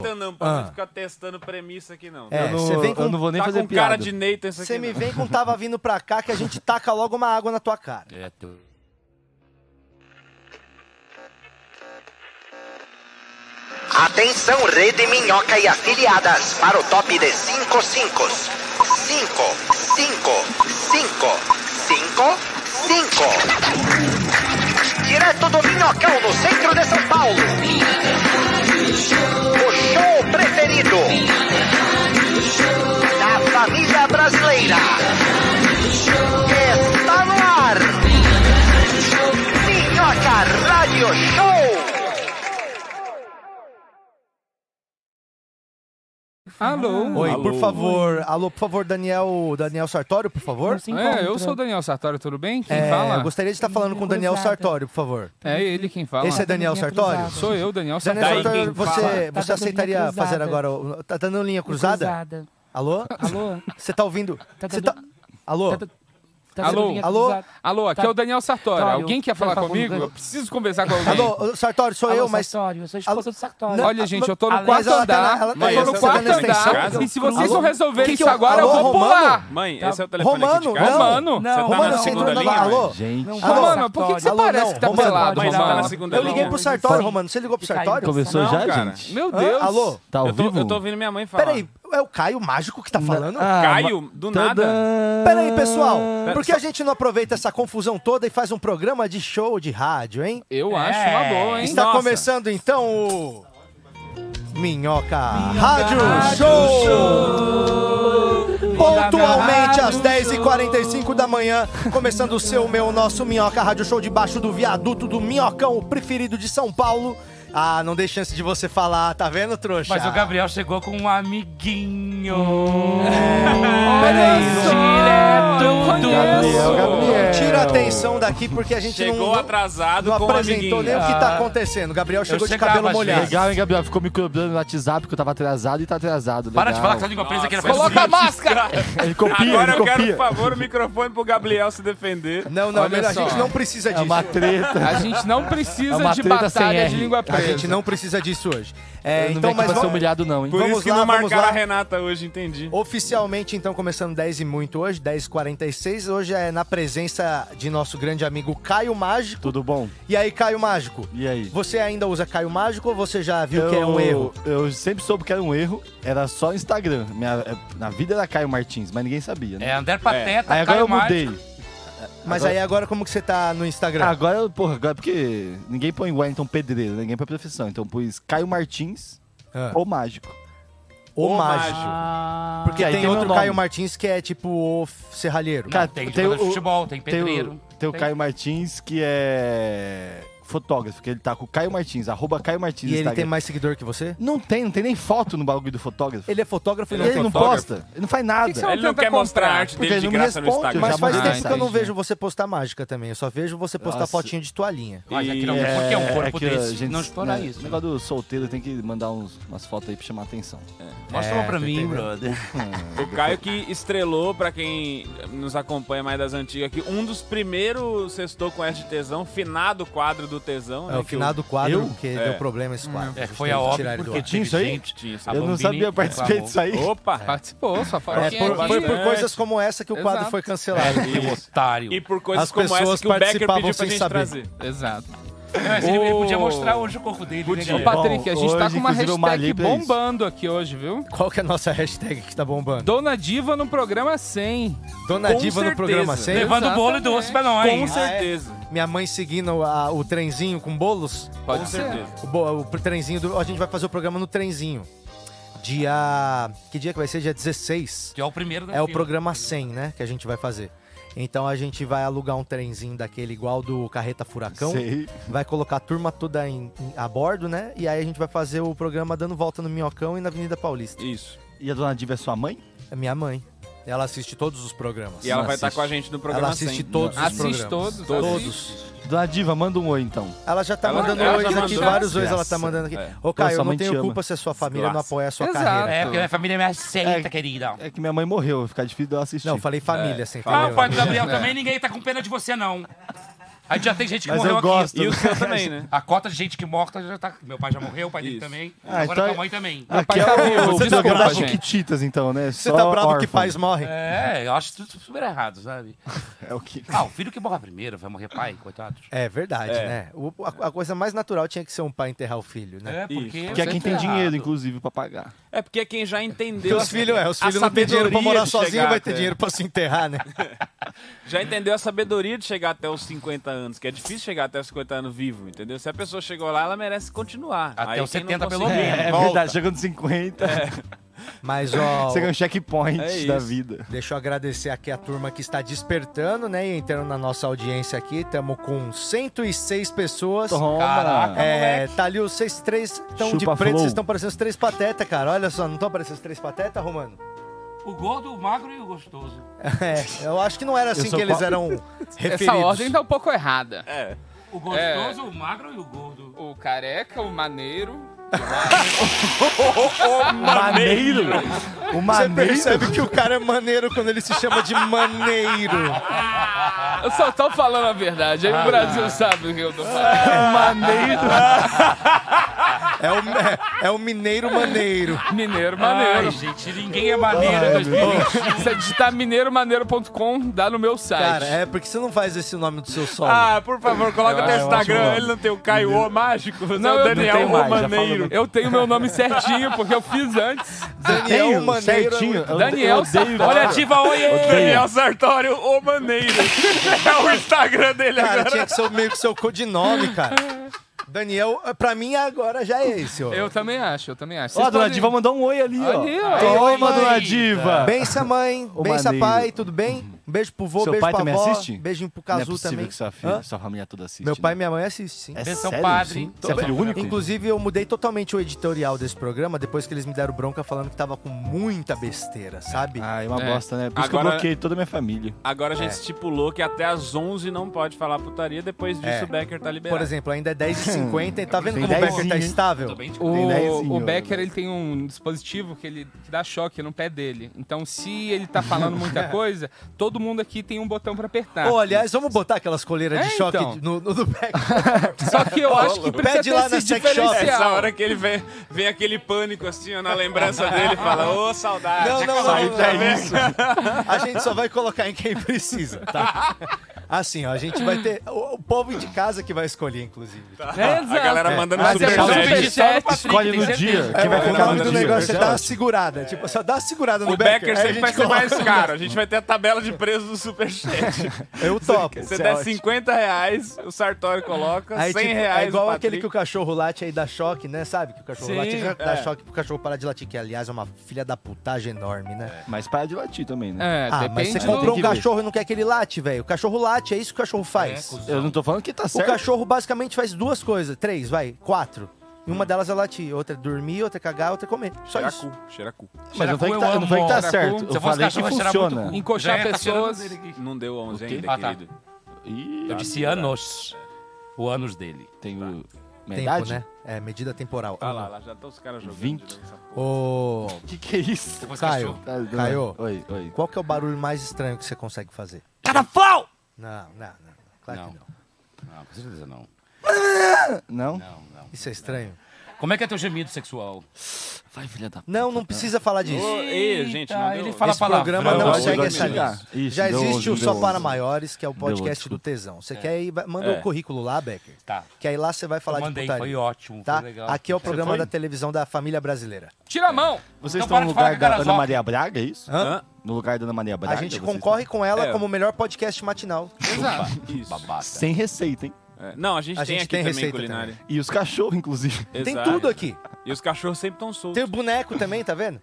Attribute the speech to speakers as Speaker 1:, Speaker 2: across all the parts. Speaker 1: Nathan não, pra
Speaker 2: Ah.
Speaker 1: não ficar testando premissa aqui não.
Speaker 2: É,
Speaker 1: tá?
Speaker 2: eu,
Speaker 3: você
Speaker 2: não,
Speaker 3: vem com-
Speaker 2: eu não vou nem
Speaker 1: tá
Speaker 2: fazer
Speaker 1: com
Speaker 2: piada.
Speaker 1: cara de Nathan isso aqui
Speaker 3: Você me
Speaker 1: não.
Speaker 3: vem com tava vindo pra cá que a gente taca logo uma água na tua cara.
Speaker 1: É.
Speaker 4: Atenção, Rede Minhoca e afiliadas, para o top de 5 5 5 5 5 5 5 Direto do Minhocão, no centro de São Paulo. O show preferido da família brasileira. Está no ar. Minhoca Rádio Show.
Speaker 5: Alô?
Speaker 3: Oi,
Speaker 1: Alô.
Speaker 3: por favor. Alô, por favor, Daniel, Daniel Sartório, por favor.
Speaker 5: É, eu sou o Daniel Sartori, tudo bem? Quem
Speaker 3: É,
Speaker 5: fala?
Speaker 3: eu gostaria de estar falando com o Daniel
Speaker 6: Cruzada. Tá
Speaker 3: Sartório, por favor.
Speaker 5: É ele quem fala.
Speaker 3: Esse é Daniel
Speaker 6: Linha
Speaker 3: Sartório?
Speaker 6: cruzada.
Speaker 5: Sou eu, Daniel
Speaker 3: Daniel
Speaker 5: Sartori.
Speaker 1: Daí
Speaker 3: Sartório,
Speaker 1: quem
Speaker 3: você,
Speaker 1: fala?
Speaker 6: Tá
Speaker 3: você
Speaker 6: dando
Speaker 3: aceitaria
Speaker 6: linha cruzada.
Speaker 3: fazer agora. o- Tá dando linha cruzada?
Speaker 6: Cruzada.
Speaker 3: Alô?
Speaker 6: Alô?
Speaker 3: Você tá ouvindo?
Speaker 6: Tá
Speaker 3: Você
Speaker 6: dando-
Speaker 3: tá- Alô?
Speaker 6: Tá- Tá sendo
Speaker 5: Alô?
Speaker 6: linha
Speaker 3: Alô?
Speaker 6: cruzada.
Speaker 5: Alô, aqui
Speaker 6: Tá-
Speaker 5: é o Daniel Sartori.
Speaker 6: Sartori,
Speaker 5: Alguém quer
Speaker 3: tá
Speaker 6: por
Speaker 5: falar
Speaker 6: favor,
Speaker 5: comigo?
Speaker 6: Daniel.
Speaker 5: Eu preciso conversar com alguém.
Speaker 3: Alô, Sartório, sou
Speaker 6: Alô,
Speaker 3: eu, mas.
Speaker 6: Sartório, eu sou a
Speaker 3: Alô?
Speaker 6: esposa do Sartório.
Speaker 3: Não,
Speaker 5: Olha, gente, eu tô no
Speaker 6: Alex,
Speaker 5: quarto
Speaker 3: ela tá na-
Speaker 5: andar.
Speaker 3: ela-
Speaker 1: Mas
Speaker 5: eu tô
Speaker 1: essa
Speaker 5: no
Speaker 1: tá
Speaker 5: quarto
Speaker 1: dando
Speaker 5: andar.
Speaker 1: extensão?
Speaker 5: E se vocês
Speaker 3: Alô?
Speaker 5: não resolverem
Speaker 3: Que que
Speaker 5: isso
Speaker 3: eu-
Speaker 5: agora, eu
Speaker 3: Alô,
Speaker 5: vou pular.
Speaker 1: Mãe,
Speaker 6: Tá.
Speaker 1: esse é o telefone aqui
Speaker 3: Romano,
Speaker 1: de casa?
Speaker 3: não.
Speaker 5: Romano?
Speaker 1: Você tá
Speaker 3: Romano,
Speaker 1: na
Speaker 3: você
Speaker 1: segunda
Speaker 3: entrou na-
Speaker 1: linha,
Speaker 3: Alô?
Speaker 1: mãe?
Speaker 2: Gente,
Speaker 6: Não,
Speaker 3: Alô?
Speaker 5: Romano, por que que você
Speaker 3: Alô,
Speaker 5: parece
Speaker 3: não,
Speaker 5: que tá
Speaker 3: Romano,
Speaker 5: pelado,
Speaker 1: mas tá na
Speaker 5: Romano?
Speaker 1: segunda
Speaker 3: Eu liguei
Speaker 1: Não,
Speaker 3: pro
Speaker 1: mas
Speaker 3: Sartório,
Speaker 6: sim.
Speaker 3: Romano. Você ligou pro
Speaker 6: Que caiu
Speaker 3: Sartório?
Speaker 6: no
Speaker 2: começou
Speaker 1: Não,
Speaker 2: já,
Speaker 1: cara.
Speaker 2: gente?
Speaker 5: Meu Deus.
Speaker 3: Hã? Alô?
Speaker 2: Tá ao
Speaker 1: eu, tô,
Speaker 2: vivo?
Speaker 1: eu tô ouvindo minha mãe falar.
Speaker 3: Peraí, é o Caio Mágico que tá falando?
Speaker 2: Ah,
Speaker 1: Caio,
Speaker 2: ma-
Speaker 1: do
Speaker 2: Tadã.
Speaker 1: nada.
Speaker 3: Peraí, pessoal,
Speaker 1: Pera-
Speaker 3: por que a gente não aproveita essa confusão toda e faz um programa de show de rádio, hein?
Speaker 5: Eu acho
Speaker 3: É.
Speaker 5: uma boa, hein?
Speaker 3: Está
Speaker 1: nossa.
Speaker 3: começando então o. Minhoca, Rádio, Show! Pontualmente às 10h45 da manhã, começando o seu, meu, nosso Minhoca Rádio Show debaixo do viaduto do Minhocão, o preferido de São Paulo. Ah, não dei chance de você falar, tá vendo, trouxa?
Speaker 7: Mas o Gabriel chegou com um amiguinho.
Speaker 3: É. Peraí, é
Speaker 7: Direto do.
Speaker 5: Gabriel,
Speaker 3: Gabriel. Tira a atenção daqui porque a gente
Speaker 1: Chegou
Speaker 3: não,
Speaker 1: atrasado
Speaker 3: não
Speaker 1: com o
Speaker 3: apresentou
Speaker 1: amiguinho.
Speaker 3: nem o que
Speaker 2: Ah,
Speaker 3: tá acontecendo. Gabriel chegou de
Speaker 7: chegava,
Speaker 3: cabelo
Speaker 7: gente.
Speaker 3: molhado.
Speaker 2: Legal, hein, Gabriel? Ficou me cobrando no WhatsApp porque eu tava atrasado e tá atrasado.
Speaker 7: Para
Speaker 2: legal.
Speaker 7: de falar que essa língua presa aqui na frente do
Speaker 5: Coloca a
Speaker 7: vídeo.
Speaker 5: máscara.
Speaker 2: Ele copia,
Speaker 1: Agora
Speaker 2: ele
Speaker 1: eu quero, por
Speaker 2: copia.
Speaker 1: favor, o microfone pro Gabriel se defender.
Speaker 3: Não, não,
Speaker 5: Olha
Speaker 3: a
Speaker 5: só.
Speaker 3: gente não precisa
Speaker 2: É
Speaker 3: disso.
Speaker 2: uma treta.
Speaker 5: A gente não precisa
Speaker 2: É uma
Speaker 5: de
Speaker 2: treta sem
Speaker 5: batalha de
Speaker 2: R.
Speaker 5: língua
Speaker 3: A
Speaker 5: presa.
Speaker 3: gente não precisa disso hoje. É,
Speaker 2: Eu não
Speaker 3: então,
Speaker 2: vem aqui
Speaker 3: mas
Speaker 2: pra ser
Speaker 3: vamos,
Speaker 2: humilhado, não, hein?
Speaker 1: Por
Speaker 3: Vamos
Speaker 1: isso que
Speaker 3: lá,
Speaker 1: não
Speaker 3: vamos
Speaker 1: marcaram
Speaker 3: lá.
Speaker 1: a Renata hoje, entendi.
Speaker 3: Oficialmente, então, começando 10 e muito hoje, 10h46. Hoje é na presença de nosso grande amigo Caio Mágico.
Speaker 2: Tudo bom?
Speaker 3: E aí, Caio Mágico?
Speaker 2: E aí?
Speaker 3: Você ainda usa Caio Mágico ou você já viu que é um
Speaker 2: Eu-
Speaker 3: erro?
Speaker 2: Eu sempre soube que era um erro, era só Instagram. Minha, na vida era Caio Martins, mas ninguém sabia, né?
Speaker 7: É, André Pateta,
Speaker 2: Aí agora
Speaker 7: Caio
Speaker 2: eu
Speaker 7: Mágico.
Speaker 2: mudei.
Speaker 3: Mas
Speaker 2: Agora-
Speaker 3: aí agora como que você tá no Instagram?
Speaker 2: Ah, Agora, eu- porra, agora porque ninguém põe Wellington Pedreiro, ninguém põe profissão. Então pus Caio Martins
Speaker 3: Ah.
Speaker 7: É.
Speaker 2: ou Mágico.
Speaker 3: o
Speaker 1: o
Speaker 3: Mágico.
Speaker 1: Mágico.
Speaker 3: Porque
Speaker 2: aí
Speaker 3: tem
Speaker 2: tem meu
Speaker 3: outro
Speaker 2: nome.
Speaker 3: Caio Martins que é tipo o serralheiro.
Speaker 7: Não,
Speaker 2: Cara,
Speaker 7: tem
Speaker 2: tem
Speaker 7: jogador
Speaker 2: o-
Speaker 7: de futebol, tem
Speaker 2: Tem
Speaker 7: pedreiro.
Speaker 2: o, tem o Caio Martins, que é fotógrafo, que ele tá com o Caio Martins, arroba Caio Martins
Speaker 3: E
Speaker 2: no
Speaker 3: ele
Speaker 2: Instagram.
Speaker 3: tem mais seguidor que você?
Speaker 2: Não tem, não tem nem foto no bagulho do fotógrafo.
Speaker 3: Ele é fotógrafo e
Speaker 2: Ele,
Speaker 3: não é
Speaker 2: não
Speaker 3: fotógrafo.
Speaker 2: posta, ele não faz nada.
Speaker 5: que você não
Speaker 1: Ele não
Speaker 5: tenta
Speaker 1: quer mostrar
Speaker 5: comprar,
Speaker 1: a arte
Speaker 2: porque
Speaker 1: dele de
Speaker 2: ele não me
Speaker 1: graça no
Speaker 2: responde,
Speaker 1: Instagram.
Speaker 3: Mas
Speaker 2: Já
Speaker 3: faz
Speaker 2: mandei
Speaker 3: tempo que eu não
Speaker 2: mensagem,
Speaker 3: vejo você postar mágica também. Eu só vejo você postar
Speaker 2: Nossa.
Speaker 3: fotinho de toalhinha.
Speaker 7: Mas aqui não
Speaker 1: E-
Speaker 7: é porque é um corpo
Speaker 2: que a
Speaker 7: desse.
Speaker 2: gente-
Speaker 7: não explorar
Speaker 2: né,
Speaker 7: isso.
Speaker 2: O
Speaker 7: né?
Speaker 2: negócio do solteiro tem que mandar uns- umas fotos aí pra chamar atenção.
Speaker 7: Mostra uma pra mim, brother.
Speaker 1: O Caio que estrelou, pra quem nos acompanha mais das antigas aqui, um dos primeiros Sextou com S de Tesão, finado quadro do Tesão.
Speaker 3: É
Speaker 1: né,
Speaker 3: o
Speaker 1: que
Speaker 3: final do quadro,
Speaker 2: eu?
Speaker 3: porque
Speaker 1: É.
Speaker 3: deu problema esse quadro.
Speaker 7: É,
Speaker 3: Eles
Speaker 7: foi a
Speaker 3: têm que
Speaker 7: óbvio
Speaker 3: tirar ele do
Speaker 7: porque
Speaker 3: ar.
Speaker 2: Tinha
Speaker 7: teve
Speaker 2: isso aí?
Speaker 7: gente- um
Speaker 1: Tinha isso.
Speaker 7: a
Speaker 2: eu não
Speaker 7: Bombini
Speaker 2: sabia, eu participei
Speaker 7: reclamou.
Speaker 2: disso aí.
Speaker 1: Opa!
Speaker 5: Participou, só fala
Speaker 3: É,
Speaker 5: quem
Speaker 3: por-
Speaker 5: é
Speaker 3: foi
Speaker 5: quem
Speaker 3: por
Speaker 5: é.
Speaker 3: coisas como essa que o quadro
Speaker 5: Exato.
Speaker 3: foi cancelado.
Speaker 7: Que otário.
Speaker 1: E por coisas
Speaker 3: As
Speaker 1: como essa
Speaker 3: pessoas
Speaker 1: que o Becker
Speaker 3: participavam
Speaker 1: pediu pra
Speaker 3: sem
Speaker 1: gente
Speaker 3: saber.
Speaker 1: trazer. Oh!
Speaker 5: Exato.
Speaker 7: Mas ele, ele
Speaker 5: Ô.
Speaker 7: podia mostrar hoje o corpo dele. né,
Speaker 1: Podia.
Speaker 7: galera?
Speaker 5: Patrick,
Speaker 2: Bom,
Speaker 5: a gente tá
Speaker 2: hoje,
Speaker 5: com uma
Speaker 2: inclusive, eu
Speaker 5: hashtag
Speaker 2: malhei pra isso.
Speaker 5: bombando aqui hoje, viu?
Speaker 3: Qual que é a nossa hashtag que tá bombando?
Speaker 5: Dona Diva no programa 100.
Speaker 3: Dona
Speaker 1: Com
Speaker 3: Diva no
Speaker 1: certeza.
Speaker 3: programa 100.
Speaker 7: Levando bolo e doce pra nós.
Speaker 1: Com certeza.
Speaker 3: Minha mãe seguindo a- o trenzinho com bolos.
Speaker 5: Pode
Speaker 1: Com
Speaker 5: ser.
Speaker 1: certeza.
Speaker 3: O, bo- o trenzinho do- A gente vai fazer o programa no trenzinho. Dia. Que dia que vai ser? Dia 16.
Speaker 7: Que é o primeiro da
Speaker 3: É o
Speaker 7: fila.
Speaker 3: programa 100, né? Que a gente vai fazer. Então a gente vai alugar um trenzinho daquele igual do Carreta
Speaker 7: então
Speaker 3: Furacão.
Speaker 2: Sei.
Speaker 3: Vai colocar a turma toda em- em- a bordo, né? E aí a gente vai fazer o programa dando volta no Minhocão e na Avenida Paulista.
Speaker 1: Isso.
Speaker 2: E a dona Diva é sua mãe?
Speaker 3: É minha mãe. Ela assiste todos os programas.
Speaker 1: E ela
Speaker 2: Não
Speaker 1: vai estar
Speaker 2: assiste.
Speaker 1: com a gente no programa
Speaker 3: Ela assiste
Speaker 1: 100.
Speaker 3: todos os programas.
Speaker 5: Assiste todos.
Speaker 3: Todos.
Speaker 5: assiste.
Speaker 2: Dona Diva, manda um oi então.
Speaker 3: Ela já tá
Speaker 1: Ela-
Speaker 3: mandando
Speaker 1: ela já
Speaker 3: ois aqui,
Speaker 1: mandou.
Speaker 3: vários ois ela tá
Speaker 2: Desgraça.
Speaker 3: mandando aqui.
Speaker 1: É.
Speaker 3: Ô, Caio,
Speaker 2: Nossa,
Speaker 3: eu não
Speaker 2: mãe te
Speaker 3: tenho
Speaker 2: ama.
Speaker 3: culpa se a sua família não
Speaker 1: Desgraça.
Speaker 3: apoia a sua
Speaker 5: Exato.
Speaker 3: carreira.
Speaker 7: É, porque minha família me aceita,
Speaker 2: É.
Speaker 7: querida.
Speaker 2: É que minha mãe morreu, vai ficar difícil de eu assistir.
Speaker 3: Não, falei família, você
Speaker 7: Ah,
Speaker 3: entendeu?
Speaker 7: o pai do Gabriel também, ninguém tá com pena de você, não. Aí já tem gente que
Speaker 2: Mas
Speaker 7: morreu
Speaker 2: eu
Speaker 7: aqui.
Speaker 2: gosto.
Speaker 1: E o seu também, né?
Speaker 7: A cota de gente que morta já tá. Meu pai já morreu, o pai dele
Speaker 1: Isso.
Speaker 7: também.
Speaker 2: Ah,
Speaker 7: agora
Speaker 2: então-
Speaker 7: tua mãe também.
Speaker 2: Aqui
Speaker 5: tá
Speaker 2: é
Speaker 5: vivo,
Speaker 2: o... Você tá
Speaker 5: desculpa,
Speaker 2: bravo
Speaker 5: gente.
Speaker 2: com Chiquititas, então, né?
Speaker 3: Você tá bravo que pais
Speaker 2: faz
Speaker 3: morrem.
Speaker 7: É, eu acho isso super errado, sabe?
Speaker 2: É o que...
Speaker 7: Ah, o filho que morre primeiro vai morrer pai, coitado.
Speaker 3: É verdade,
Speaker 1: É.
Speaker 3: né? O- a, a coisa mais natural tinha que ser um pai enterrar o filho, né?
Speaker 7: É, porque.
Speaker 2: Que é quem
Speaker 7: sempre
Speaker 2: tem dinheiro,
Speaker 7: errado.
Speaker 2: inclusive, pra pagar.
Speaker 1: É porque é quem já entendeu.
Speaker 3: Porque os
Speaker 1: a-
Speaker 3: filhos, é, os
Speaker 1: a
Speaker 3: filhos não têm dinheiro pra
Speaker 1: sabedoria
Speaker 3: morar
Speaker 1: de
Speaker 3: sozinho,
Speaker 1: chegar
Speaker 3: vai ter
Speaker 1: até-
Speaker 3: dinheiro pra se enterrar, né?
Speaker 1: Já entendeu a sabedoria de chegar até os 50 anos, que é difícil chegar até os 50 anos vivo, entendeu? Se a pessoa chegou lá, ela merece continuar.
Speaker 7: Até
Speaker 1: Aí
Speaker 7: os
Speaker 1: quem não
Speaker 7: 70 pelo
Speaker 1: conseguir-
Speaker 7: menos.
Speaker 2: É,
Speaker 3: Volta.
Speaker 2: verdade, chegando 50,
Speaker 3: Mas, ó,
Speaker 2: É. você ganha um checkpoint
Speaker 1: É
Speaker 2: da
Speaker 1: isso.
Speaker 2: vida.
Speaker 3: deixa eu agradecer aqui a turma que está despertando, né? E entrando na nossa audiência aqui. Estamos com 106 pessoas.
Speaker 2: Toma.
Speaker 7: Caraca.
Speaker 3: É, tá ali os seis, três estão de
Speaker 2: Chupa
Speaker 3: preto,
Speaker 2: flow.
Speaker 3: vocês estão parecendo os três patetas, cara. Olha só, não estão parecendo os três patetas, Romano?
Speaker 7: O gordo, o magro e o gostoso.
Speaker 3: É, eu acho que não era assim
Speaker 2: sou
Speaker 3: que eles
Speaker 2: pa-
Speaker 3: eram referidos.
Speaker 5: Essa ordem tá um pouco errada.
Speaker 1: É.
Speaker 7: O gostoso, o magro e o gordo.
Speaker 5: O careca, o maneiro.
Speaker 2: Maneiro! O
Speaker 3: Você
Speaker 2: maneiro?
Speaker 3: percebe que o cara é maneiro quando ele se chama de maneiro.
Speaker 5: Eu só tô falando a verdade. Aí o Brasil sabe o que eu tô falando.
Speaker 2: O maneiro!
Speaker 3: É o, é, é o mineiro maneiro.
Speaker 5: Mineiro, maneiro.
Speaker 7: Ai, gente, ninguém é maneiro em 2020.
Speaker 5: Você digitar mineiro-maneiro.com, dá no meu site.
Speaker 3: Cara, é porque você não faz esse nome do seu solo.
Speaker 1: Ah, por favor, coloca
Speaker 2: Ah,
Speaker 1: teu
Speaker 2: eu acho
Speaker 1: Instagram.
Speaker 2: bom.
Speaker 1: Ele não tem o Caio O mágico, você
Speaker 5: Não,
Speaker 1: é o
Speaker 5: eu não
Speaker 1: Daniel
Speaker 2: tenho mais, já
Speaker 1: Romaneiro.
Speaker 2: falou.
Speaker 5: Eu tenho meu nome certinho, porque eu fiz antes.
Speaker 3: Daniel
Speaker 2: Tenho,
Speaker 3: Maneiro é
Speaker 2: um certinho.
Speaker 3: muito-
Speaker 2: Eu-
Speaker 5: Daniel
Speaker 2: eu odeio-
Speaker 5: Sartori.
Speaker 7: Olha, ativa oi!
Speaker 1: Daniel Sartório O Maneiro. é o Instagram dele
Speaker 3: Cara,
Speaker 1: agora.
Speaker 3: tinha que ser meio que seu codinome, cara. Daniel, pra mim agora já é esse, ó.
Speaker 5: Eu também acho, eu também acho.
Speaker 2: Ó, a
Speaker 5: Vocês
Speaker 2: Dona
Speaker 5: podem-
Speaker 2: Diva mandou um oi ali, ó.
Speaker 5: Ali, ó.
Speaker 2: Toma,
Speaker 7: Oi,
Speaker 2: Dona
Speaker 7: mãe.
Speaker 2: Diva!
Speaker 3: Bença mãe,
Speaker 2: Ô,
Speaker 3: bença
Speaker 2: maneiro.
Speaker 3: pai, tudo bem? Um Beijo pro vô,
Speaker 2: Seu
Speaker 3: beijo
Speaker 2: pai
Speaker 3: pra
Speaker 2: também
Speaker 3: avó,
Speaker 2: assiste?
Speaker 3: beijinho pro
Speaker 2: Não é
Speaker 3: Cazu
Speaker 2: possível
Speaker 3: também.
Speaker 2: que sua,
Speaker 3: Hã?
Speaker 2: filha, sua família toda assiste.
Speaker 3: Meu pai e
Speaker 2: né?
Speaker 3: minha mãe assistem, sim.
Speaker 2: É
Speaker 7: Benção
Speaker 2: sério?
Speaker 7: padre.
Speaker 2: Sim.
Speaker 7: Tô
Speaker 2: Você é filho
Speaker 7: vendo.
Speaker 2: único?
Speaker 3: Inclusive, eu mudei totalmente o editorial desse programa depois que eles me deram bronca falando que tava com muita besteira, sabe?
Speaker 2: Ah, é uma
Speaker 5: É.
Speaker 2: bosta, né? Por isso que
Speaker 1: Agora-
Speaker 2: eu bloqueei toda a minha família.
Speaker 1: Agora a
Speaker 3: É.
Speaker 1: gente estipulou que até às 11 não pode falar putaria, depois disso
Speaker 3: É.
Speaker 1: o Becker tá liberado.
Speaker 3: Por exemplo, ainda é 10h50 e tá vendo
Speaker 2: Tem
Speaker 3: como o Becker
Speaker 2: dezinho,
Speaker 3: tá
Speaker 2: hein?
Speaker 3: estável?
Speaker 7: bem, tipo,
Speaker 2: Tem
Speaker 5: O,
Speaker 2: dezinho,
Speaker 5: o Becker
Speaker 2: né?
Speaker 5: ele tem um dispositivo que ele que dá choque no pé dele. Então, se ele tá falando muita coisa, todo mundo aqui tem um botão pra apertar.
Speaker 3: Ô, aliás, vamos botar aquelas coleiras de
Speaker 5: É,
Speaker 3: choque
Speaker 5: então.
Speaker 3: no, no do Becker.
Speaker 5: Só que eu acho que precisa
Speaker 3: Pede
Speaker 5: ter
Speaker 3: lá
Speaker 5: esse
Speaker 3: na sex shop.
Speaker 1: É essa
Speaker 5: diferencial.
Speaker 1: hora que ele vem, vem aquele pânico assim, ó, na lembrança dele e fala, ô saudade.
Speaker 3: Não, não,
Speaker 1: Acabou.
Speaker 3: não, não, não. A gente só vai colocar em quem precisa, tá? Assim, ó, a gente vai ter. O, o povo de casa que vai escolher, inclusive.
Speaker 5: É,
Speaker 1: A galera
Speaker 5: exato.
Speaker 1: mandando
Speaker 5: Mas é
Speaker 1: superchat.
Speaker 5: pra superchat.
Speaker 2: Escolhe no dia
Speaker 3: É,
Speaker 2: que vai
Speaker 3: o
Speaker 2: ficar
Speaker 3: nome
Speaker 2: no
Speaker 3: do
Speaker 2: dia.
Speaker 3: negócio é dar uma segurada. Tipo, só dá uma segurada no
Speaker 1: O Becker
Speaker 3: aí a
Speaker 1: sempre
Speaker 3: gente
Speaker 1: vai ser
Speaker 3: coloca-
Speaker 1: mais caro. A gente vai ter a tabela de preço do Superchat.
Speaker 3: Eu topo.
Speaker 1: Você
Speaker 3: isso é
Speaker 1: der
Speaker 3: ótimo.
Speaker 1: 50 reais, o Sartório coloca,
Speaker 3: Aí,
Speaker 1: 100
Speaker 3: tipo,
Speaker 1: reais
Speaker 3: é igual
Speaker 1: o
Speaker 3: aquele
Speaker 1: Patrick.
Speaker 3: que o cachorro late aí dá choque, né? Sabe que o cachorro
Speaker 1: Sim,
Speaker 3: late já
Speaker 1: é.
Speaker 3: dá choque pro cachorro parar de latir, que aliás é uma filha da putagem enorme, né?
Speaker 2: Mas para de latir também, né?
Speaker 5: É,
Speaker 3: Ah, mas
Speaker 5: depende
Speaker 3: você
Speaker 5: do-
Speaker 3: comprou
Speaker 2: Tem
Speaker 3: um
Speaker 2: que ver.
Speaker 3: cachorro e não quer que ele late, velho. O cachorro late, é isso que o cachorro faz.
Speaker 2: Eu não tô falando que tá
Speaker 3: O
Speaker 2: certo.
Speaker 3: cachorro basicamente faz duas coisas, três, vai, quatro. E uma delas é latir, outra é dormir, outra é cagar, outra é comer. Só
Speaker 1: Cheira
Speaker 3: isso.
Speaker 1: cu, cheira cu.
Speaker 2: Mas eu não falei que
Speaker 7: eu
Speaker 2: tá, eu
Speaker 7: amo
Speaker 2: não falei que tá
Speaker 7: Xeracu.
Speaker 2: certo.
Speaker 7: Se
Speaker 2: Eu
Speaker 7: eu fosse
Speaker 2: falei que
Speaker 7: cachorro, eu cheirava muito
Speaker 2: funciona.
Speaker 7: cu.
Speaker 5: Encoxar
Speaker 7: Já ia tá
Speaker 5: pessoas.
Speaker 7: cheirando dele aqui.
Speaker 1: Não deu 11 ainda,
Speaker 2: Ah,
Speaker 7: tá.
Speaker 1: querido.
Speaker 2: Ih,
Speaker 7: Eu disse anos. O anos dele.
Speaker 2: tem o... Minha
Speaker 3: Tempo,
Speaker 2: idade?
Speaker 3: né? É, medida temporal.
Speaker 1: Ah lá, lá já estão os caras jogando. de
Speaker 2: 20.
Speaker 1: novo essa porra.
Speaker 3: Ô,
Speaker 2: Que que é isso?
Speaker 7: Depois
Speaker 3: Caio,
Speaker 7: cachorro.
Speaker 2: Tá dando-
Speaker 3: Caio,
Speaker 2: Oi, oi.
Speaker 3: qual que é o barulho mais estranho que você consegue fazer?
Speaker 7: Cataflau!
Speaker 3: Não, não, não. Claro
Speaker 7: Não.
Speaker 3: que não.
Speaker 7: Não, com certeza não.
Speaker 2: Não?
Speaker 7: Não, não.
Speaker 3: Isso é estranho?
Speaker 7: Como é que é teu gemido sexual?
Speaker 2: Vai, filha da...
Speaker 3: Não, não precisa falar disso.
Speaker 1: Ô, ei, gente, não
Speaker 7: Eita,
Speaker 1: deu-
Speaker 7: ele fala
Speaker 3: Esse programa não
Speaker 2: Não,
Speaker 3: segue
Speaker 2: hoje
Speaker 3: essa
Speaker 2: deu
Speaker 3: linha.
Speaker 2: onze. Isso,
Speaker 3: Já
Speaker 2: deu
Speaker 3: existe
Speaker 2: onze,
Speaker 3: o
Speaker 2: deu
Speaker 3: Só
Speaker 2: onze.
Speaker 3: para Maiores, que é o
Speaker 2: outro,
Speaker 3: podcast do
Speaker 2: desculpa.
Speaker 3: Tesão. Você quer ir? vai- Manda o
Speaker 1: É.
Speaker 3: currículo lá, Becker.
Speaker 7: Tá.
Speaker 3: Que aí lá você vai falar
Speaker 7: mandei,
Speaker 3: de putaria.
Speaker 7: foi ótimo,
Speaker 3: Tá?
Speaker 7: foi legal.
Speaker 3: Aqui é o
Speaker 7: Você
Speaker 3: programa
Speaker 7: foi?
Speaker 3: da televisão da família brasileira.
Speaker 5: Tira a mão.
Speaker 2: Vocês
Speaker 7: Então
Speaker 2: estão
Speaker 7: para
Speaker 2: no
Speaker 7: de falar
Speaker 2: lugar
Speaker 7: que
Speaker 2: da
Speaker 7: era
Speaker 2: Ana
Speaker 7: só-
Speaker 2: Maria Braga, é isso?
Speaker 1: Hã?
Speaker 2: No lugar da Ana Maria Braga?
Speaker 3: a gente
Speaker 2: vocês-
Speaker 3: concorre com ela
Speaker 1: É.
Speaker 3: como o melhor podcast matinal.
Speaker 5: Exato.
Speaker 1: Isso.
Speaker 7: Babata.
Speaker 2: Sem receita, hein?
Speaker 1: É, Não, a gente
Speaker 3: A
Speaker 1: tem
Speaker 3: gente
Speaker 1: aqui
Speaker 3: tem
Speaker 1: também
Speaker 3: receita
Speaker 1: culinária.
Speaker 2: E os cachorros, inclusive.
Speaker 3: Tem
Speaker 1: Exato.
Speaker 3: tudo aqui.
Speaker 1: E os cachorros sempre estão soltos.
Speaker 3: Tem o boneco também, tá vendo?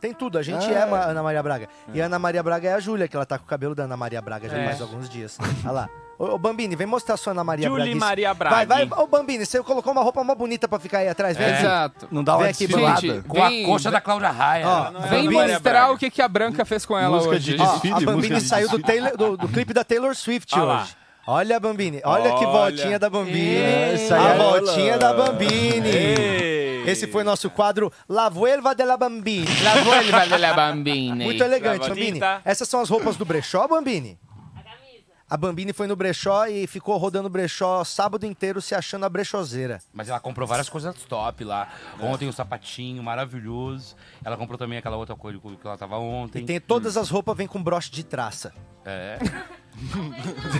Speaker 3: Tem tudo, a gente
Speaker 2: Ah.
Speaker 3: é a Ana Maria Braga. E a Ana Maria Braga é a Júlia, que ela tá com o cabelo da Ana Maria Braga já faz alguns dias. Olha lá. Ô, ô, Bambini, vem mostrar sua Ana Maria
Speaker 1: Julie
Speaker 3: Braga.
Speaker 1: Maria
Speaker 3: Vai,
Speaker 1: Braga.
Speaker 3: vai. Ô, Bambini, você colocou uma roupa mó bonita pra ficar aí atrás.
Speaker 5: É.
Speaker 3: Vem aqui.
Speaker 5: Exato.
Speaker 2: Não dá uma
Speaker 3: Vem aqui,
Speaker 2: desfilada.
Speaker 5: gente.
Speaker 7: Com a
Speaker 5: Vem-
Speaker 7: coxa da Cláudia Raia.
Speaker 3: Ó,
Speaker 1: não é
Speaker 5: Vem
Speaker 1: Ana Maria
Speaker 5: mostrar
Speaker 1: Braga.
Speaker 5: o que, que a Branca fez com ela
Speaker 2: Música
Speaker 5: hoje.
Speaker 2: de
Speaker 3: Ó,
Speaker 2: desfile,
Speaker 3: a
Speaker 2: música
Speaker 3: Bambini
Speaker 2: de
Speaker 3: saiu do,
Speaker 2: desfile.
Speaker 3: Taylor- do- do clipe da Taylor Swift
Speaker 1: Olha lá.
Speaker 3: hoje. Olha a Bambini. Olha, que
Speaker 1: Olha.
Speaker 3: voltinha da Bambini.
Speaker 2: Essa
Speaker 3: a
Speaker 2: aí é-
Speaker 3: voltinha da Bambini.
Speaker 1: Ei.
Speaker 3: Esse foi nosso quadro La Vuelva della Bambini. La
Speaker 5: La
Speaker 3: Vu-
Speaker 5: volva della bambina.
Speaker 3: Muito elegante,
Speaker 1: La
Speaker 3: Bambini.
Speaker 1: voltita.
Speaker 3: Essas são as roupas do brechó, Bambini? A camisa. A Bambini foi no brechó e ficou rodando o brechó sábado inteiro se achando a brechoseira.
Speaker 7: Mas ela comprou várias coisas top lá. Ontem o sapatinho maravilhoso. Ela comprou também aquela outra coisa que ela tava ontem.
Speaker 3: E tem todas as roupas vêm com broche de traça.
Speaker 7: É.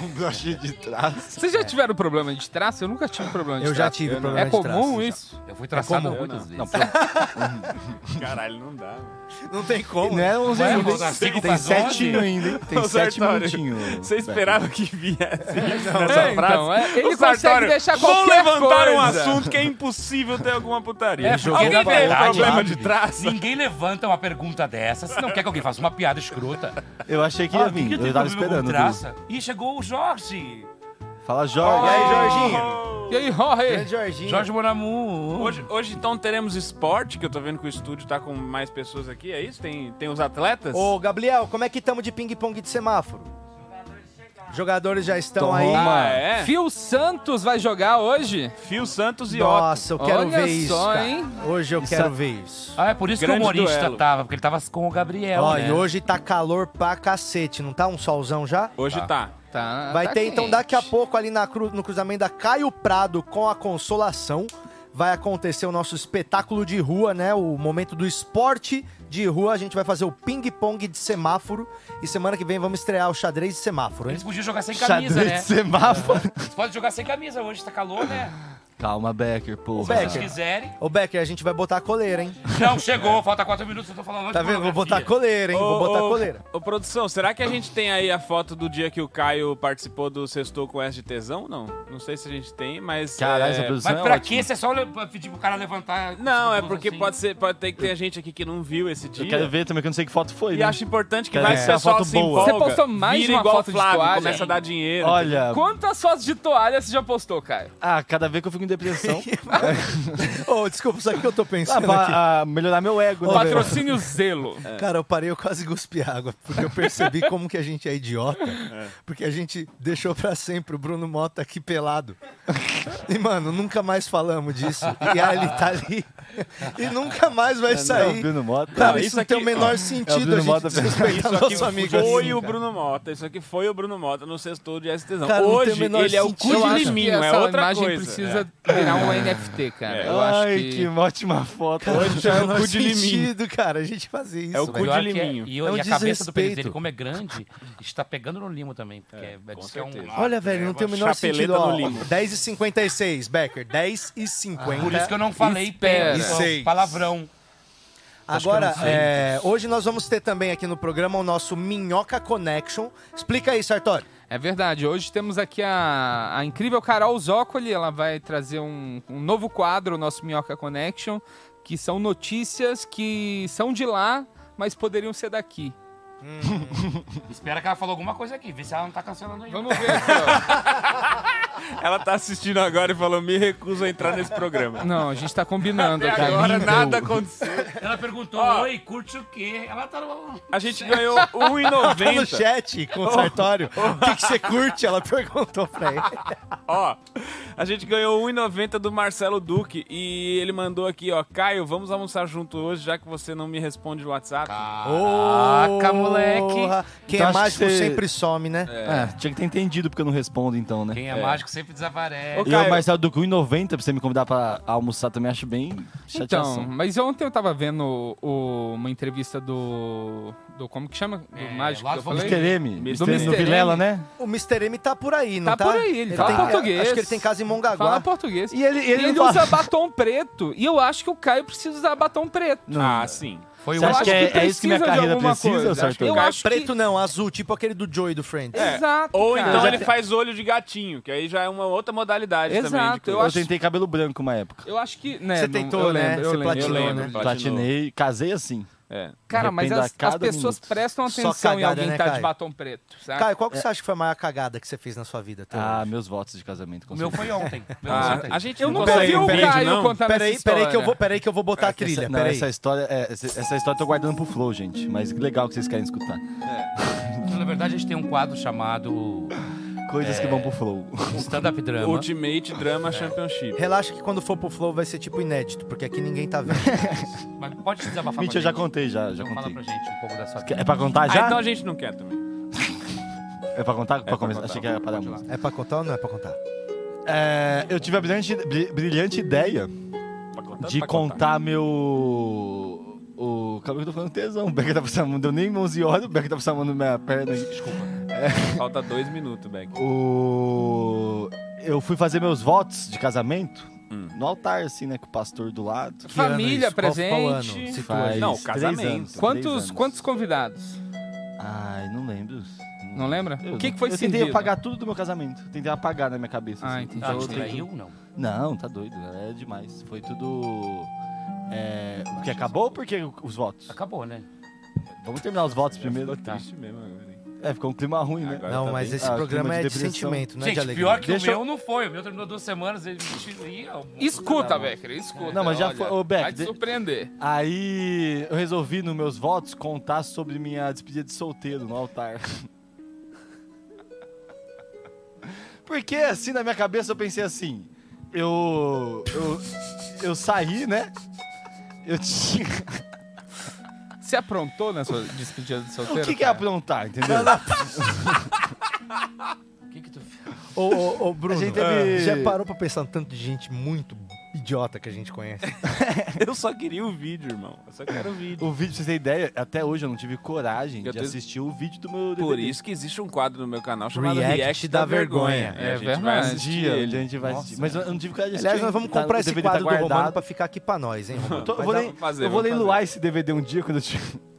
Speaker 2: Um broche de traço.
Speaker 5: Vocês já tiveram problema de traço? Eu nunca tive problema de
Speaker 3: Eu
Speaker 5: traço.
Speaker 3: já tive problema
Speaker 5: É
Speaker 3: de
Speaker 5: comum
Speaker 3: traço, já.
Speaker 5: isso?
Speaker 7: Eu fui traçado
Speaker 5: comum.
Speaker 7: muitas vezes.
Speaker 1: Caralho, não dá.
Speaker 3: Não tem como.
Speaker 7: Né?
Speaker 2: Não é 11
Speaker 7: Vai,
Speaker 2: ainda.
Speaker 7: Rosa,
Speaker 2: hein?
Speaker 7: cinco
Speaker 2: Tem
Speaker 7: faz
Speaker 2: 7
Speaker 7: onze.
Speaker 2: ainda, hein? Tem
Speaker 1: Ô,
Speaker 2: 7
Speaker 1: Sartório,
Speaker 2: minutinhos.
Speaker 1: Você esperava que viesse nessa
Speaker 5: É,
Speaker 1: frase?
Speaker 5: então, é, ele
Speaker 1: O
Speaker 5: consegue deixar
Speaker 1: Vão
Speaker 5: qualquer
Speaker 1: levantar um
Speaker 5: coisa.
Speaker 1: assunto que é impossível ter alguma putaria.
Speaker 7: É, porque
Speaker 1: Alguém
Speaker 7: na
Speaker 1: teve
Speaker 7: verdade-
Speaker 1: problema de traço?
Speaker 7: Ninguém levanta uma pergunta dessa se não quer que alguém faça uma piada escrota.
Speaker 2: Eu achei que
Speaker 7: Ah,
Speaker 2: ia
Speaker 7: por
Speaker 2: vir.
Speaker 7: que um tem
Speaker 2: Eu tava
Speaker 7: problema com
Speaker 2: esperando. Dudu.
Speaker 7: Traça? Ih, chegou o Jorge.
Speaker 2: Fala, Jorge.
Speaker 3: E aí, Jorginho?
Speaker 5: E aí, Jorge?
Speaker 3: Grande Jorginho.
Speaker 7: Jorge Monamu.
Speaker 1: Hoje, hoje, então, teremos esporte, que eu tô vendo que o estúdio tá com mais pessoas aqui, é isso? Tem, tem os atletas?
Speaker 3: Ô, Gabriel, como é que estamos de ping-pong de semáforo? Jogadores já estão
Speaker 2: Toma.
Speaker 3: aí.
Speaker 1: ah, é?
Speaker 5: Phil Santos vai jogar hoje?
Speaker 1: Fio Santos e Otto.
Speaker 3: Nossa, eu quero
Speaker 5: Olha
Speaker 3: ver isso,
Speaker 5: só,
Speaker 3: cara.
Speaker 5: hein?
Speaker 3: Hoje eu
Speaker 2: Isso
Speaker 3: quero
Speaker 2: é-
Speaker 3: ver isso.
Speaker 7: Ah, é por isso que o
Speaker 1: Grande
Speaker 7: humorista
Speaker 1: duelo.
Speaker 7: tava, porque ele tava com o Gabriel.
Speaker 3: Ó,
Speaker 7: né?
Speaker 3: e hoje tá calor pra cacete, não tá um solzão já?
Speaker 1: Hoje tá.
Speaker 5: Tá,
Speaker 3: Vai
Speaker 5: tá
Speaker 3: ter, então,
Speaker 5: quente.
Speaker 3: daqui a pouco, ali na cru- no cruzamento da Caio Prado com a Consolação, vai acontecer o nosso espetáculo de rua, né? O momento do esporte de rua. A gente vai fazer o ping-pong de semáforo. E semana que vem vamos estrear o xadrez de semáforo, hein?
Speaker 7: Eles podiam jogar sem camisa,
Speaker 2: Xadrez de
Speaker 7: né?
Speaker 2: semáforo.
Speaker 7: Eles podem jogar sem camisa hoje, tá calor, né?
Speaker 2: Calma, Becker, porra.
Speaker 7: Se vocês
Speaker 3: Becker.
Speaker 7: quiserem.
Speaker 3: Ô, Becker, a gente vai botar a coleira, hein?
Speaker 7: Não, chegou, falta quatro minutos, eu tô falando.
Speaker 3: Tá
Speaker 7: de
Speaker 3: vendo? Vou botar a
Speaker 7: pornografia.
Speaker 3: coleira, hein? Vou botar a coleira.
Speaker 1: Ô, produção, será que a gente tem aí a foto do dia que o Caio participou do Sextou com S de Tesão? Não, não sei se a gente tem, mas...
Speaker 2: Caralho,
Speaker 1: é,
Speaker 2: essa produção
Speaker 7: Mas
Speaker 2: é
Speaker 7: pra
Speaker 2: ótima.
Speaker 7: que você só le- pra pedir pro cara levantar?
Speaker 1: Não, é
Speaker 7: Assim.
Speaker 1: porque pode, ser, pode ter que ter gente aqui que não viu esse dia.
Speaker 2: Eu quero ver também, que eu não sei que foto foi,
Speaker 1: E
Speaker 2: né?
Speaker 1: acho importante que
Speaker 2: Quero
Speaker 1: vai
Speaker 2: ver
Speaker 1: que o
Speaker 2: se é uma
Speaker 1: pessoal
Speaker 2: foto
Speaker 1: se
Speaker 2: boa.
Speaker 1: empolga.
Speaker 5: Você postou mais
Speaker 1: vira
Speaker 5: uma
Speaker 1: igual
Speaker 5: foto de
Speaker 1: Flávio,
Speaker 5: toalha?
Speaker 1: começa a dar dinheiro.
Speaker 2: Olha,
Speaker 5: Quantas fotos de toalha você já postou, Caio?
Speaker 2: ah, cada vez que eu fico em depressão,
Speaker 3: Ô, desculpa, sabe o que eu tô
Speaker 2: ah,
Speaker 3: pensando aqui?
Speaker 2: pra, ah, melhorar meu ego, né? velho?
Speaker 5: Patrocínio Zelo.
Speaker 3: Cara, eu parei, eu quase cuspi água, porque eu percebi como que a gente é idiota, porque a gente deixou pra sempre o Bruno Mota aqui pelado. E, mano, nunca mais falamos disso. E aí ele tá ali e nunca mais vai
Speaker 2: É o
Speaker 3: sair.
Speaker 2: Bruno Mota.
Speaker 3: Cara,
Speaker 1: Não,
Speaker 3: isso,
Speaker 1: isso
Speaker 3: não tem o
Speaker 1: aqui-
Speaker 3: menor
Speaker 2: É o
Speaker 3: sentido a
Speaker 2: Bruno
Speaker 3: gente
Speaker 2: Mota.
Speaker 1: Isso
Speaker 3: respeitar
Speaker 1: aqui
Speaker 3: nosso amigo
Speaker 1: foi
Speaker 3: assim,
Speaker 1: o
Speaker 3: cara.
Speaker 1: Bruno Mota. Isso aqui foi o Bruno Mota no sexto de S Tesão.
Speaker 3: Cara, não tem o
Speaker 1: Hoje
Speaker 3: menor
Speaker 1: ele é o cu
Speaker 3: sentido.
Speaker 5: Eu acho
Speaker 1: de
Speaker 5: que
Speaker 1: liminho, é
Speaker 5: essa
Speaker 1: outra
Speaker 5: imagem
Speaker 1: coisa.
Speaker 5: precisa virar um NFT, cara. Eu acho
Speaker 2: Ai,
Speaker 5: que...
Speaker 2: que ótima foto.
Speaker 1: Hoje
Speaker 3: Não
Speaker 1: é
Speaker 3: tem o
Speaker 1: o
Speaker 3: menor
Speaker 1: cu de liminho.
Speaker 3: sentido, cara, a gente fazer isso.
Speaker 1: É o
Speaker 7: O
Speaker 1: cu
Speaker 7: melhor
Speaker 1: de
Speaker 7: que é-
Speaker 1: liminho.
Speaker 7: e,
Speaker 3: É um
Speaker 7: e a cabeça do pênis dele,
Speaker 3: desrespeito.
Speaker 7: como é grande, está pegando no limo também. Porque é, é, diz que é um,
Speaker 1: certeza.
Speaker 3: Olha, velho, não tem o menor
Speaker 1: chapeleta
Speaker 3: sentido.
Speaker 1: no
Speaker 3: Ó,
Speaker 1: limo.
Speaker 3: 10h56, Becker, 10h50.
Speaker 7: Por isso que eu não falei
Speaker 5: Espera.
Speaker 7: pênis,
Speaker 3: Seis.
Speaker 7: palavrão.
Speaker 3: Agora,
Speaker 7: Acho que eu não sei.
Speaker 3: é, hoje nós vamos ter também aqui no programa o nosso Minhoca Connection. Explica aí, Sartori.
Speaker 5: É verdade. Hoje temos aqui a, a incrível Carol Zócoli. Ela vai trazer um, um novo quadro, o nosso Minhoca Connection, que são notícias que são de lá, mas poderiam ser daqui.
Speaker 7: Espera que ela falou alguma coisa aqui, vê se ela não tá cancelando ainda.
Speaker 5: Vamos ver aqui,
Speaker 1: Ela tá assistindo agora e falou: me recuso a entrar nesse
Speaker 5: ó.
Speaker 1: programa.
Speaker 5: Não, a gente tá combinando.
Speaker 1: Até
Speaker 5: cara.
Speaker 1: agora
Speaker 5: Lindo.
Speaker 1: nada aconteceu.
Speaker 7: Ela perguntou,
Speaker 1: Ó.
Speaker 7: oi, curte o quê? Ela tá no...
Speaker 1: A gente ganhou
Speaker 3: Tá no
Speaker 1: 1,90.
Speaker 3: chat com o Sartório. O que, que você curte? Ela perguntou pra ele.
Speaker 1: Ó, a gente ganhou 1,90 do Marcelo Duque. E ele mandou aqui: ó, Caio, vamos almoçar junto hoje, já que você não me responde o WhatsApp.
Speaker 7: Caraca, moleque!
Speaker 3: Porra, Quem
Speaker 2: Então
Speaker 3: é
Speaker 2: acho que
Speaker 3: mágico
Speaker 2: você-
Speaker 3: sempre some, né?
Speaker 2: É, tinha que ter entendido porque eu não respondo, então, né?
Speaker 7: Quem é, mágico sempre desaparece.
Speaker 1: Ô,
Speaker 2: E
Speaker 1: Caio-
Speaker 2: o Marcelo do Cunho 90, pra você me convidar pra almoçar também, acho bem
Speaker 5: Então,
Speaker 2: chateação.
Speaker 5: mas ontem eu tava vendo o- uma entrevista do. do como que chama? Do
Speaker 7: É,
Speaker 5: Mágico
Speaker 7: lá
Speaker 5: que eu
Speaker 7: do
Speaker 5: falei?
Speaker 2: Mr. M,
Speaker 1: Mr.
Speaker 2: Mr. M no
Speaker 5: M.
Speaker 2: Vilela, né?
Speaker 3: O Mr. M tá por aí, não
Speaker 5: Tá
Speaker 3: tá?
Speaker 5: por aí, ele fala
Speaker 3: tem-
Speaker 5: português.
Speaker 3: Acho que ele tem casa em
Speaker 5: Fala
Speaker 3: Mongaguá.
Speaker 5: português.
Speaker 2: E ele- ele não
Speaker 5: usa
Speaker 2: fala.
Speaker 5: batom preto. E eu acho que o Caio precisa usar batom preto.
Speaker 1: Ah, sim.
Speaker 7: Foi
Speaker 2: Você
Speaker 7: o
Speaker 2: acha que é, é isso que minha
Speaker 5: precisa de
Speaker 2: carreira
Speaker 5: alguma
Speaker 2: precisa,
Speaker 5: coisa. Acho que
Speaker 2: Sartori?
Speaker 5: eu acho
Speaker 3: Preto
Speaker 5: que... É.
Speaker 3: não, azul, tipo aquele do Joey do Friends.
Speaker 5: Exato.
Speaker 1: Ou
Speaker 5: cara.
Speaker 1: então ele faz olho de gatinho, que aí já é uma outra modalidade também. de
Speaker 5: Exato, eu
Speaker 1: coisa.
Speaker 2: Eu tentei cabelo branco uma época.
Speaker 5: Eu acho que. Né,
Speaker 3: Você
Speaker 5: não-
Speaker 3: tentou,
Speaker 5: eu
Speaker 3: né?
Speaker 5: Lembro, eu
Speaker 3: Você
Speaker 5: lembro,
Speaker 1: Eu
Speaker 3: platinou,
Speaker 5: eu
Speaker 1: lembro,
Speaker 5: lembro.
Speaker 3: né?
Speaker 2: Platinei, casei assim.
Speaker 1: É.
Speaker 5: Cara, mas
Speaker 2: Arrependo a
Speaker 5: as, as
Speaker 2: cada
Speaker 5: pessoas
Speaker 2: minuto.
Speaker 5: prestam
Speaker 3: Só
Speaker 5: atenção em
Speaker 3: cagada,
Speaker 5: alguém
Speaker 3: né,
Speaker 5: tá de
Speaker 3: Caio?
Speaker 5: batom preto, sabe?
Speaker 3: Caio, qual que você acha que foi a maior cagada que você fez na sua vida? até
Speaker 2: Ah,
Speaker 3: hoje?
Speaker 2: meus votos de casamento. Com
Speaker 7: O meu
Speaker 2: certeza.
Speaker 7: foi ontem. Meu
Speaker 1: Ah,
Speaker 7: ontem.
Speaker 1: a gente
Speaker 5: eu
Speaker 1: não
Speaker 5: nunca vi
Speaker 1: consegue
Speaker 5: o
Speaker 1: vídeo,
Speaker 5: Caio
Speaker 1: não?
Speaker 5: contar
Speaker 3: Peraí,
Speaker 5: tá nessa
Speaker 3: peraí que eu
Speaker 5: história.
Speaker 3: vou, peraí que eu vou botar a trilha,
Speaker 2: Não,
Speaker 3: peraí.
Speaker 2: essa história, é, essa, essa história eu tô guardando pro Flow, gente. Mas que legal que vocês querem escutar.
Speaker 7: Na verdade, a gente tem um quadro chamado
Speaker 2: Coisas que vão pro Flow.
Speaker 7: Stand-Up Drama.
Speaker 1: Ultimate Drama Championship.
Speaker 3: Relaxa que quando for pro Flow vai ser tipo inédito, porque aqui ninguém tá vendo.
Speaker 7: Mas pode desabafar pra
Speaker 2: Mentira, eu já
Speaker 7: gente.
Speaker 2: contei, já, já
Speaker 7: Então fala pra
Speaker 2: contei.
Speaker 7: gente um pouco da sua
Speaker 2: É pra contar
Speaker 1: Ah,
Speaker 2: já?
Speaker 1: então a gente não quer também.
Speaker 2: É pra contar? pra
Speaker 5: pra
Speaker 2: começar?
Speaker 5: contar.
Speaker 2: Achei que era pra dar
Speaker 5: Pode
Speaker 2: música.
Speaker 3: É pra contar ou não é pra contar?
Speaker 2: É, eu tive a brilhante, bri- brilhante ideia
Speaker 1: Pra contar,
Speaker 2: de
Speaker 1: pra
Speaker 2: contar, meu. O cabelo que eu tô falando tesão. O Becker tá tava samando, deu nem 11 horas, o Becker tá tava samando minha perna. Desculpa.
Speaker 1: Falta dois minutos, Beck.
Speaker 2: O... Eu fui fazer meus votos de casamento no altar, assim, né? Com o pastor do lado.
Speaker 3: Que ano
Speaker 5: Família
Speaker 3: isso? Qual- qual ano?
Speaker 5: presente.
Speaker 3: Se tu
Speaker 2: Faz
Speaker 1: Não,
Speaker 2: três
Speaker 1: casamento.
Speaker 2: anos, três
Speaker 5: Quantos,
Speaker 2: anos.
Speaker 5: quantos convidados?
Speaker 2: Ai, não lembro.
Speaker 5: Não lembra?
Speaker 2: Eu
Speaker 5: o que,
Speaker 2: não-
Speaker 5: que foi
Speaker 2: Eu tentei
Speaker 5: servido?
Speaker 2: apagar tudo do meu casamento. Tentei apagar na minha cabeça.
Speaker 5: Ah,
Speaker 2: assim.
Speaker 5: entendi.
Speaker 7: Ah,
Speaker 5: Eu
Speaker 7: distraiu, não?
Speaker 2: Não, tá doido. É demais. Foi tudo. É, porque acabou ou porque os votos?
Speaker 7: Acabou, né?
Speaker 2: Vamos terminar os votos primeiro.
Speaker 1: Ficou triste mesmo, né?
Speaker 2: É, ficou um clima ruim, né?
Speaker 1: Agora-
Speaker 3: Não,
Speaker 1: tá
Speaker 3: mas
Speaker 1: bem.
Speaker 3: esse
Speaker 2: Ah,
Speaker 3: programa
Speaker 2: clima de
Speaker 3: é de
Speaker 2: depressão.
Speaker 3: sentimento, não é de
Speaker 7: Gente,
Speaker 3: alegria.
Speaker 7: pior que
Speaker 2: Deixa
Speaker 7: o meu não foi. O meu terminou duas semanas, ele ia, ó, um
Speaker 5: Escuta, Becker, escuta.
Speaker 2: Não, mas já
Speaker 5: olha,
Speaker 2: foi- ô, Becker,
Speaker 5: Vai te
Speaker 2: de-
Speaker 5: surpreender.
Speaker 2: Aí eu resolvi, nos meus votos, contar sobre minha despedida de solteiro no altar. Porque, assim, na minha cabeça eu pensei assim. Eu. Eu, eu saí, né? Eu tinha.
Speaker 5: Você aprontou na sua despedida de solteiro?
Speaker 2: O que, que é
Speaker 5: cara?
Speaker 2: aprontar, entendeu?
Speaker 7: O que que tu fez?
Speaker 3: Ô, ô, ô, Bruno,
Speaker 2: A gente teve-
Speaker 3: é. já parou pra pensar no tanto de gente muito idiota que a gente conhece?
Speaker 1: Eu só queria o vídeo, irmão. Eu só quero o vídeo.
Speaker 2: O vídeo, pra vocês terem ideia, até hoje eu não tive coragem
Speaker 1: Eu
Speaker 2: de
Speaker 1: tenho-
Speaker 2: assistir o vídeo do meu DVD.
Speaker 1: Por isso que existe um quadro no meu canal chamado
Speaker 3: React
Speaker 1: React,
Speaker 3: da
Speaker 1: da,
Speaker 3: Vergonha.
Speaker 1: Vergonha.
Speaker 5: É
Speaker 1: E a gente
Speaker 5: verdade.
Speaker 1: vai
Speaker 2: Um
Speaker 1: assistir
Speaker 2: dia
Speaker 1: ele.
Speaker 2: onde a gente vai assistir. Mas eu eu não tive coragem de assistir.
Speaker 3: Aliás, nós vamos
Speaker 2: Tá-
Speaker 3: comprar
Speaker 2: o
Speaker 3: esse
Speaker 2: DVD tá
Speaker 3: quadro do Romano
Speaker 2: guardado.
Speaker 3: pra ficar aqui pra nós, hein, Romano?
Speaker 2: Tô-
Speaker 1: Mas
Speaker 2: vou
Speaker 1: dá
Speaker 2: nem-
Speaker 1: pra fazer,
Speaker 2: eu vou
Speaker 1: vamos fazer.
Speaker 2: leiloar esse DVD um dia quando eu tiver.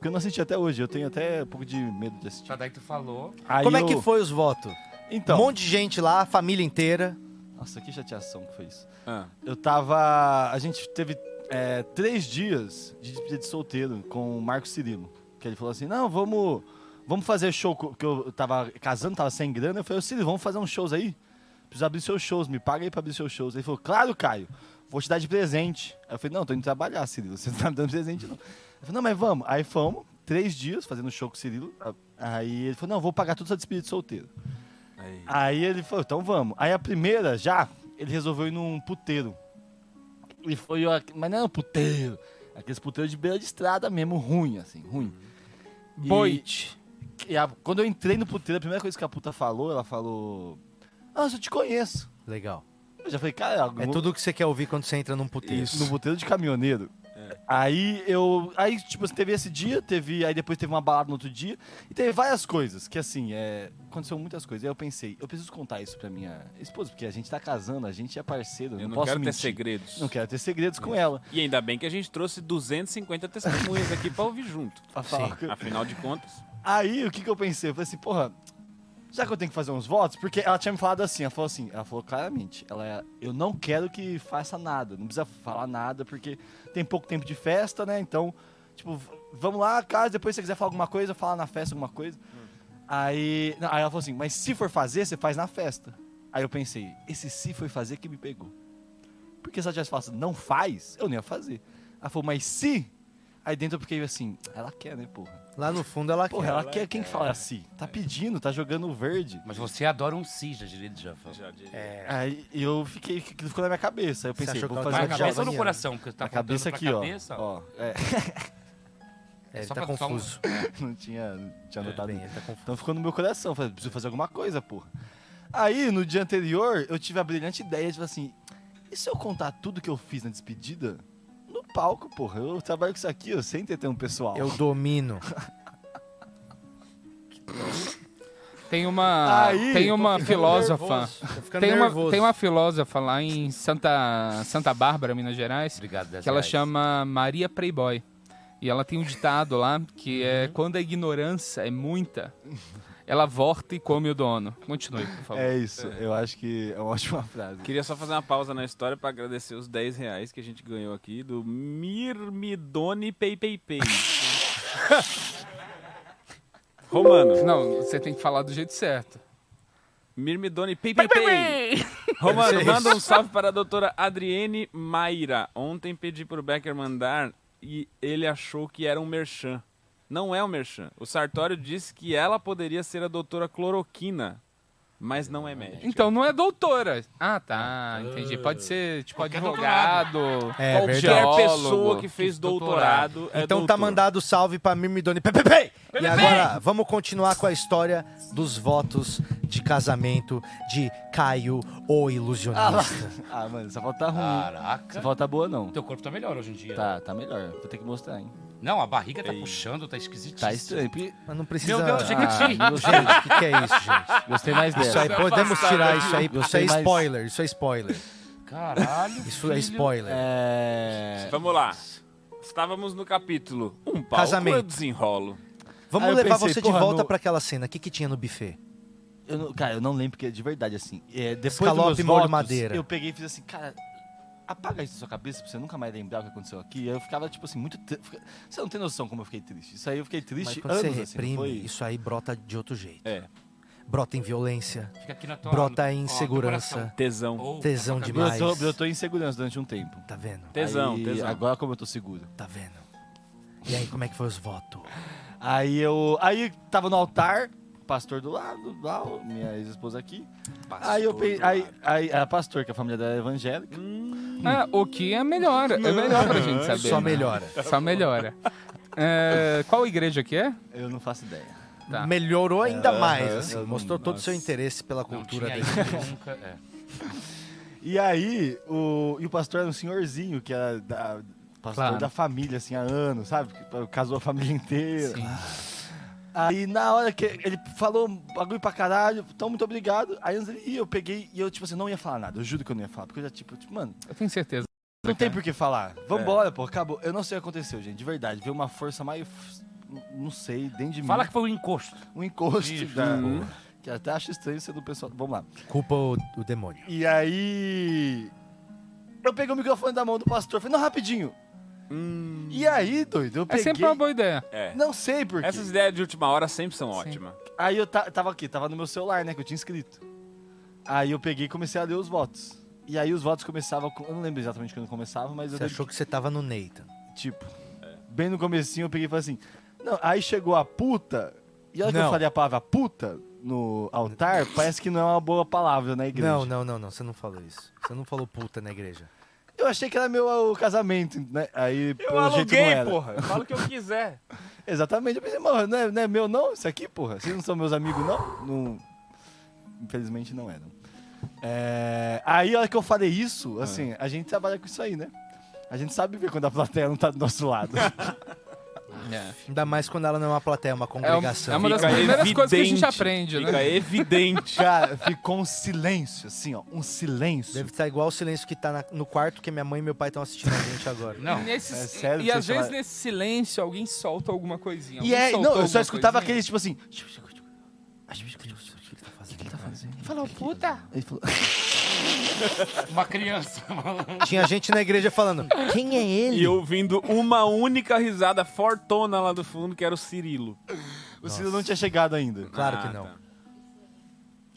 Speaker 2: Porque eu não assisti até hoje, eu tenho até um pouco de medo de assistir.
Speaker 7: Tá daí que tu falou.
Speaker 2: Aí
Speaker 3: Como é
Speaker 2: eu-
Speaker 3: que foi os votos?
Speaker 2: Então.
Speaker 3: Um monte de gente lá, família inteira.
Speaker 2: Nossa, que chateação que foi isso.
Speaker 1: Ah,
Speaker 2: Eu tava. A gente teve é, três dias de despedida de solteiro com o Marco Cirilo. Que ele falou assim: não, vamos, vamos fazer show. co- Que eu tava casando, tava sem grana. Eu falei: "Ô, Cirilo, vamos fazer uns shows aí? Preciso abrir seus shows, me paga aí pra abrir seus shows. Ele falou: claro, Caio, vou te dar de presente. Aí eu falei: não, tô indo trabalhar, Cirilo, você não tá me dando presente não. Ele falou: não, mas vamos. Aí fomos, três dias fazendo show com o Cirilo. Aí ele falou: não, vou pagar tudo sua despedida de solteiro.
Speaker 1: aí.
Speaker 2: Aí ele falou, então vamos. Aí a primeira, já, ele resolveu ir num puteiro. E foi, ó, mas não era um puteiro. Aqueles puteiros de beira de estrada mesmo, ruim, assim, ruim. E-
Speaker 5: Boite.
Speaker 2: E a- quando eu entrei no puteiro, a primeira coisa que a puta falou, ela falou... Nossa, eu te conheço.
Speaker 3: Legal.
Speaker 2: Eu já falei, cara...
Speaker 3: É
Speaker 2: algum-
Speaker 3: tudo o que você quer ouvir quando você entra num puteiro.
Speaker 2: no boteiro de caminhoneiro.
Speaker 1: É.
Speaker 2: Aí eu. Aí, tipo, teve esse dia, teve. Aí depois teve uma balada no outro dia. E teve várias coisas. Que assim, é, aconteceu muitas coisas. Aí eu pensei, eu preciso contar isso pra minha esposa, porque a gente tá casando, a gente é parceiro.
Speaker 1: Eu
Speaker 2: não,
Speaker 1: não,
Speaker 2: posso
Speaker 1: quero
Speaker 2: mentir.
Speaker 1: ter segredos. É.
Speaker 2: Não quero ter segredos com ela.
Speaker 1: E ainda bem que a gente trouxe 250 testemunhas aqui pra ouvir junto.
Speaker 2: Pra falar que-
Speaker 1: Afinal de contas,
Speaker 2: Aí o que, que eu pensei? Eu falei assim, porra, já que eu tenho que fazer uns votos, porque ela tinha me falado assim, ela falou assim, ela falou claramente, ela é, eu não quero que faça nada, não precisa falar nada, porque tem pouco tempo de festa, né? Então, tipo, v- vamos lá, caso depois você quiser falar alguma coisa, fala na festa alguma coisa. Aí, não, aí ela falou assim, mas se for fazer, você faz na festa. Aí eu pensei, esse se for fazer que me pegou. Porque se ela tivesse falado assim, não faz, eu não ia fazer. Ela falou, mas se? Aí dentro eu fiquei assim, ela quer, né, porra?
Speaker 3: Lá no fundo ela
Speaker 2: Porra,
Speaker 3: quer.
Speaker 2: ela quer quem que fala assim? Tá pedindo, tá jogando o verde.
Speaker 7: Mas você adora um cis, já direito já falou.
Speaker 1: já diria.
Speaker 2: Aí eu fiquei, aquilo ficou na minha cabeça. Aí eu
Speaker 3: Você
Speaker 2: pensei,
Speaker 3: achou
Speaker 2: vou
Speaker 3: que ela
Speaker 2: fazer
Speaker 7: Na
Speaker 2: uma
Speaker 3: tava
Speaker 7: tá cabeça ou no
Speaker 3: Giovanni,
Speaker 7: coração? Porque tu tá
Speaker 2: Na cabeça
Speaker 7: apontando
Speaker 2: aqui,
Speaker 7: pra
Speaker 2: ó.
Speaker 7: cabeça,
Speaker 2: ó. É,
Speaker 3: É, ele
Speaker 7: Só
Speaker 3: tá
Speaker 7: pra- só um-
Speaker 3: confuso.
Speaker 2: não tinha, não tinha notado.
Speaker 3: Bem,
Speaker 2: nada.
Speaker 3: ele tá confuso.
Speaker 2: Então ficou no meu coração, falei, preciso fazer alguma coisa, porra. Aí, no dia anterior, eu tive a brilhante ideia de falar assim, e se eu contar tudo que eu fiz na despedida? No palco, porra. Eu trabalho com isso aqui, ó, sem ter um pessoal.
Speaker 3: Eu domino.
Speaker 5: Tem uma,
Speaker 2: Aí,
Speaker 5: tem uma
Speaker 2: tô ficando
Speaker 5: filósofa.
Speaker 3: Tô ficando
Speaker 5: Tem
Speaker 3: nervoso.
Speaker 5: uma, tem uma filósofa lá em Santa, Santa Bárbara, Minas Gerais,
Speaker 7: Obrigado, dez
Speaker 5: que ela
Speaker 7: reais.
Speaker 5: chama Maria Playboy. E ela tem um ditado lá que é quando a ignorância é muita, ela volta e come o dono. Continue, por favor.
Speaker 2: É isso, eu acho que é uma ótima frase.
Speaker 1: Queria só fazer uma pausa na história pra agradecer os 10 reais que a gente ganhou aqui do Mirmidone Pei Pei Pei. Romano,
Speaker 5: Não, você tem que falar do jeito certo.
Speaker 1: Mirmidone Pei Pei Pei. Romano, manda um salve para a doutora Adriene Maira. Ontem pedi pro Becker mandar e ele achou que era um merchan. Não é um merchan. O Sartório disse que ela poderia ser a doutora Cloroquina. mas não é médica.
Speaker 5: Então não é doutora. Ah, tá. Entendi. Pode ser, tipo,
Speaker 7: Qualquer
Speaker 5: advogado.
Speaker 3: É
Speaker 5: qualquer
Speaker 3: verdade.
Speaker 1: pessoa que fez
Speaker 7: doutorado.
Speaker 1: doutorado é
Speaker 3: Então
Speaker 1: doutor.
Speaker 3: tá mandado salve pra Mimi Doni Pepepe! E agora vamos continuar com a história dos votos de casamento de Caio, o ilusionista.
Speaker 2: Ah, mano, essa foto tá ruim. hein? Essa
Speaker 7: Caraca.
Speaker 2: foto tá boa, não.
Speaker 7: Teu corpo tá melhor hoje em dia.
Speaker 2: Tá, tá melhor. Vou ter que mostrar, hein.
Speaker 7: Não, a barriga tá puxando, tá esquisitíssimo.
Speaker 2: Tá estranho. porque-
Speaker 3: Mas não precisa.
Speaker 7: Meu Deus,
Speaker 3: Ah,
Speaker 2: Ah, gostei,
Speaker 3: gente, o que, que é isso, gente?
Speaker 2: gostei mais dela.
Speaker 3: Isso aí, podemos tirar isso aí, isso é
Speaker 2: Gostei mais-
Speaker 3: spoiler, isso é spoiler.
Speaker 7: Caralho.
Speaker 3: Isso é
Speaker 7: filho.
Speaker 3: spoiler.
Speaker 2: É...
Speaker 1: Vamos lá. Estávamos no capítulo Um palco
Speaker 3: Casamento.
Speaker 1: eu desenrolo.
Speaker 3: Vamos
Speaker 2: Aí eu
Speaker 3: levar
Speaker 2: pensei,
Speaker 3: você de
Speaker 2: porra,
Speaker 3: volta
Speaker 2: no-
Speaker 3: pra aquela cena. O que, que tinha no buffet?
Speaker 2: Eu não- cara, eu não lembro porque de verdade, assim. É, depois
Speaker 3: Escalope,
Speaker 2: dos meus
Speaker 3: molho,
Speaker 2: votos,
Speaker 3: madeira.
Speaker 2: Eu peguei e fiz assim, cara. Apaga isso da sua cabeça pra você nunca mais lembrar o que aconteceu aqui. Eu ficava, tipo assim, muito. tri- fica- Você não tem noção como eu fiquei triste. Isso aí eu fiquei
Speaker 3: Mas
Speaker 2: triste
Speaker 3: quando
Speaker 2: anos
Speaker 3: você
Speaker 2: assim, não
Speaker 3: reprime,
Speaker 2: foi?
Speaker 3: isso aí brota de outro jeito.
Speaker 1: É.
Speaker 3: Brota em violência,
Speaker 7: Fica aqui na tua,
Speaker 3: brota
Speaker 7: ó,
Speaker 3: em
Speaker 7: no
Speaker 3: insegurança.
Speaker 7: coração.
Speaker 1: Tesão.
Speaker 2: Oh.
Speaker 7: Ou na
Speaker 3: Tesão
Speaker 7: tua
Speaker 3: demais.
Speaker 7: cabeça.
Speaker 2: Brotou, brotou insegurança durante um tempo.
Speaker 3: Tá vendo?
Speaker 1: Tesão,
Speaker 2: Aí,
Speaker 1: tesão.
Speaker 2: Agora como eu tô seguro.
Speaker 3: Tá vendo? E aí, como é que foi os votos?
Speaker 2: Aí eu. Aí tava no altar, pastor do lado, lá, o- minha ex-esposa aqui. aí eu pe... aí, aí a pastor, que a família dela é evangélica.
Speaker 5: Ah, o que é melhor. É melhor pra gente saber.
Speaker 3: Só
Speaker 5: né?
Speaker 3: melhora.
Speaker 5: Só melhora. É, qual igreja que é?
Speaker 2: Eu não faço ideia.
Speaker 5: Tá.
Speaker 3: Melhorou ainda mais,
Speaker 2: aham.
Speaker 3: assim.
Speaker 2: Eu não-
Speaker 3: Mostrou todo o seu
Speaker 2: nossa.
Speaker 3: interesse pela
Speaker 7: Não
Speaker 3: cultura
Speaker 7: tinha
Speaker 3: dele.
Speaker 7: isso nunca. É.
Speaker 2: E aí, o, e o pastor era um senhorzinho, que era da- pastor
Speaker 5: Claro.
Speaker 2: da família, assim, há anos, sabe? Que Casou a família inteira. Ah. Aí, na hora que ele falou um bagulho pra caralho, então muito obrigado. Aí antes ele ia, eu peguei e eu, tipo assim, não ia falar nada. Eu juro que eu não ia falar, porque eu já, tipo, tipo mano,
Speaker 5: Eu tenho certeza.
Speaker 2: não tem por que falar. Vambora, pô, acabou. Eu não sei o que aconteceu, gente, de verdade. Veio uma força mais. Não sei, dentro de
Speaker 7: Fala
Speaker 2: mim.
Speaker 7: que foi um encosto.
Speaker 2: Um encosto.
Speaker 7: Isso,
Speaker 2: da- Que eu até acho estranho ser do pessoal. Vamos lá.
Speaker 3: Culpa o, o demônio.
Speaker 2: E aí. Eu peguei o microfone da mão do pastor, falei, não, rapidinho.
Speaker 3: Hum.
Speaker 2: E aí, doido, eu
Speaker 5: É
Speaker 2: peguei.
Speaker 5: sempre uma boa ideia.
Speaker 1: É.
Speaker 2: Não sei por quê.
Speaker 1: Essas ideias de última hora sempre são ótimas.
Speaker 2: Aí eu ta- tava aqui, tava no meu celular, né, que eu tinha escrito. Aí eu peguei e comecei a ler os votos. E aí os votos começavam com... Eu não lembro exatamente quando começava, mas eu
Speaker 3: Você
Speaker 2: lembro
Speaker 3: achou É. que você tava no Nathan.
Speaker 2: que, tipo... Bem no comecinho eu peguei e falei assim... Não, aí chegou a puta... E a hora que
Speaker 3: Não.
Speaker 2: eu falei a palavra puta no altar, parece que não é uma boa palavra na igreja.
Speaker 3: Não, não, não, não. Você não falou isso. Você não falou puta na igreja.
Speaker 2: Eu achei que era meu ah, o casamento, né? Aí,
Speaker 1: Eu
Speaker 2: pelo jeito não
Speaker 1: aluguei,
Speaker 2: era.
Speaker 1: porra. Eu falo o que eu quiser.
Speaker 2: Exatamente. Eu pensei, mano, não é, não é meu não isso aqui, porra? Vocês não são meus amigos, não? Não- Infelizmente não eram. É... Aí, a hora que eu falei isso,
Speaker 1: Ah.
Speaker 2: assim, a gente trabalha com isso aí, né? A gente sabe ver quando a plateia não tá do nosso lado.
Speaker 5: É.
Speaker 3: Ainda mais quando ela não é uma plateia, é uma
Speaker 5: É, uma,
Speaker 3: congregação.
Speaker 5: é uma das
Speaker 1: Fica
Speaker 5: primeiras coisas que a gente
Speaker 1: evidente.
Speaker 5: aprende,
Speaker 1: Fica
Speaker 5: né?
Speaker 1: evidente.
Speaker 2: Cara, ficou um silêncio, assim, ó. Um silêncio.
Speaker 3: Deve estar igual o silêncio que tá na- no quarto que minha mãe e meu pai estão assistindo a gente agora.
Speaker 7: Não.
Speaker 5: Nesse-
Speaker 2: É sério
Speaker 5: e
Speaker 2: que
Speaker 5: às
Speaker 2: você
Speaker 5: vezes
Speaker 2: fala-
Speaker 5: nesse silêncio alguém solta alguma coisinha.
Speaker 2: E
Speaker 5: Alguém
Speaker 2: é,
Speaker 5: soltou
Speaker 2: não, eu só
Speaker 5: alguma
Speaker 2: escutava
Speaker 5: coisinha.
Speaker 2: aquele tipo assim.
Speaker 5: tá
Speaker 2: tá
Speaker 7: Uma criança.
Speaker 3: Tinha gente na igreja falando, quem é ele?
Speaker 1: E ouvindo uma única risada fortona lá do fundo, que era o Cirilo.
Speaker 2: O Ciro não tinha chegado ainda.
Speaker 3: Claro que
Speaker 1: Ah,
Speaker 3: não.
Speaker 1: tá.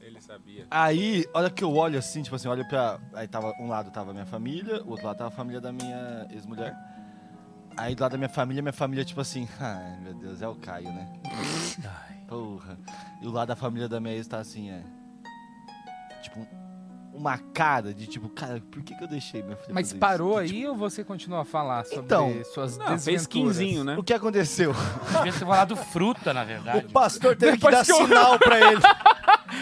Speaker 1: Ele sabia.
Speaker 2: Aí, olha que eu olho assim, tipo assim, olho pra. Aí tava, um lado tava minha família, o outro lado tava a família da minha ex-mulher. Aí do lado da minha família, minha família, tipo assim, ai meu Deus, é o Caio, né? Porra. E o lado da família da minha ex tá assim, é. Tipo, uma cara de tipo, cara, por que, que eu deixei minha filha?
Speaker 5: Mas
Speaker 2: fazer
Speaker 5: parou
Speaker 2: isso?
Speaker 5: aí ou você continua a falar sobre
Speaker 2: Então,
Speaker 5: suas
Speaker 1: Não, Ah, fez
Speaker 5: desventuras?
Speaker 1: quinzinho, né?
Speaker 2: O que aconteceu?
Speaker 7: Devia ter falado fruta, na verdade.
Speaker 3: O pastor teve que
Speaker 5: Depois
Speaker 3: dar
Speaker 5: que eu-
Speaker 3: sinal pra ele.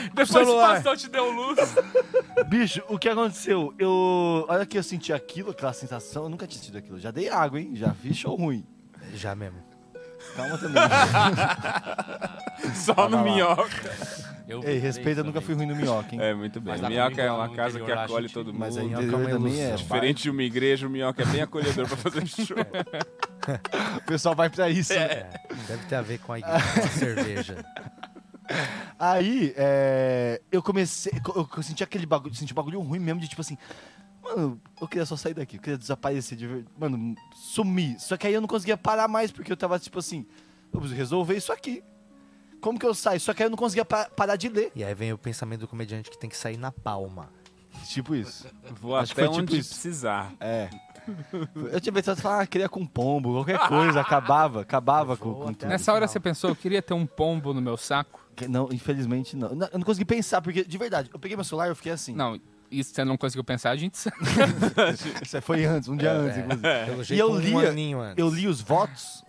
Speaker 5: Depois o
Speaker 3: Celular.
Speaker 5: pastor te deu luz.
Speaker 2: Bicho, o que aconteceu? Eu. Olha que eu senti aquilo, aquela sensação, eu nunca tinha sentido aquilo. Já dei água, hein? Já fiz show ruim.
Speaker 3: Já mesmo.
Speaker 2: Calma também.
Speaker 1: Só no minhoca.
Speaker 7: Eu
Speaker 2: Ei,
Speaker 7: falei
Speaker 2: respeita, eu nunca fui
Speaker 7: também.
Speaker 2: ruim no minhoca, hein?
Speaker 1: É, muito bem.
Speaker 7: Mas lá
Speaker 1: Minhoca
Speaker 7: comigo,
Speaker 1: é
Speaker 7: lá
Speaker 1: uma
Speaker 7: no
Speaker 1: casa que
Speaker 7: interior, lá,
Speaker 1: acolhe
Speaker 7: gente,
Speaker 1: todo mundo.
Speaker 2: Mas a
Speaker 3: Minhoca
Speaker 2: interior
Speaker 3: é uma
Speaker 2: também é.
Speaker 3: ilusão.
Speaker 1: Diferente de uma igreja, o minhoca é bem acolhedor pra fazer show.
Speaker 2: O pessoal vai pra isso. né?
Speaker 3: Deve ter a ver com a igreja, com a cerveja.
Speaker 2: Aí, é, eu comecei. Eu, eu senti aquele bagulho. Senti um bagulho ruim mesmo de tipo assim. Mano, eu queria só sair daqui. Eu queria desaparecer de verdade. Mano, sumir. Só que aí eu não conseguia parar mais porque eu tava tipo assim. Eu preciso resolver isso aqui. Como que eu saio? Só que aí eu não conseguia pa- parar de ler.
Speaker 3: E aí vem o pensamento do comediante que tem que sair na palma.
Speaker 2: Tipo isso.
Speaker 1: Vou
Speaker 2: Acho que
Speaker 1: até
Speaker 2: foi tipo
Speaker 1: onde
Speaker 2: isso.
Speaker 1: precisar.
Speaker 2: É. Eu tinha pensado, tipo, ah, queria com pombo, qualquer coisa, acabava, acabava com, com tudo.
Speaker 5: Nessa hora você pensou, eu queria ter um pombo no meu saco?
Speaker 2: Que- Não, infelizmente não. Não, Eu não consegui pensar, porque, de verdade, eu peguei meu celular e eu fiquei assim.
Speaker 5: Não, isso você não conseguiu pensar, a gente sabe.
Speaker 2: Isso aí foi antes, um dia antes,
Speaker 3: é,
Speaker 2: inclusive.
Speaker 1: É.
Speaker 6: Pelo
Speaker 2: E
Speaker 6: jeito,
Speaker 2: eu
Speaker 6: um
Speaker 2: li,
Speaker 6: aninho antes.
Speaker 2: eu li os votos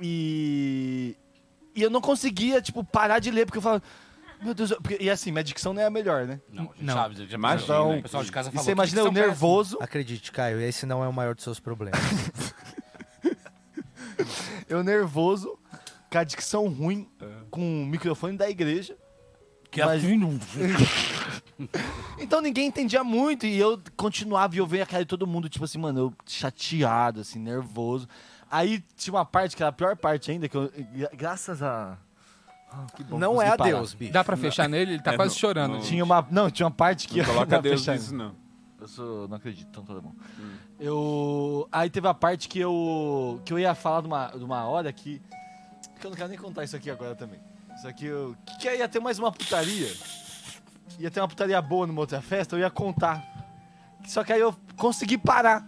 Speaker 2: e. E eu não conseguia, tipo, parar de ler, porque eu falava. Meu Deus, eu- porque- e assim, minha dicção não é a melhor, né?
Speaker 7: Não, a gente
Speaker 5: Não.
Speaker 7: sabe, já pensou,
Speaker 2: Então,
Speaker 7: né? o pessoal de casa
Speaker 2: e
Speaker 7: falou.
Speaker 2: você imagina eu
Speaker 7: "Que que são
Speaker 2: nervoso,
Speaker 6: Acredite, Caio, esse não é o maior dos seus problemas.
Speaker 2: eu nervoso, com a dicção ruim, com o microfone da igreja.
Speaker 1: é
Speaker 7: Que assim,
Speaker 1: um-
Speaker 2: Então ninguém entendia muito e eu continuava e eu vendo a cara de todo mundo, tipo assim, mano, eu chateado, assim, nervoso. Aí tinha uma parte que era a pior parte ainda, que eu. gra- Graças a. Ah, que bom que
Speaker 6: não é
Speaker 2: consegui
Speaker 6: a
Speaker 2: parar.
Speaker 6: Deus, bicho.
Speaker 5: Dá pra fechar nele? Ele tá
Speaker 1: É,
Speaker 5: quase
Speaker 1: não,
Speaker 5: chorando.
Speaker 1: não.
Speaker 2: Tinha uma. Não, tinha uma parte que.
Speaker 1: Não coloca
Speaker 2: Dá pra
Speaker 1: Deus
Speaker 2: fechar.
Speaker 1: nisso, não.
Speaker 2: Eu sou, não acredito, então tá bom. Eu. Aí teve a parte que eu. que eu ia falar de uma, de uma hora que. Que eu não quero nem contar isso aqui agora também. Isso aqui eu. Que, que aí ia ter mais uma putaria. Ia ter uma putaria boa numa outra festa, eu ia contar. Só que aí eu consegui parar.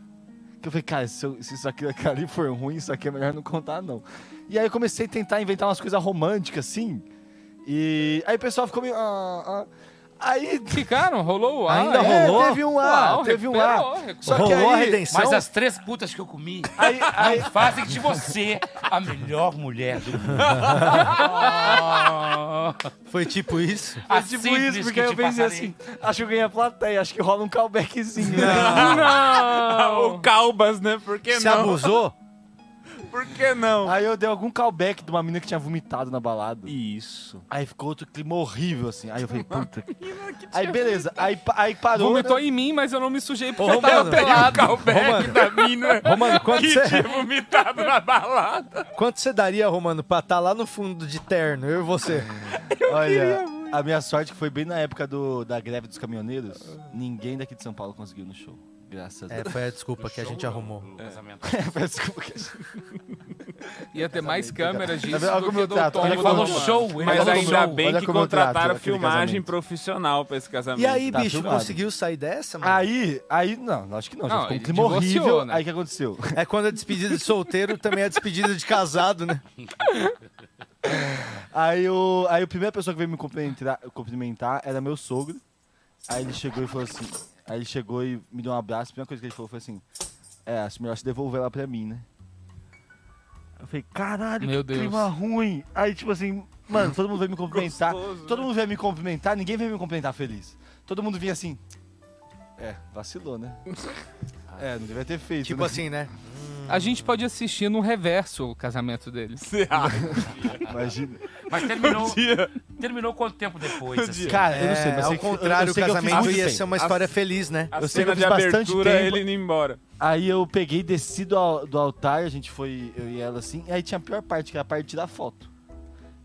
Speaker 2: Que eu falei, cara, se, eu- se isso aqui ali for ruim, isso aqui é melhor não contar, não. E aí eu comecei a tentar inventar umas coisas românticas, assim. E aí o pessoal ficou meio. ah, ah. Aí
Speaker 5: Ficaram? Rolou o ar?
Speaker 2: Ainda
Speaker 5: É.
Speaker 2: rolou? Teve um A,
Speaker 5: Uau,
Speaker 2: teve um
Speaker 5: recuperou,
Speaker 2: A.
Speaker 5: recuperou.
Speaker 2: Só que
Speaker 6: Rolou a
Speaker 2: aí,
Speaker 6: redenção.
Speaker 7: Mas as três putas que eu comi
Speaker 2: aí, aí,
Speaker 7: não fazem de você a melhor mulher do mundo.
Speaker 6: Foi tipo isso?
Speaker 7: A
Speaker 2: tipo
Speaker 7: simples
Speaker 2: isso, porque
Speaker 7: que
Speaker 2: eu
Speaker 7: te
Speaker 2: pensei
Speaker 7: passarei.
Speaker 2: assim, acho que eu ganhei a plateia, acho que rola um callbackzinho. Né?
Speaker 1: o Calbas, né? Por que
Speaker 6: Se
Speaker 1: não?
Speaker 6: abusou?
Speaker 1: Por que não?
Speaker 2: Aí eu dei algum callback de uma menina que tinha vomitado na balada.
Speaker 1: Isso.
Speaker 2: Aí ficou outro clima horrível, assim. Aí eu falei, puta. aí beleza, aí, pa- aí parou.
Speaker 5: Vomitou
Speaker 2: né?
Speaker 5: em mim, mas eu não me sujei porque
Speaker 6: Ô,
Speaker 5: eu tava
Speaker 6: Romano,
Speaker 5: pelado.
Speaker 1: Callback da mina
Speaker 6: Romano, quanto
Speaker 1: que
Speaker 6: você
Speaker 1: tinha vomitado na balada.
Speaker 6: quanto você daria, Romano, pra estar lá no fundo de terno, eu e você?
Speaker 2: Olha, a minha sorte que foi bem na época do, da greve dos caminhoneiros, ninguém daqui de São Paulo conseguiu no show. Graças a
Speaker 6: É,
Speaker 2: Deus.
Speaker 6: foi a desculpa que a gente arrumou.
Speaker 7: O casamento.
Speaker 2: Desculpa, que-
Speaker 5: Ia ter mais
Speaker 6: né?
Speaker 5: câmeras disso
Speaker 2: Olha
Speaker 5: do
Speaker 2: como
Speaker 5: que
Speaker 2: eu
Speaker 5: do
Speaker 2: trato.
Speaker 5: tombo
Speaker 2: Ele
Speaker 5: do
Speaker 2: falou
Speaker 5: Romano.
Speaker 7: show, ele
Speaker 1: Mas
Speaker 7: falou
Speaker 1: ainda
Speaker 7: show.
Speaker 1: bem
Speaker 2: Olha
Speaker 1: que
Speaker 2: como eu trato
Speaker 1: contrataram
Speaker 2: aquele
Speaker 1: filmagem
Speaker 2: casamento.
Speaker 1: profissional pra esse casamento.
Speaker 6: E aí,
Speaker 2: Tá
Speaker 6: bicho,
Speaker 2: filmado.
Speaker 6: conseguiu sair dessa, mano?
Speaker 2: Aí, aí, não, acho que não,
Speaker 5: Não,
Speaker 2: já ficou um
Speaker 5: ele
Speaker 2: clima
Speaker 5: divorciou,
Speaker 2: horrível.
Speaker 5: né?
Speaker 2: Aí o que aconteceu?
Speaker 6: É quando a despedida de solteiro também é a despedida de casado, né?
Speaker 2: Aí, o, aí a primeira pessoa que veio me cumprimentar, cumprimentar era meu sogro. Aí ele chegou e falou assim. Aí ele chegou e me deu um abraço. A primeira coisa que ele falou foi assim: É, acho melhor você devolver ela pra mim, né? Eu falei, caralho,
Speaker 5: Meu
Speaker 2: que
Speaker 5: Deus.
Speaker 2: clima ruim. Aí, tipo assim, mano, todo mundo veio me cumprimentar.
Speaker 1: Gostoso,
Speaker 6: né?
Speaker 2: todo mundo veio me cumprimentar, ninguém veio me cumprimentar feliz. Todo mundo vinha assim. É, vacilou, né? É, não devia ter feito.
Speaker 6: Tipo
Speaker 2: né?
Speaker 6: assim, né?
Speaker 5: A gente pode assistir no reverso o casamento deles.
Speaker 2: Imagina.
Speaker 7: Mas terminou, terminou quanto tempo depois? Assim?
Speaker 2: Cara, eu não sei,
Speaker 6: É,
Speaker 2: mas
Speaker 6: ao
Speaker 2: eu- eu- eu
Speaker 6: contrário, o
Speaker 2: sei que eu fiz
Speaker 6: casamento
Speaker 2: muito
Speaker 6: ia
Speaker 2: bem.
Speaker 6: ser uma história feliz, né?
Speaker 1: A
Speaker 2: Eu sei que
Speaker 1: cena
Speaker 2: eu
Speaker 1: de
Speaker 2: fiz bastante
Speaker 1: abertura,
Speaker 2: tempo.
Speaker 1: ele indo embora.
Speaker 2: Aí eu peguei, desci do, al- do altar, a gente foi, eu e ela assim, aí tinha a pior parte, que era a parte de tirar foto.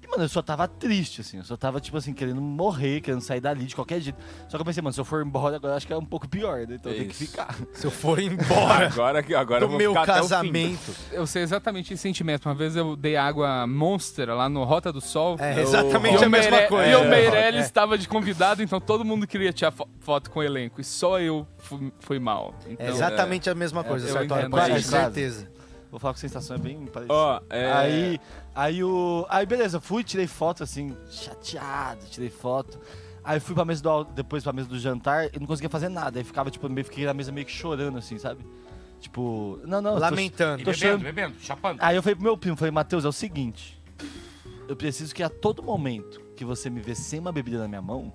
Speaker 2: E, mano, eu só tava triste, assim, eu só tava, tipo assim, querendo morrer, querendo sair dali de qualquer jeito. Só que eu pensei, mano, se eu for embora agora, eu acho que é um pouco pior, né? Então eu tenho que
Speaker 1: Isso.
Speaker 2: ficar.
Speaker 6: Se eu for embora
Speaker 1: Agora, que- agora eu
Speaker 6: do
Speaker 1: vou
Speaker 6: meu
Speaker 1: ficar até o fim.
Speaker 6: casamento.
Speaker 5: Eu sei exatamente esse sentimento. Uma vez eu dei água Monster lá no Rota do Sol.
Speaker 6: É
Speaker 5: Eu-
Speaker 6: exatamente
Speaker 5: e o
Speaker 6: a mesma
Speaker 5: Meire-
Speaker 6: coisa. É.
Speaker 5: E o Meirelles estava de convidado, então todo mundo queria tirar fo- foto com o elenco. E só eu fui, fui mal. Então,
Speaker 6: É exatamente a mesma coisa,
Speaker 5: eu
Speaker 6: Sartori,
Speaker 5: entendo
Speaker 6: pode ter
Speaker 2: isso.
Speaker 6: certeza.
Speaker 2: Vou falar que a sensação é bem parecida.
Speaker 1: Ó, é...
Speaker 2: Aí, aí o. Aí beleza, fui, tirei foto assim, chateado, tirei foto. Aí fui pra mesa do, al- depois pra mesa do jantar e não conseguia fazer nada. Aí ficava, tipo, meio, fiquei na mesa meio que chorando, assim, sabe? Tipo, não, não. eu tô-
Speaker 7: E
Speaker 6: Lamentando.
Speaker 2: tô
Speaker 7: bebendo,
Speaker 2: achando- Ah,
Speaker 7: bebendo, chapando.
Speaker 2: Aí eu falei pro meu primo, falei, Matheus, é o seguinte. Eu preciso que a todo momento que você me vê sem uma bebida na minha mão,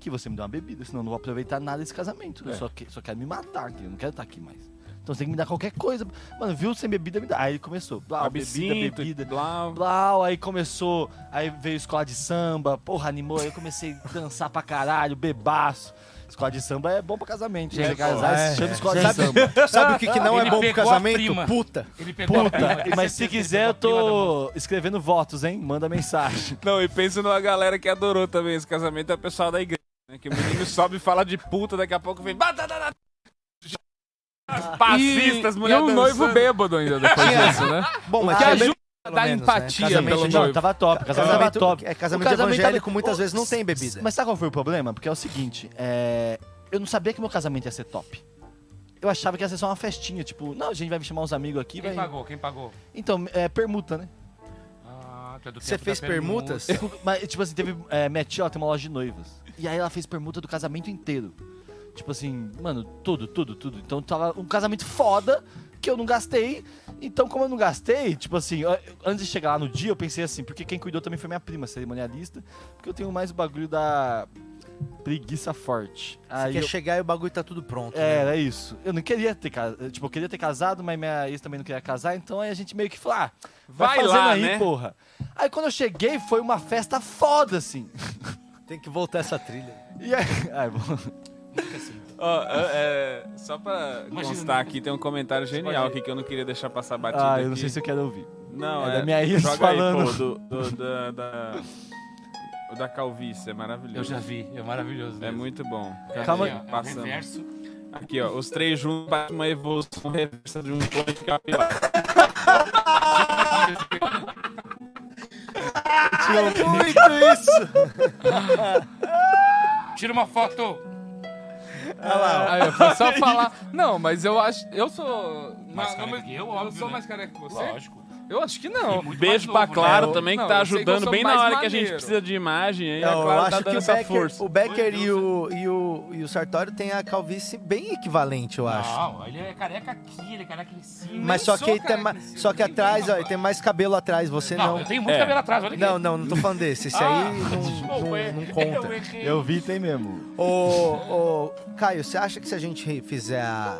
Speaker 2: que você me dê uma bebida, senão eu não vou aproveitar nada desse casamento. né? Eu só, que- só quero me matar aqui, eu não quero estar aqui mais. Então você tem que me dar qualquer coisa. Mano, viu sem bebida, Ah, me dá. Aí ele começou, blá, bebida,
Speaker 1: Absinto,
Speaker 2: bebida.
Speaker 1: blá,
Speaker 2: Blau, aí começou, aí veio escola de samba, porra, animou, aí eu comecei a dançar pra caralho, bebaço. Escola de samba é bom pra casamento, né? Você casar, se chama escola de samba.
Speaker 6: Sabe, sabe o que, que não é
Speaker 7: Ele
Speaker 6: bom pro
Speaker 7: pegou a
Speaker 6: casamento?
Speaker 7: prima.
Speaker 6: Puta.
Speaker 7: Ele pegou a prima,
Speaker 2: Puta,
Speaker 7: ele
Speaker 2: mas se
Speaker 7: certeza, ele
Speaker 2: quiser eu
Speaker 7: pegou a prima da
Speaker 2: tô escrevendo votos, hein? Manda mensagem.
Speaker 1: Não, e pensa numa galera que adorou também esse casamento, é o pessoal da igreja, né? Que o menino sobe e fala de puta, daqui a pouco vem... Batata na... Passistas,
Speaker 5: e,
Speaker 1: mulher
Speaker 5: e um
Speaker 1: dançando.
Speaker 5: noivo bêbado ainda depois disso, né?
Speaker 6: Bom, mas
Speaker 5: que
Speaker 6: tinha
Speaker 5: ajuda
Speaker 6: bebida,
Speaker 5: a
Speaker 6: pelo
Speaker 5: dar
Speaker 6: menos,
Speaker 5: empatia
Speaker 6: Né? Casamento,
Speaker 5: pelo
Speaker 2: não,
Speaker 5: noivo.
Speaker 2: tava top, o casamento tava
Speaker 6: casamento-
Speaker 2: top.
Speaker 6: É
Speaker 2: O
Speaker 6: casamento,
Speaker 2: casamento
Speaker 6: evangélico
Speaker 2: tava-
Speaker 6: muitas
Speaker 2: Ô,
Speaker 6: vezes não tem bebida.
Speaker 2: Mas sabe qual foi o problema? Porque é o seguinte, é, eu não sabia que meu casamento ia ser top. Eu achava que ia ser só uma festinha, tipo, não, a gente vai chamar uns amigos aqui,
Speaker 7: Quem
Speaker 2: vai.
Speaker 7: pagou? Quem pagou?
Speaker 2: Então, é permuta, né?
Speaker 7: Ah, tu é do
Speaker 6: Você
Speaker 7: tempo da
Speaker 6: fez
Speaker 7: permuta.
Speaker 6: permutas?
Speaker 2: Tipo, mas, tipo assim, teve. É, minha tia, ela tem uma loja de noivas. E aí ela fez permuta do casamento inteiro. Tipo assim, mano, tudo, tudo, tudo. Então tava um casamento foda que eu não gastei. Então, como eu não gastei, tipo assim, eu- eu- antes de chegar lá no dia, eu pensei assim, porque quem cuidou também foi minha prima, cerimonialista, porque eu tenho mais o bagulho da preguiça forte.
Speaker 3: Você
Speaker 2: Aí
Speaker 3: quer
Speaker 2: eu-
Speaker 3: chegar e o bagulho tá tudo pronto.
Speaker 2: é,
Speaker 3: né?
Speaker 2: era isso. Eu não queria ter casado. Tipo, eu queria ter casado, mas minha ex também não queria casar, então aí a gente meio que falou, ah, vai,
Speaker 1: Vai
Speaker 2: fazendo
Speaker 1: lá,
Speaker 2: aí,
Speaker 1: né?
Speaker 2: porra. Aí quando eu cheguei, foi uma festa foda, assim.
Speaker 6: Tem que voltar essa trilha.
Speaker 2: E aí. Ai, bom.
Speaker 1: Ó, é, é, só pra constar aqui, tem um comentário genial aqui que eu não queria deixar passar batido
Speaker 2: né? Ah, eu não
Speaker 1: aqui.
Speaker 2: sei se eu quero ouvir.
Speaker 1: Não,
Speaker 2: é
Speaker 1: é,
Speaker 2: da minha ex
Speaker 1: joga aí,
Speaker 2: falando.
Speaker 1: pô, do, do- da, da, o da calvície, é maravilhoso.
Speaker 7: Eu já vi, é maravilhoso.
Speaker 1: É
Speaker 7: mesmo.
Speaker 1: muito bom. Cadê?
Speaker 2: Calma-
Speaker 7: assim, ó, é o
Speaker 1: Passamos.
Speaker 7: reverso.
Speaker 1: Aqui, ó, os três juntos fazem uma evolução reversa de um clone de capivara.
Speaker 3: Muito isso!
Speaker 7: Tira uma foto!
Speaker 5: Aí eu vou só falar. Não, mas eu acho. Eu sou.
Speaker 7: Mais
Speaker 5: não,
Speaker 7: careca
Speaker 5: mas-
Speaker 7: que eu,
Speaker 5: eu
Speaker 7: óbvio,
Speaker 5: sou
Speaker 7: né?
Speaker 5: mais careca que você?
Speaker 7: Lógico.
Speaker 5: Eu acho que não.
Speaker 7: muito
Speaker 1: Beijo pra
Speaker 7: mais novo, né?
Speaker 1: Claro
Speaker 7: Eu-
Speaker 1: também, que
Speaker 5: não,
Speaker 1: tá
Speaker 5: eu sei que eu
Speaker 1: ajudando
Speaker 5: sou
Speaker 1: bem na
Speaker 5: mais
Speaker 1: hora que a gente
Speaker 5: maneiro.
Speaker 1: precisa de imagem,
Speaker 6: É,
Speaker 1: hein?
Speaker 3: Eu
Speaker 1: a Claro tá
Speaker 3: acho que
Speaker 1: dando
Speaker 3: o
Speaker 1: essa
Speaker 3: Becker,
Speaker 1: força.
Speaker 3: o Becker e, o, e, o, e o Sartório tem a calvície bem equivalente, eu acho.
Speaker 7: Não, ele é careca aqui, ele é careca em cima.
Speaker 3: Mas só que,
Speaker 5: sou
Speaker 3: ele tem
Speaker 5: careca
Speaker 3: ma-
Speaker 5: em cima,
Speaker 3: só que
Speaker 5: nem
Speaker 3: atrás,
Speaker 5: vem,
Speaker 3: ó, ele tem mais cabelo atrás, você
Speaker 7: Não,
Speaker 3: não.
Speaker 7: eu tenho muito
Speaker 1: É.
Speaker 7: cabelo atrás, olha aqui.
Speaker 3: Não, não, não tô falando desse. Esse
Speaker 7: Ah,
Speaker 3: aí não,
Speaker 7: desculpa,
Speaker 3: não,
Speaker 7: eu-
Speaker 3: não conta.
Speaker 7: eu errei.
Speaker 2: Eu vi, tem mesmo.
Speaker 3: Ô, ô, Caio, você acha que se a gente re- fizer a,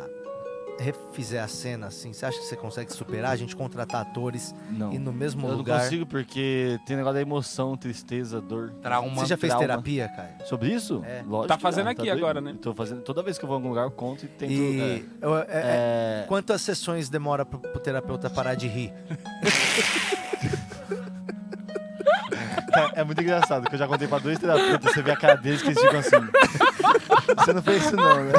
Speaker 3: refizer a cena assim, você acha que você consegue superar? A gente contratar atores
Speaker 2: Não.
Speaker 3: e no mesmo
Speaker 2: eu
Speaker 3: lugar.
Speaker 2: não consigo porque tem negócio da emoção, tristeza, dor.
Speaker 7: Trauma.
Speaker 3: você já fez
Speaker 2: trauma.
Speaker 3: terapia, Caio?
Speaker 2: Sobre isso?
Speaker 3: É.
Speaker 2: Lógico.
Speaker 1: Tá
Speaker 2: que
Speaker 1: fazendo
Speaker 2: já,
Speaker 1: aqui agora, né?
Speaker 2: Eu Tô fazendo. Toda vez que eu vou a algum lugar, eu conto e tento.
Speaker 3: E
Speaker 2: é.
Speaker 3: eu- é- é-
Speaker 2: É,
Speaker 3: quantas sessões demora pro, pro terapeuta parar de rir?
Speaker 2: Cara, é muito engraçado, que eu já contei pra dois terapeutas, você vê a cara deles que eles ficam assim. Você não fez isso não, né?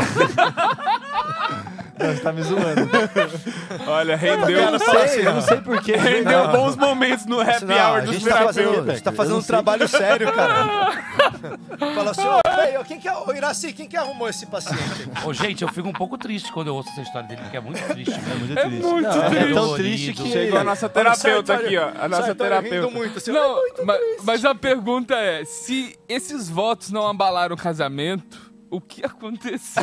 Speaker 2: Não, você tá me zoando.
Speaker 1: Olha, rendeu,
Speaker 3: Eu não sei,
Speaker 2: Eu não sei porquê.
Speaker 1: rendeu bons momentos no happy
Speaker 3: Não,
Speaker 1: hour
Speaker 3: a
Speaker 1: É dos
Speaker 3: gente tá fazendo, a
Speaker 1: terapeutas.
Speaker 3: gente tá
Speaker 2: Eu
Speaker 3: fazendo
Speaker 2: não
Speaker 3: um
Speaker 2: sei.
Speaker 3: trabalho sério, cara. Fala assim, ô, velho, quem que é, ô, Iraci, quem que arrumou esse paciente?
Speaker 7: Ô, gente, eu fico um pouco triste quando eu ouço essa história dele, porque é muito triste. né?
Speaker 2: É triste. Não, É
Speaker 5: muito
Speaker 2: É tão
Speaker 7: triste.
Speaker 2: triste que...
Speaker 1: Chegou a nossa terapeuta
Speaker 3: Sartório-
Speaker 1: aqui, ó. A nossa
Speaker 3: Sartório rindo
Speaker 1: terapeuta.
Speaker 3: muito, assim,
Speaker 5: Não, ma- mas, a pergunta é: se esses votos não abalaram o casamento, o que aconteceu?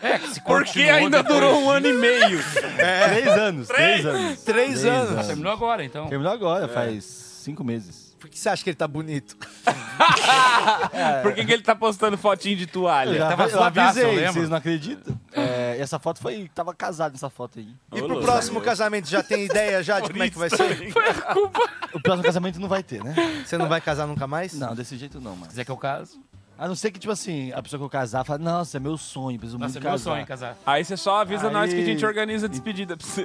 Speaker 7: É, que se
Speaker 1: Porque
Speaker 7: continuou
Speaker 1: ainda
Speaker 7: depois
Speaker 1: durou um ano e meio.
Speaker 2: Três anos. é. Três É. anos.
Speaker 3: Três anos.
Speaker 7: disso. Terminou agora, então.
Speaker 2: Terminou agora, faz cinco meses.
Speaker 3: Por que você acha que ele tá bonito? É.
Speaker 1: Por que, que ele tá postando fotinho de
Speaker 2: É,
Speaker 1: toalha?
Speaker 7: tava zoadaço, eu lembro.
Speaker 2: vocês não acreditam. É, essa foto foi... Tava casado nessa foto aí.
Speaker 3: E
Speaker 1: Ô,
Speaker 3: pro
Speaker 1: louco.
Speaker 3: próximo casamento, já tem ideia já de como é que vai ser?
Speaker 2: O próximo casamento não vai ter, né?
Speaker 3: Você não vai casar nunca mais?
Speaker 2: Não, desse jeito não, mano.
Speaker 7: Se quiser é que eu caso.
Speaker 2: A não ser que, tipo assim, a pessoa que eu casar fala, nossa, é meu sonho, preciso
Speaker 7: Nossa, é
Speaker 2: muito
Speaker 7: meu
Speaker 2: casar.
Speaker 7: sonho casar.
Speaker 1: Aí você só avisa
Speaker 2: Aí-
Speaker 1: nós que a gente organiza a despedida pra você.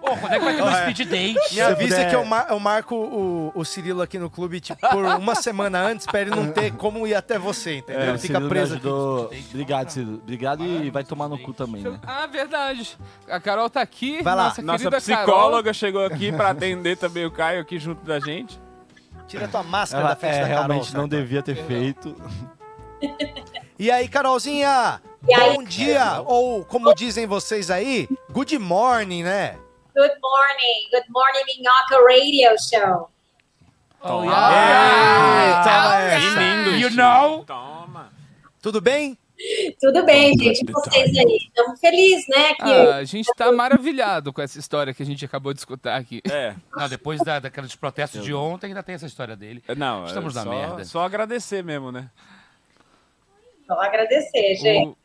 Speaker 7: Ô, quando é que vai ter um speed date?
Speaker 3: Minha
Speaker 2: Se
Speaker 3: vista
Speaker 2: puder.
Speaker 3: é que eu, mar- eu marco o, o Cirilo aqui no clube, tipo, por uma semana antes, pra ele não ter como ir até você, entendeu?
Speaker 2: É,
Speaker 3: Ele
Speaker 2: o
Speaker 3: Fica
Speaker 2: Cirilo me
Speaker 3: preso.
Speaker 2: ajudou. Obrigado, Cirilo. Obrigado e vai tomar no cu também, né?
Speaker 5: ah, verdade. A Carol tá aqui.
Speaker 3: Vai lá,
Speaker 5: nossa,
Speaker 1: Nossa
Speaker 5: querida
Speaker 1: psicóloga chegou aqui pra atender também o Caio aqui junto da gente.
Speaker 3: Tira tua máscara
Speaker 2: Ela
Speaker 3: da frente
Speaker 2: é,
Speaker 3: da Carol.
Speaker 2: realmente não
Speaker 3: Sartori.
Speaker 2: devia ter feito.
Speaker 3: E aí, Carolzinha?
Speaker 8: E aí?
Speaker 3: Bom dia, ou como dizem vocês aí, good morning, né?
Speaker 8: Good morning. Good morning, Minhoca Radio Show.
Speaker 7: Oh,
Speaker 8: Ah,
Speaker 3: Eita,
Speaker 8: tá,
Speaker 3: essa.
Speaker 7: You know?
Speaker 1: Então, Toma.
Speaker 3: é, Tudo bem?
Speaker 8: Tudo bem, gente? E vocês aí? Estamos felizes, né? Que
Speaker 5: Carol. Ah, a gente tá maravilhado com essa história que a gente acabou de escutar aqui.
Speaker 1: É,
Speaker 7: Não, depois da, daqueles protestos de ontem, ainda tem essa história dele.
Speaker 1: não,
Speaker 7: Estamos
Speaker 1: é
Speaker 7: na
Speaker 1: só,
Speaker 7: merda.
Speaker 1: Só agradecer mesmo, né?
Speaker 8: Vou agradecer, gente.
Speaker 5: O-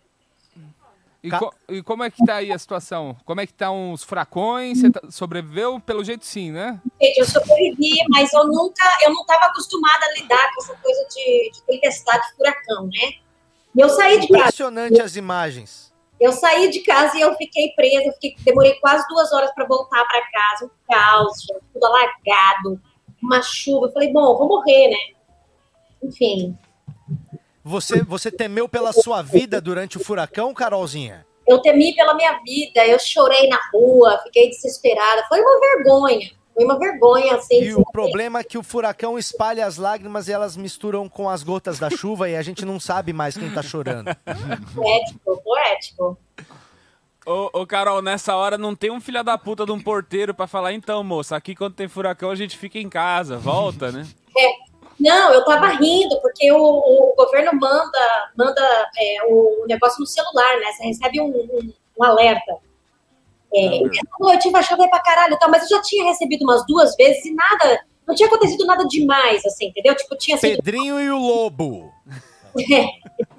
Speaker 5: E,
Speaker 3: Ca-
Speaker 5: co- e como é que tá aí a situação? Como é que tá os furacões? Você tá- sobreviveu? Pelo jeito sim, né?
Speaker 8: Gente, eu sobrevivi, mas eu nunca, eu não estava acostumada a lidar com essa coisa de, de tempestade, furacão, né? E Eu saí de casa,
Speaker 3: Impressionante as imagens.
Speaker 8: eu saí de casa e eu fiquei presa, eu fiquei, demorei quase duas horas para voltar para casa, um caos, gente, tudo alagado, uma chuva. Eu falei, bom, eu vou morrer, né? Enfim,
Speaker 3: Você, você temeu pela sua vida durante o furacão, Carolzinha?
Speaker 8: Eu temi pela minha vida, eu chorei na rua, fiquei desesperada. Foi uma vergonha. Foi uma vergonha, assim.
Speaker 3: E
Speaker 8: assim,
Speaker 3: o problema é que o furacão espalha as lágrimas e elas misturam com as gotas da chuva e a gente não sabe mais quem tá chorando.
Speaker 8: Poético, poético.
Speaker 1: Ô, ô, Carol, nessa hora não tem um filho da puta de um porteiro pra falar, então, moça, aqui quando tem furacão a gente fica em casa, volta, né?
Speaker 8: Então? É, Não, eu tava rindo, porque o, o governo manda, manda é, o negócio no celular, né? Você recebe um, um- um alerta. É,
Speaker 3: Ah,
Speaker 8: "Pô, eu tive a chover pra caralho e tal, mas eu já tinha recebido umas duas vezes e nada, não tinha acontecido nada demais, assim, entendeu? Tipo, tinha sido
Speaker 3: Pedrinho e o Lobo.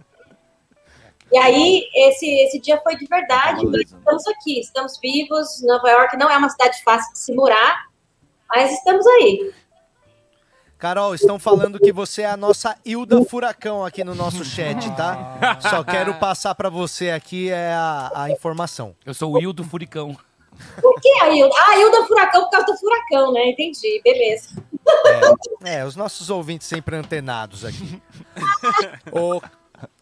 Speaker 8: E aí, esse, esse dia foi de verdade. Nós estamos aqui, estamos vivos. Nova York não é uma cidade fácil de se morar, mas estamos aí.
Speaker 3: Carol, estão falando que você é a nossa Hilda Furacão aqui no nosso chat, tá? Só quero passar pra você aqui é a, a informação.
Speaker 7: Eu sou o Will do Furicão.
Speaker 8: Por que a Hilda? Ah, a Hilda Furacão por causa do furacão, né? Entendi, beleza.
Speaker 3: É, os nossos ouvintes sempre antenados aqui. ô,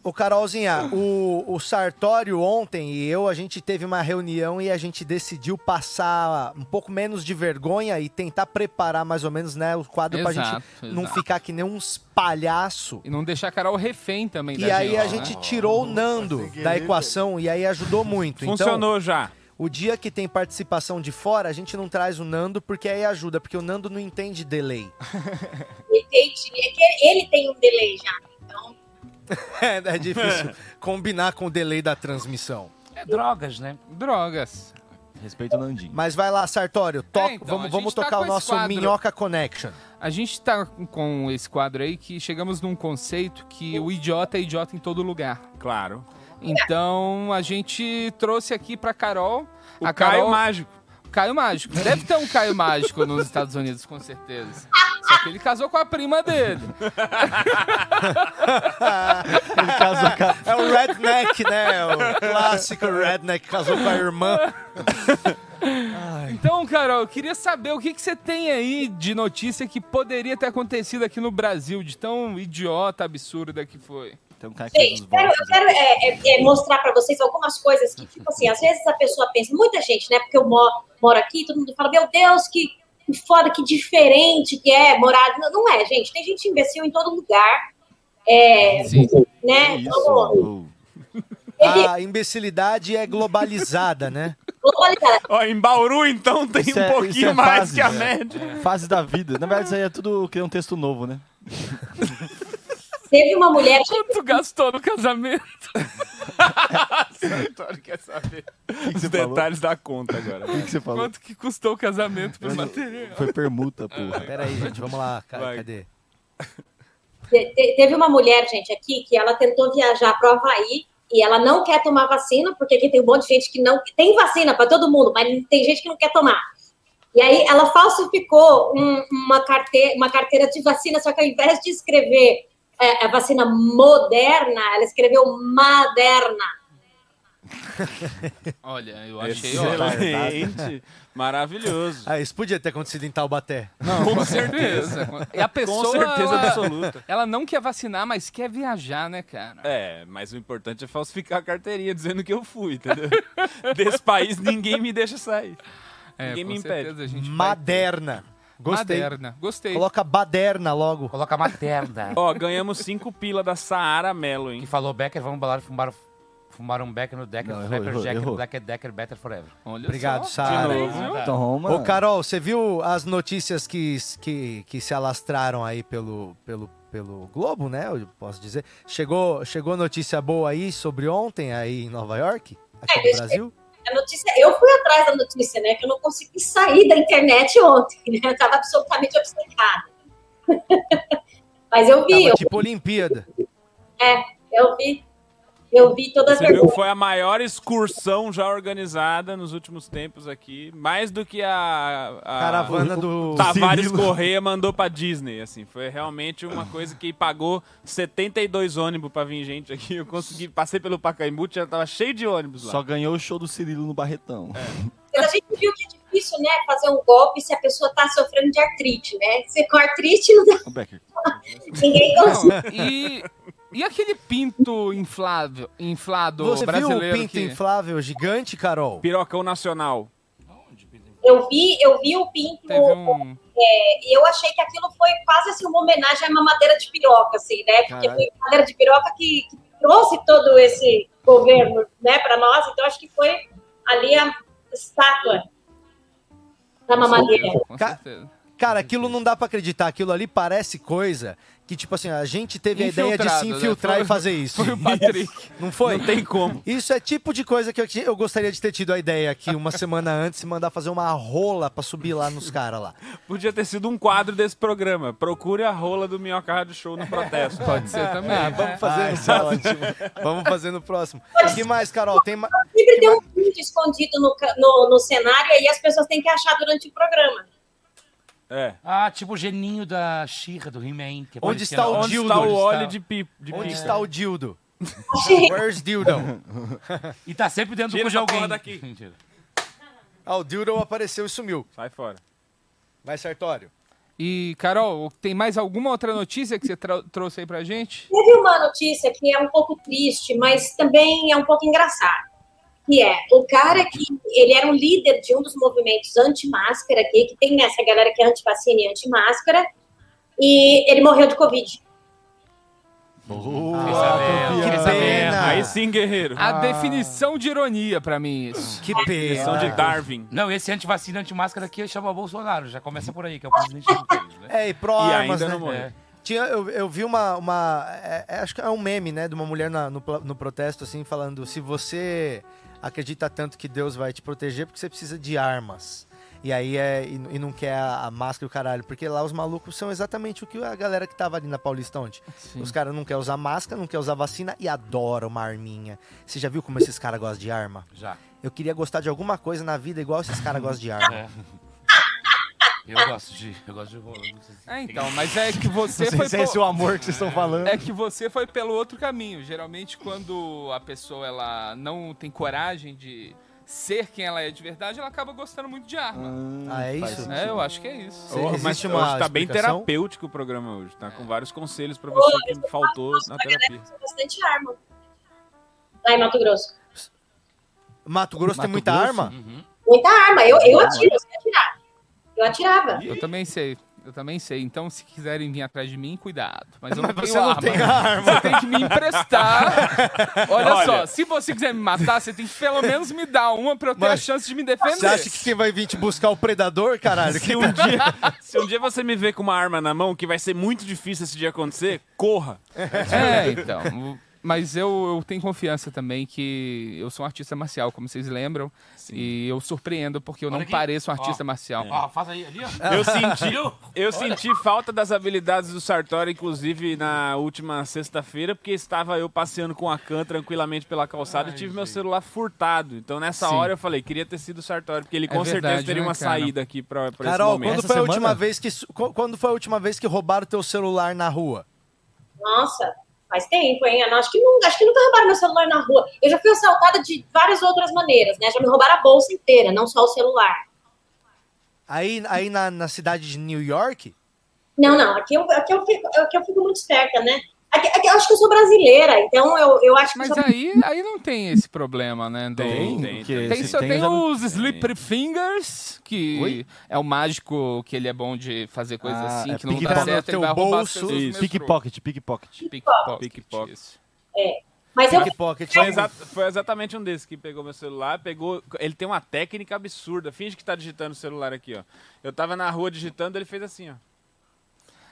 Speaker 3: ô, Carolzinha, o, o Sartório ontem e eu, a gente teve uma reunião e a gente decidiu passar um pouco menos de vergonha e tentar preparar mais ou menos né, o quadro pra gente
Speaker 5: Exato,
Speaker 3: não
Speaker 5: exato.
Speaker 3: ficar que nem uns palhaço.
Speaker 5: E não deixar a Carol refém também
Speaker 3: E
Speaker 5: da né?
Speaker 3: aí
Speaker 5: gente.
Speaker 3: a gente tirou o Nando da equação e aí ajudou muito. Então,
Speaker 1: Funcionou já.
Speaker 3: o dia que tem participação de fora, a gente não traz o Nando porque aí ajuda, porque o Nando não entende delay.
Speaker 8: Entendi. É que ele tem um delay já. Então,
Speaker 3: É, é difícil combinar com o delay da transmissão.
Speaker 7: É drogas, né?
Speaker 5: Drogas.
Speaker 2: Respeita o Nandinho.
Speaker 3: Mas vai lá, Sartório, toca,
Speaker 5: É, então, a
Speaker 3: vamos,
Speaker 5: gente
Speaker 3: vamos
Speaker 5: tá
Speaker 3: tocar
Speaker 5: com
Speaker 3: o
Speaker 5: esse
Speaker 3: nosso
Speaker 5: quadro.
Speaker 3: Minhoca Connection.
Speaker 5: A gente tá com esse quadro aí que chegamos num conceito que o idiota é idiota em todo lugar.
Speaker 1: Claro.
Speaker 5: Então a gente trouxe aqui pra Carol.
Speaker 1: O
Speaker 5: a
Speaker 1: Caio
Speaker 5: Carol,
Speaker 1: Mágico.
Speaker 5: Caio Mágico. Deve ter um Caio Mágico nos Estados Unidos, com certeza. Só que ele casou com a prima dele.
Speaker 3: É o redneck, né? O clássico redneck que casou com a irmã.
Speaker 5: Então, Carol, eu queria saber o que, que você tem aí de notícia que poderia ter acontecido aqui no Brasil, de tão idiota, absurda que foi.
Speaker 2: Tem um cara que faz os
Speaker 8: gente, eu quero, eu
Speaker 2: votos.
Speaker 8: quero é, é, é, mostrar pra vocês algumas coisas que, tipo assim, às vezes a pessoa pensa, muita gente, né? Porque eu moro, moro aqui, todo mundo fala, meu Deus, que, que foda, que diferente que é morar. Não, não é, gente. Tem gente imbecil em todo lugar. É,
Speaker 5: Sim.
Speaker 8: né?
Speaker 2: Que isso,
Speaker 8: Vamos-
Speaker 2: ô.
Speaker 8: Ele-
Speaker 3: A imbecilidade é globalizada, né?
Speaker 8: globalizada.
Speaker 1: Ó, em Bauru, então, tem
Speaker 2: Isso
Speaker 1: um
Speaker 2: é- isso
Speaker 1: pouquinho
Speaker 2: é
Speaker 1: mais
Speaker 2: fase,
Speaker 1: que a
Speaker 2: né?
Speaker 1: média.
Speaker 2: Fase da vida. Na verdade, isso aí é tudo criar um texto novo, né?
Speaker 8: Teve uma mulher
Speaker 5: Quanto gastou no casamento?
Speaker 1: Sartório quer saber
Speaker 2: O que, que
Speaker 1: os
Speaker 2: você falou?
Speaker 1: detalhes da conta agora.
Speaker 2: O que, que você falou?
Speaker 5: Quanto que custou o casamento pro material?
Speaker 2: Foi permuta, porra.
Speaker 3: Pera aí, gente, vamos lá. ca-
Speaker 1: Vai.
Speaker 3: Cadê?
Speaker 8: Te- te- Teve uma mulher, gente, aqui, que ela tentou viajar para o Havaí e ela não quer tomar vacina, porque aqui tem um monte de gente que não. Tem vacina para todo mundo, mas tem gente que não quer tomar. E aí ela falsificou um- uma, carteira, uma carteira de vacina, só que ao invés de escrever é, a vacina moderna, ela escreveu Maderna.
Speaker 5: Olha, eu achei, ó.
Speaker 1: Excelente. Maravilhoso.
Speaker 3: Ah, isso podia ter acontecido em Taubaté.
Speaker 1: com certeza.
Speaker 5: E a pessoa,
Speaker 1: Com certeza
Speaker 5: ela,
Speaker 1: absoluta.
Speaker 5: ela não quer vacinar, mas quer viajar, né, cara?
Speaker 1: É, mas o importante é falsificar a carteirinha dizendo que eu fui, entendeu? Desse país ninguém me deixa sair.
Speaker 5: É,
Speaker 1: Ninguém
Speaker 5: com
Speaker 1: me impede.
Speaker 5: certeza a gente vai-
Speaker 3: Maderna. Gostei.
Speaker 5: Maderna. Gostei.
Speaker 3: Coloca baderna logo.
Speaker 7: Coloca a materna.
Speaker 1: Ó, ganhamos cinco pila da Saara Melo, hein?
Speaker 7: que falou Becker, vamos balar, fumaram, fumaram um Becker no Decker,
Speaker 2: Não, errou,
Speaker 7: Becker,
Speaker 2: errou,
Speaker 7: Jacker,
Speaker 2: errou. Então-
Speaker 7: Black é Decker, Better Forever.
Speaker 5: Olha
Speaker 3: Obrigado,
Speaker 5: só.
Speaker 3: Sara.
Speaker 1: De novo.
Speaker 7: Ah, tá.
Speaker 2: Toma.
Speaker 3: É. Ô, Carol, você viu as notícias que, que, que se alastraram aí pelo, pelo, pelo Globo, né? Eu posso dizer. Chegou, chegou notícia boa aí sobre ontem, aí em Nova York, aqui
Speaker 8: É,
Speaker 3: no
Speaker 8: eu
Speaker 3: Brasil.
Speaker 8: A notícia, eu fui atrás da notícia, né? Que eu não consegui sair da internet ontem, né? Eu estava absolutamente obcecada. Mas eu vi,
Speaker 3: Tava
Speaker 8: eu
Speaker 3: tipo Olimpíada.
Speaker 8: Eu vi, eu vi todas
Speaker 1: Você
Speaker 8: as
Speaker 1: viu que foi a maior excursão já organizada nos últimos tempos aqui. Mais do que a. a
Speaker 3: Caravana do.
Speaker 5: Tá,
Speaker 1: Tavares
Speaker 2: Cirilo.
Speaker 1: Correia mandou pra Disney, assim. Foi realmente uma coisa que pagou 72 ônibus pra vir gente aqui. Eu consegui, passei pelo Pacaembu, já tava cheio de ônibus lá.
Speaker 2: Só ganhou o show do Cirilo no Barretão.
Speaker 5: É.
Speaker 8: Mas a gente viu que é difícil, né, fazer um golpe se a pessoa tá sofrendo de artrite, né? Se com artrite, não dá-
Speaker 2: Ô, Becker.
Speaker 8: ninguém
Speaker 5: Não, é.
Speaker 8: consegue.
Speaker 5: e, e aquele pinto inflável, inflado
Speaker 3: Você viu o
Speaker 5: brasileiro
Speaker 3: pinto
Speaker 5: que...
Speaker 3: inflável gigante, Carol?
Speaker 1: Pirocão Nacional.
Speaker 8: Eu vi, eu vi o Pinto
Speaker 5: Teve um.
Speaker 8: é, e eu achei que aquilo foi quase assim uma homenagem à mamadeira de piroca, assim, né? Porque
Speaker 2: Caralho.
Speaker 8: foi a mamadeira de piroca que, que trouxe todo esse governo, né, para nós. Então acho que foi ali a estátua da mamadeira.
Speaker 5: Com
Speaker 3: Ca-
Speaker 5: certeza.
Speaker 3: Cara, aquilo não dá pra acreditar. Aquilo ali parece coisa que, tipo assim, a gente teve a ideia de se
Speaker 5: Infiltrado, né?
Speaker 3: infiltrar
Speaker 5: Foi-
Speaker 3: e fazer isso.
Speaker 5: Foi o Patrick.
Speaker 3: Não foi?
Speaker 1: Não tem como.
Speaker 3: Isso é tipo de coisa que eu, ti- eu gostaria de ter tido a ideia aqui uma semana antes e mandar fazer uma rola pra subir lá nos caras lá.
Speaker 1: Podia ter sido um quadro desse programa. Procure a rola do Minhoca Rádio Show no protesto.
Speaker 5: Pode ser também.
Speaker 3: Vamos fazer no próximo. Vamos fazer no próximo. O que mais, Carol? Tem ma...
Speaker 8: Sempre tem um vídeo escondido no, ca- no, no cenário e aí as pessoas têm que achar durante o programa.
Speaker 1: É.
Speaker 7: Ah, tipo o geninho da Xirra, do He-Man. que
Speaker 3: Onde
Speaker 7: aparecia
Speaker 3: está
Speaker 7: na-
Speaker 3: o
Speaker 1: Onde
Speaker 3: dildo?
Speaker 1: está o
Speaker 7: Onde
Speaker 1: óleo
Speaker 7: está?
Speaker 1: de, pi... de
Speaker 3: Onde
Speaker 1: pica?
Speaker 3: está o dildo?
Speaker 8: Achei.
Speaker 3: Where's dildo?
Speaker 7: E tá sempre dentro do
Speaker 1: Tira
Speaker 7: cu de
Speaker 1: essa porra
Speaker 7: alguém.
Speaker 1: daqui.
Speaker 7: Mentira.
Speaker 3: Ah, o dildo apareceu e sumiu.
Speaker 1: Sai fora.
Speaker 3: Vai, Sartório.
Speaker 5: E, Carol, tem mais alguma outra notícia que você trou- trouxe aí pra gente?
Speaker 8: Teve uma notícia que é um pouco triste, mas também é um pouco engraçada. Que é o cara que ele era um líder de um dos movimentos anti-máscara aqui, que tem essa galera que é anti-vacina e anti-máscara, e ele morreu de Covid.
Speaker 7: Fiquei sabendo, fiquei sabendo.
Speaker 3: pena. Ah.
Speaker 1: É, Aí sim, guerreiro.
Speaker 5: A definição de ironia pra mim, isso.
Speaker 3: Que
Speaker 1: São de
Speaker 3: pena.
Speaker 1: Darwin.
Speaker 7: Não, esse antivacina, antimáscara aqui chama Bolsonaro. Já começa por aí, que é o presidente do país, né?
Speaker 3: É, e pro
Speaker 1: E
Speaker 3: armas,
Speaker 1: ainda
Speaker 3: né?
Speaker 1: não morreu.
Speaker 7: É.
Speaker 3: Tinha, eu, eu vi uma. uma é- é- acho que é um meme, né? De uma mulher na- no, pla- no protesto, assim, falando: se você acredita tanto que Deus vai te proteger, porque você precisa de armas. E aí é. E, e não quer a, a máscara e o caralho. Porque lá os malucos são exatamente o que a galera que tava ali na Paulista ontem. Os caras não querem usar máscara, não querem usar vacina e adoram uma arminha. Você já viu como esses caras gostam de arma?
Speaker 7: Já.
Speaker 3: Eu queria gostar de alguma coisa na vida igual esses caras gostam de arma.
Speaker 7: Eu gosto de. Eu gosto de rolo.
Speaker 5: É, então, mas é que você
Speaker 2: Sem
Speaker 5: foi.
Speaker 2: sem esse
Speaker 5: pô-
Speaker 2: o amor que vocês estão falando.
Speaker 5: É que você foi pelo outro caminho. Geralmente, quando a pessoa ela não tem coragem de ser quem ela é de verdade, ela acaba gostando muito de arma.
Speaker 3: Ah, é
Speaker 2: faz
Speaker 3: isso?
Speaker 5: é, eu acho que é isso.
Speaker 3: Sim.
Speaker 1: Oh, mas
Speaker 3: Existe
Speaker 1: hoje
Speaker 3: uma
Speaker 1: tá bem
Speaker 3: explicação?
Speaker 1: terapêutico o programa hoje. Tá com vários conselhos pra você que faltou na
Speaker 8: A galera
Speaker 1: terapia.
Speaker 8: usa bastante arma. Lá em Mato Grosso.
Speaker 3: Mato Grosso tem
Speaker 2: Mato
Speaker 3: muita
Speaker 2: Grosso?
Speaker 3: arma?
Speaker 8: Muita arma. Eu, eu atiro, eu sei atirar. Eu atirava.
Speaker 5: Eu também sei. Eu também sei. Então, se quiserem vir atrás de mim, cuidado. Mas eu não
Speaker 3: Mas
Speaker 5: tenho
Speaker 3: você não
Speaker 5: arma.
Speaker 3: tem arma.
Speaker 5: Você tem que me emprestar. Olha,
Speaker 1: Olha.
Speaker 5: só, se você quiser me matar, você tem que pelo menos me dar uma pra eu ter a
Speaker 3: Mas
Speaker 5: chance de me defender.
Speaker 3: Você acha que quem vai vir te buscar é o predador, caralho? Que um dia.
Speaker 1: Se um dia você me ver com uma arma na mão, que vai ser muito difícil esse dia acontecer, corra.
Speaker 5: É, então. Mas eu, eu tenho confiança também que eu sou um artista marcial, como vocês lembram. E eu surpreendo porque eu
Speaker 7: Olha
Speaker 5: não
Speaker 7: aqui.
Speaker 5: pareço um artista
Speaker 7: Ó. É.
Speaker 5: marcial.
Speaker 7: Ó, faz aí ali, ó.
Speaker 1: É. Eu senti,
Speaker 7: Viu?
Speaker 1: eu senti falta das habilidades do Sartori, inclusive na última sexta-feira, porque estava eu passeando com a Khan tranquilamente pela calçada e tive meu celular furtado. Então nessa
Speaker 5: Sim.
Speaker 1: hora eu falei, queria ter sido o Sartori, porque ele com certeza
Speaker 5: verdade,
Speaker 1: teria
Speaker 5: né,
Speaker 1: uma
Speaker 5: cara?
Speaker 1: saída aqui pra, pra esse
Speaker 3: Carol,
Speaker 1: momento.
Speaker 3: quando
Speaker 2: Essa
Speaker 3: foi, a
Speaker 2: semana?
Speaker 3: última vez que, su- qu- quando foi a última vez que roubaram teu celular na rua?
Speaker 8: Nossa, faz tempo, hein? Eu não- Acho que, nunca, acho que nunca roubaram meu celular na rua. Eu já fui assaltada de várias outras maneiras, né? Já me roubaram a bolsa inteira, não só o celular.
Speaker 3: Aí, aí na, na cidade de New York?
Speaker 8: Não, não, aqui eu, aqui eu, fico, aqui eu fico muito esperta, né? Aqui, aqui eu acho que eu sou brasileira, então eu, eu acho que
Speaker 5: Mas
Speaker 8: eu sou...
Speaker 5: aí, aí não tem esse problema, né? do-
Speaker 1: Tem, tem.
Speaker 2: Porque
Speaker 5: Tem,
Speaker 2: se
Speaker 5: só tem
Speaker 2: já-
Speaker 5: os Slippery Fingers, que
Speaker 2: Oi?
Speaker 5: é o mágico que ele é bom de fazer coisas
Speaker 2: Ah,
Speaker 5: assim,
Speaker 2: é
Speaker 5: que não
Speaker 3: pickpocket.
Speaker 5: dá certo, ele
Speaker 3: Teu
Speaker 5: vai roubar as
Speaker 3: bolso.
Speaker 5: pessoas do
Speaker 1: Isso.
Speaker 5: metrô.
Speaker 2: Pickpocket, pickpocket.
Speaker 5: Pickpocket,
Speaker 1: Pickpocket.
Speaker 5: isso.
Speaker 8: Mas eu,
Speaker 3: Pickpocket.
Speaker 1: Foi, exa- foi exatamente um desses que pegou meu celular, pegou. Ele tem uma técnica absurda. Finge que tá digitando o celular aqui, ó. Eu tava na rua digitando, ele fez assim, ó.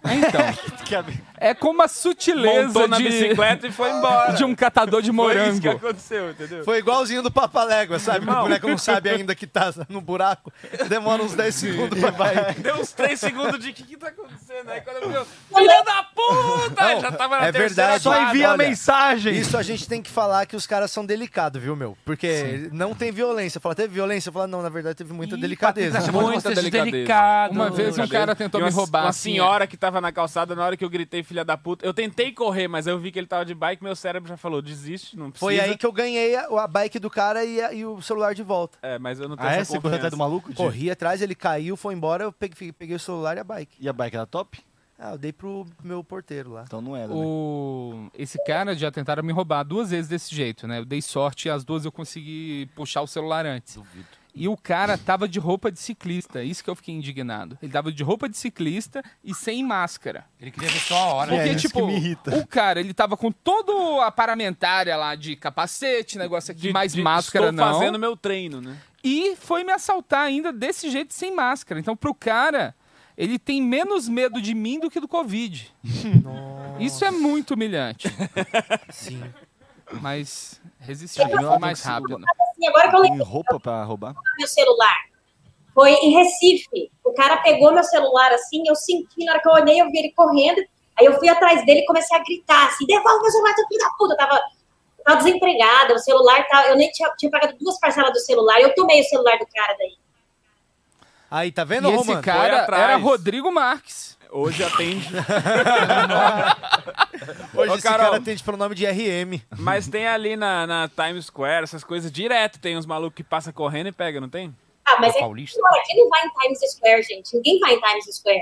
Speaker 5: Então, é como a sutileza
Speaker 1: Montou na
Speaker 5: de,
Speaker 1: bicicleta e foi embora.
Speaker 5: de um catador de
Speaker 1: Foi isso que
Speaker 5: morango.
Speaker 1: aconteceu, entendeu?
Speaker 3: Foi igualzinho do Papalégua, sabe? O
Speaker 1: Irmão.
Speaker 3: boneco não sabe ainda que tá no buraco. Demora uns 10 segundos pra vai.
Speaker 1: Deu uns 3 segundos de o que, que tá acontecendo? Aí quando eu vi, eu, filha da puta!
Speaker 3: Não,
Speaker 1: já tava na
Speaker 3: é
Speaker 1: terceira
Speaker 3: verdade. Só
Speaker 1: quadra.
Speaker 3: envia
Speaker 1: Olha,
Speaker 2: mensagem!
Speaker 3: Isso a gente tem que falar que os caras são delicados, viu, meu? Porque não tem violência. Fala, teve violência? Fala, não, na verdade teve muita delicadeza.
Speaker 1: Muita
Speaker 7: Vocês
Speaker 1: delicadeza.
Speaker 7: delicado.
Speaker 5: Uma vez um cara tentou
Speaker 1: e
Speaker 5: me
Speaker 1: uma-
Speaker 5: roubar.
Speaker 1: Uma
Speaker 5: assim,
Speaker 1: senhora que tava na calçada, na hora que eu gritei, filha da puta. Eu tentei correr, mas eu vi que ele tava de bike, meu cérebro já falou, desiste, não precisa.
Speaker 3: Foi aí que eu ganhei a, a bike do cara e, a- e o celular de volta.
Speaker 1: É, mas eu não tenho
Speaker 2: Ah, é?
Speaker 1: essa
Speaker 2: Você correu
Speaker 1: confiança.
Speaker 2: atrás do maluco? Di?
Speaker 3: Corri atrás, ele caiu, foi embora, eu peguei, peguei o celular e a bike.
Speaker 2: E a bike era top?
Speaker 3: Ah, eu dei pro meu porteiro lá.
Speaker 2: Então não era, né?
Speaker 5: O... Esse cara já tentaram me roubar duas vezes desse jeito, né? Eu dei sorte e as duas eu consegui puxar o celular antes.
Speaker 7: Duvido.
Speaker 5: E o cara tava de roupa de ciclista, isso que eu fiquei indignado. Ele tava de roupa de ciclista e sem máscara.
Speaker 7: Ele queria ver só a hora.
Speaker 5: Porque,
Speaker 2: isso
Speaker 5: tipo,
Speaker 2: que me irrita.
Speaker 5: o cara, ele tava com toda a paramentária lá de capacete, negócio aqui, mais
Speaker 1: de-
Speaker 5: máscara
Speaker 1: estou
Speaker 5: não.
Speaker 1: fazendo meu treino, né?
Speaker 5: E foi me assaltar ainda desse jeito, sem máscara. Então, pro cara, ele tem menos medo de mim do que do Covid. Isso é muito humilhante.
Speaker 7: Sim.
Speaker 5: Mas resistiu, foi
Speaker 2: tem
Speaker 5: mais
Speaker 2: que se-
Speaker 5: rápido. né?
Speaker 8: E assim, agora que eu
Speaker 2: Tem
Speaker 8: lembrei
Speaker 2: roupa pra roubar?
Speaker 8: meu celular, foi em Recife. O cara pegou meu celular assim, eu senti, na hora que eu olhei, eu vi ele correndo. Aí eu fui atrás dele e comecei a gritar assim: devolve meu celular, seu filho da puta. Eu tava, eu tava desempregada, o celular tava. Eu nem tinha, tinha pagado duas parcelas do celular, eu tomei o celular do cara daí.
Speaker 3: Aí, tá
Speaker 5: E
Speaker 3: vendo,
Speaker 5: esse
Speaker 3: Romano?
Speaker 5: cara
Speaker 1: atrás.
Speaker 5: era Rodrigo Marques.
Speaker 1: Hoje atende.
Speaker 3: Hoje
Speaker 1: Ô,
Speaker 3: esse
Speaker 1: Carol.
Speaker 3: cara atende pelo nome de RM.
Speaker 1: Mas tem ali na, na Times Square, essas coisas direto, tem uns malucos que passa correndo e pega, não tem?
Speaker 8: Ah, mas
Speaker 7: É
Speaker 8: é
Speaker 7: paulista?
Speaker 8: Olha, quem não vai em Times Square, gente? Ninguém vai em Times Square.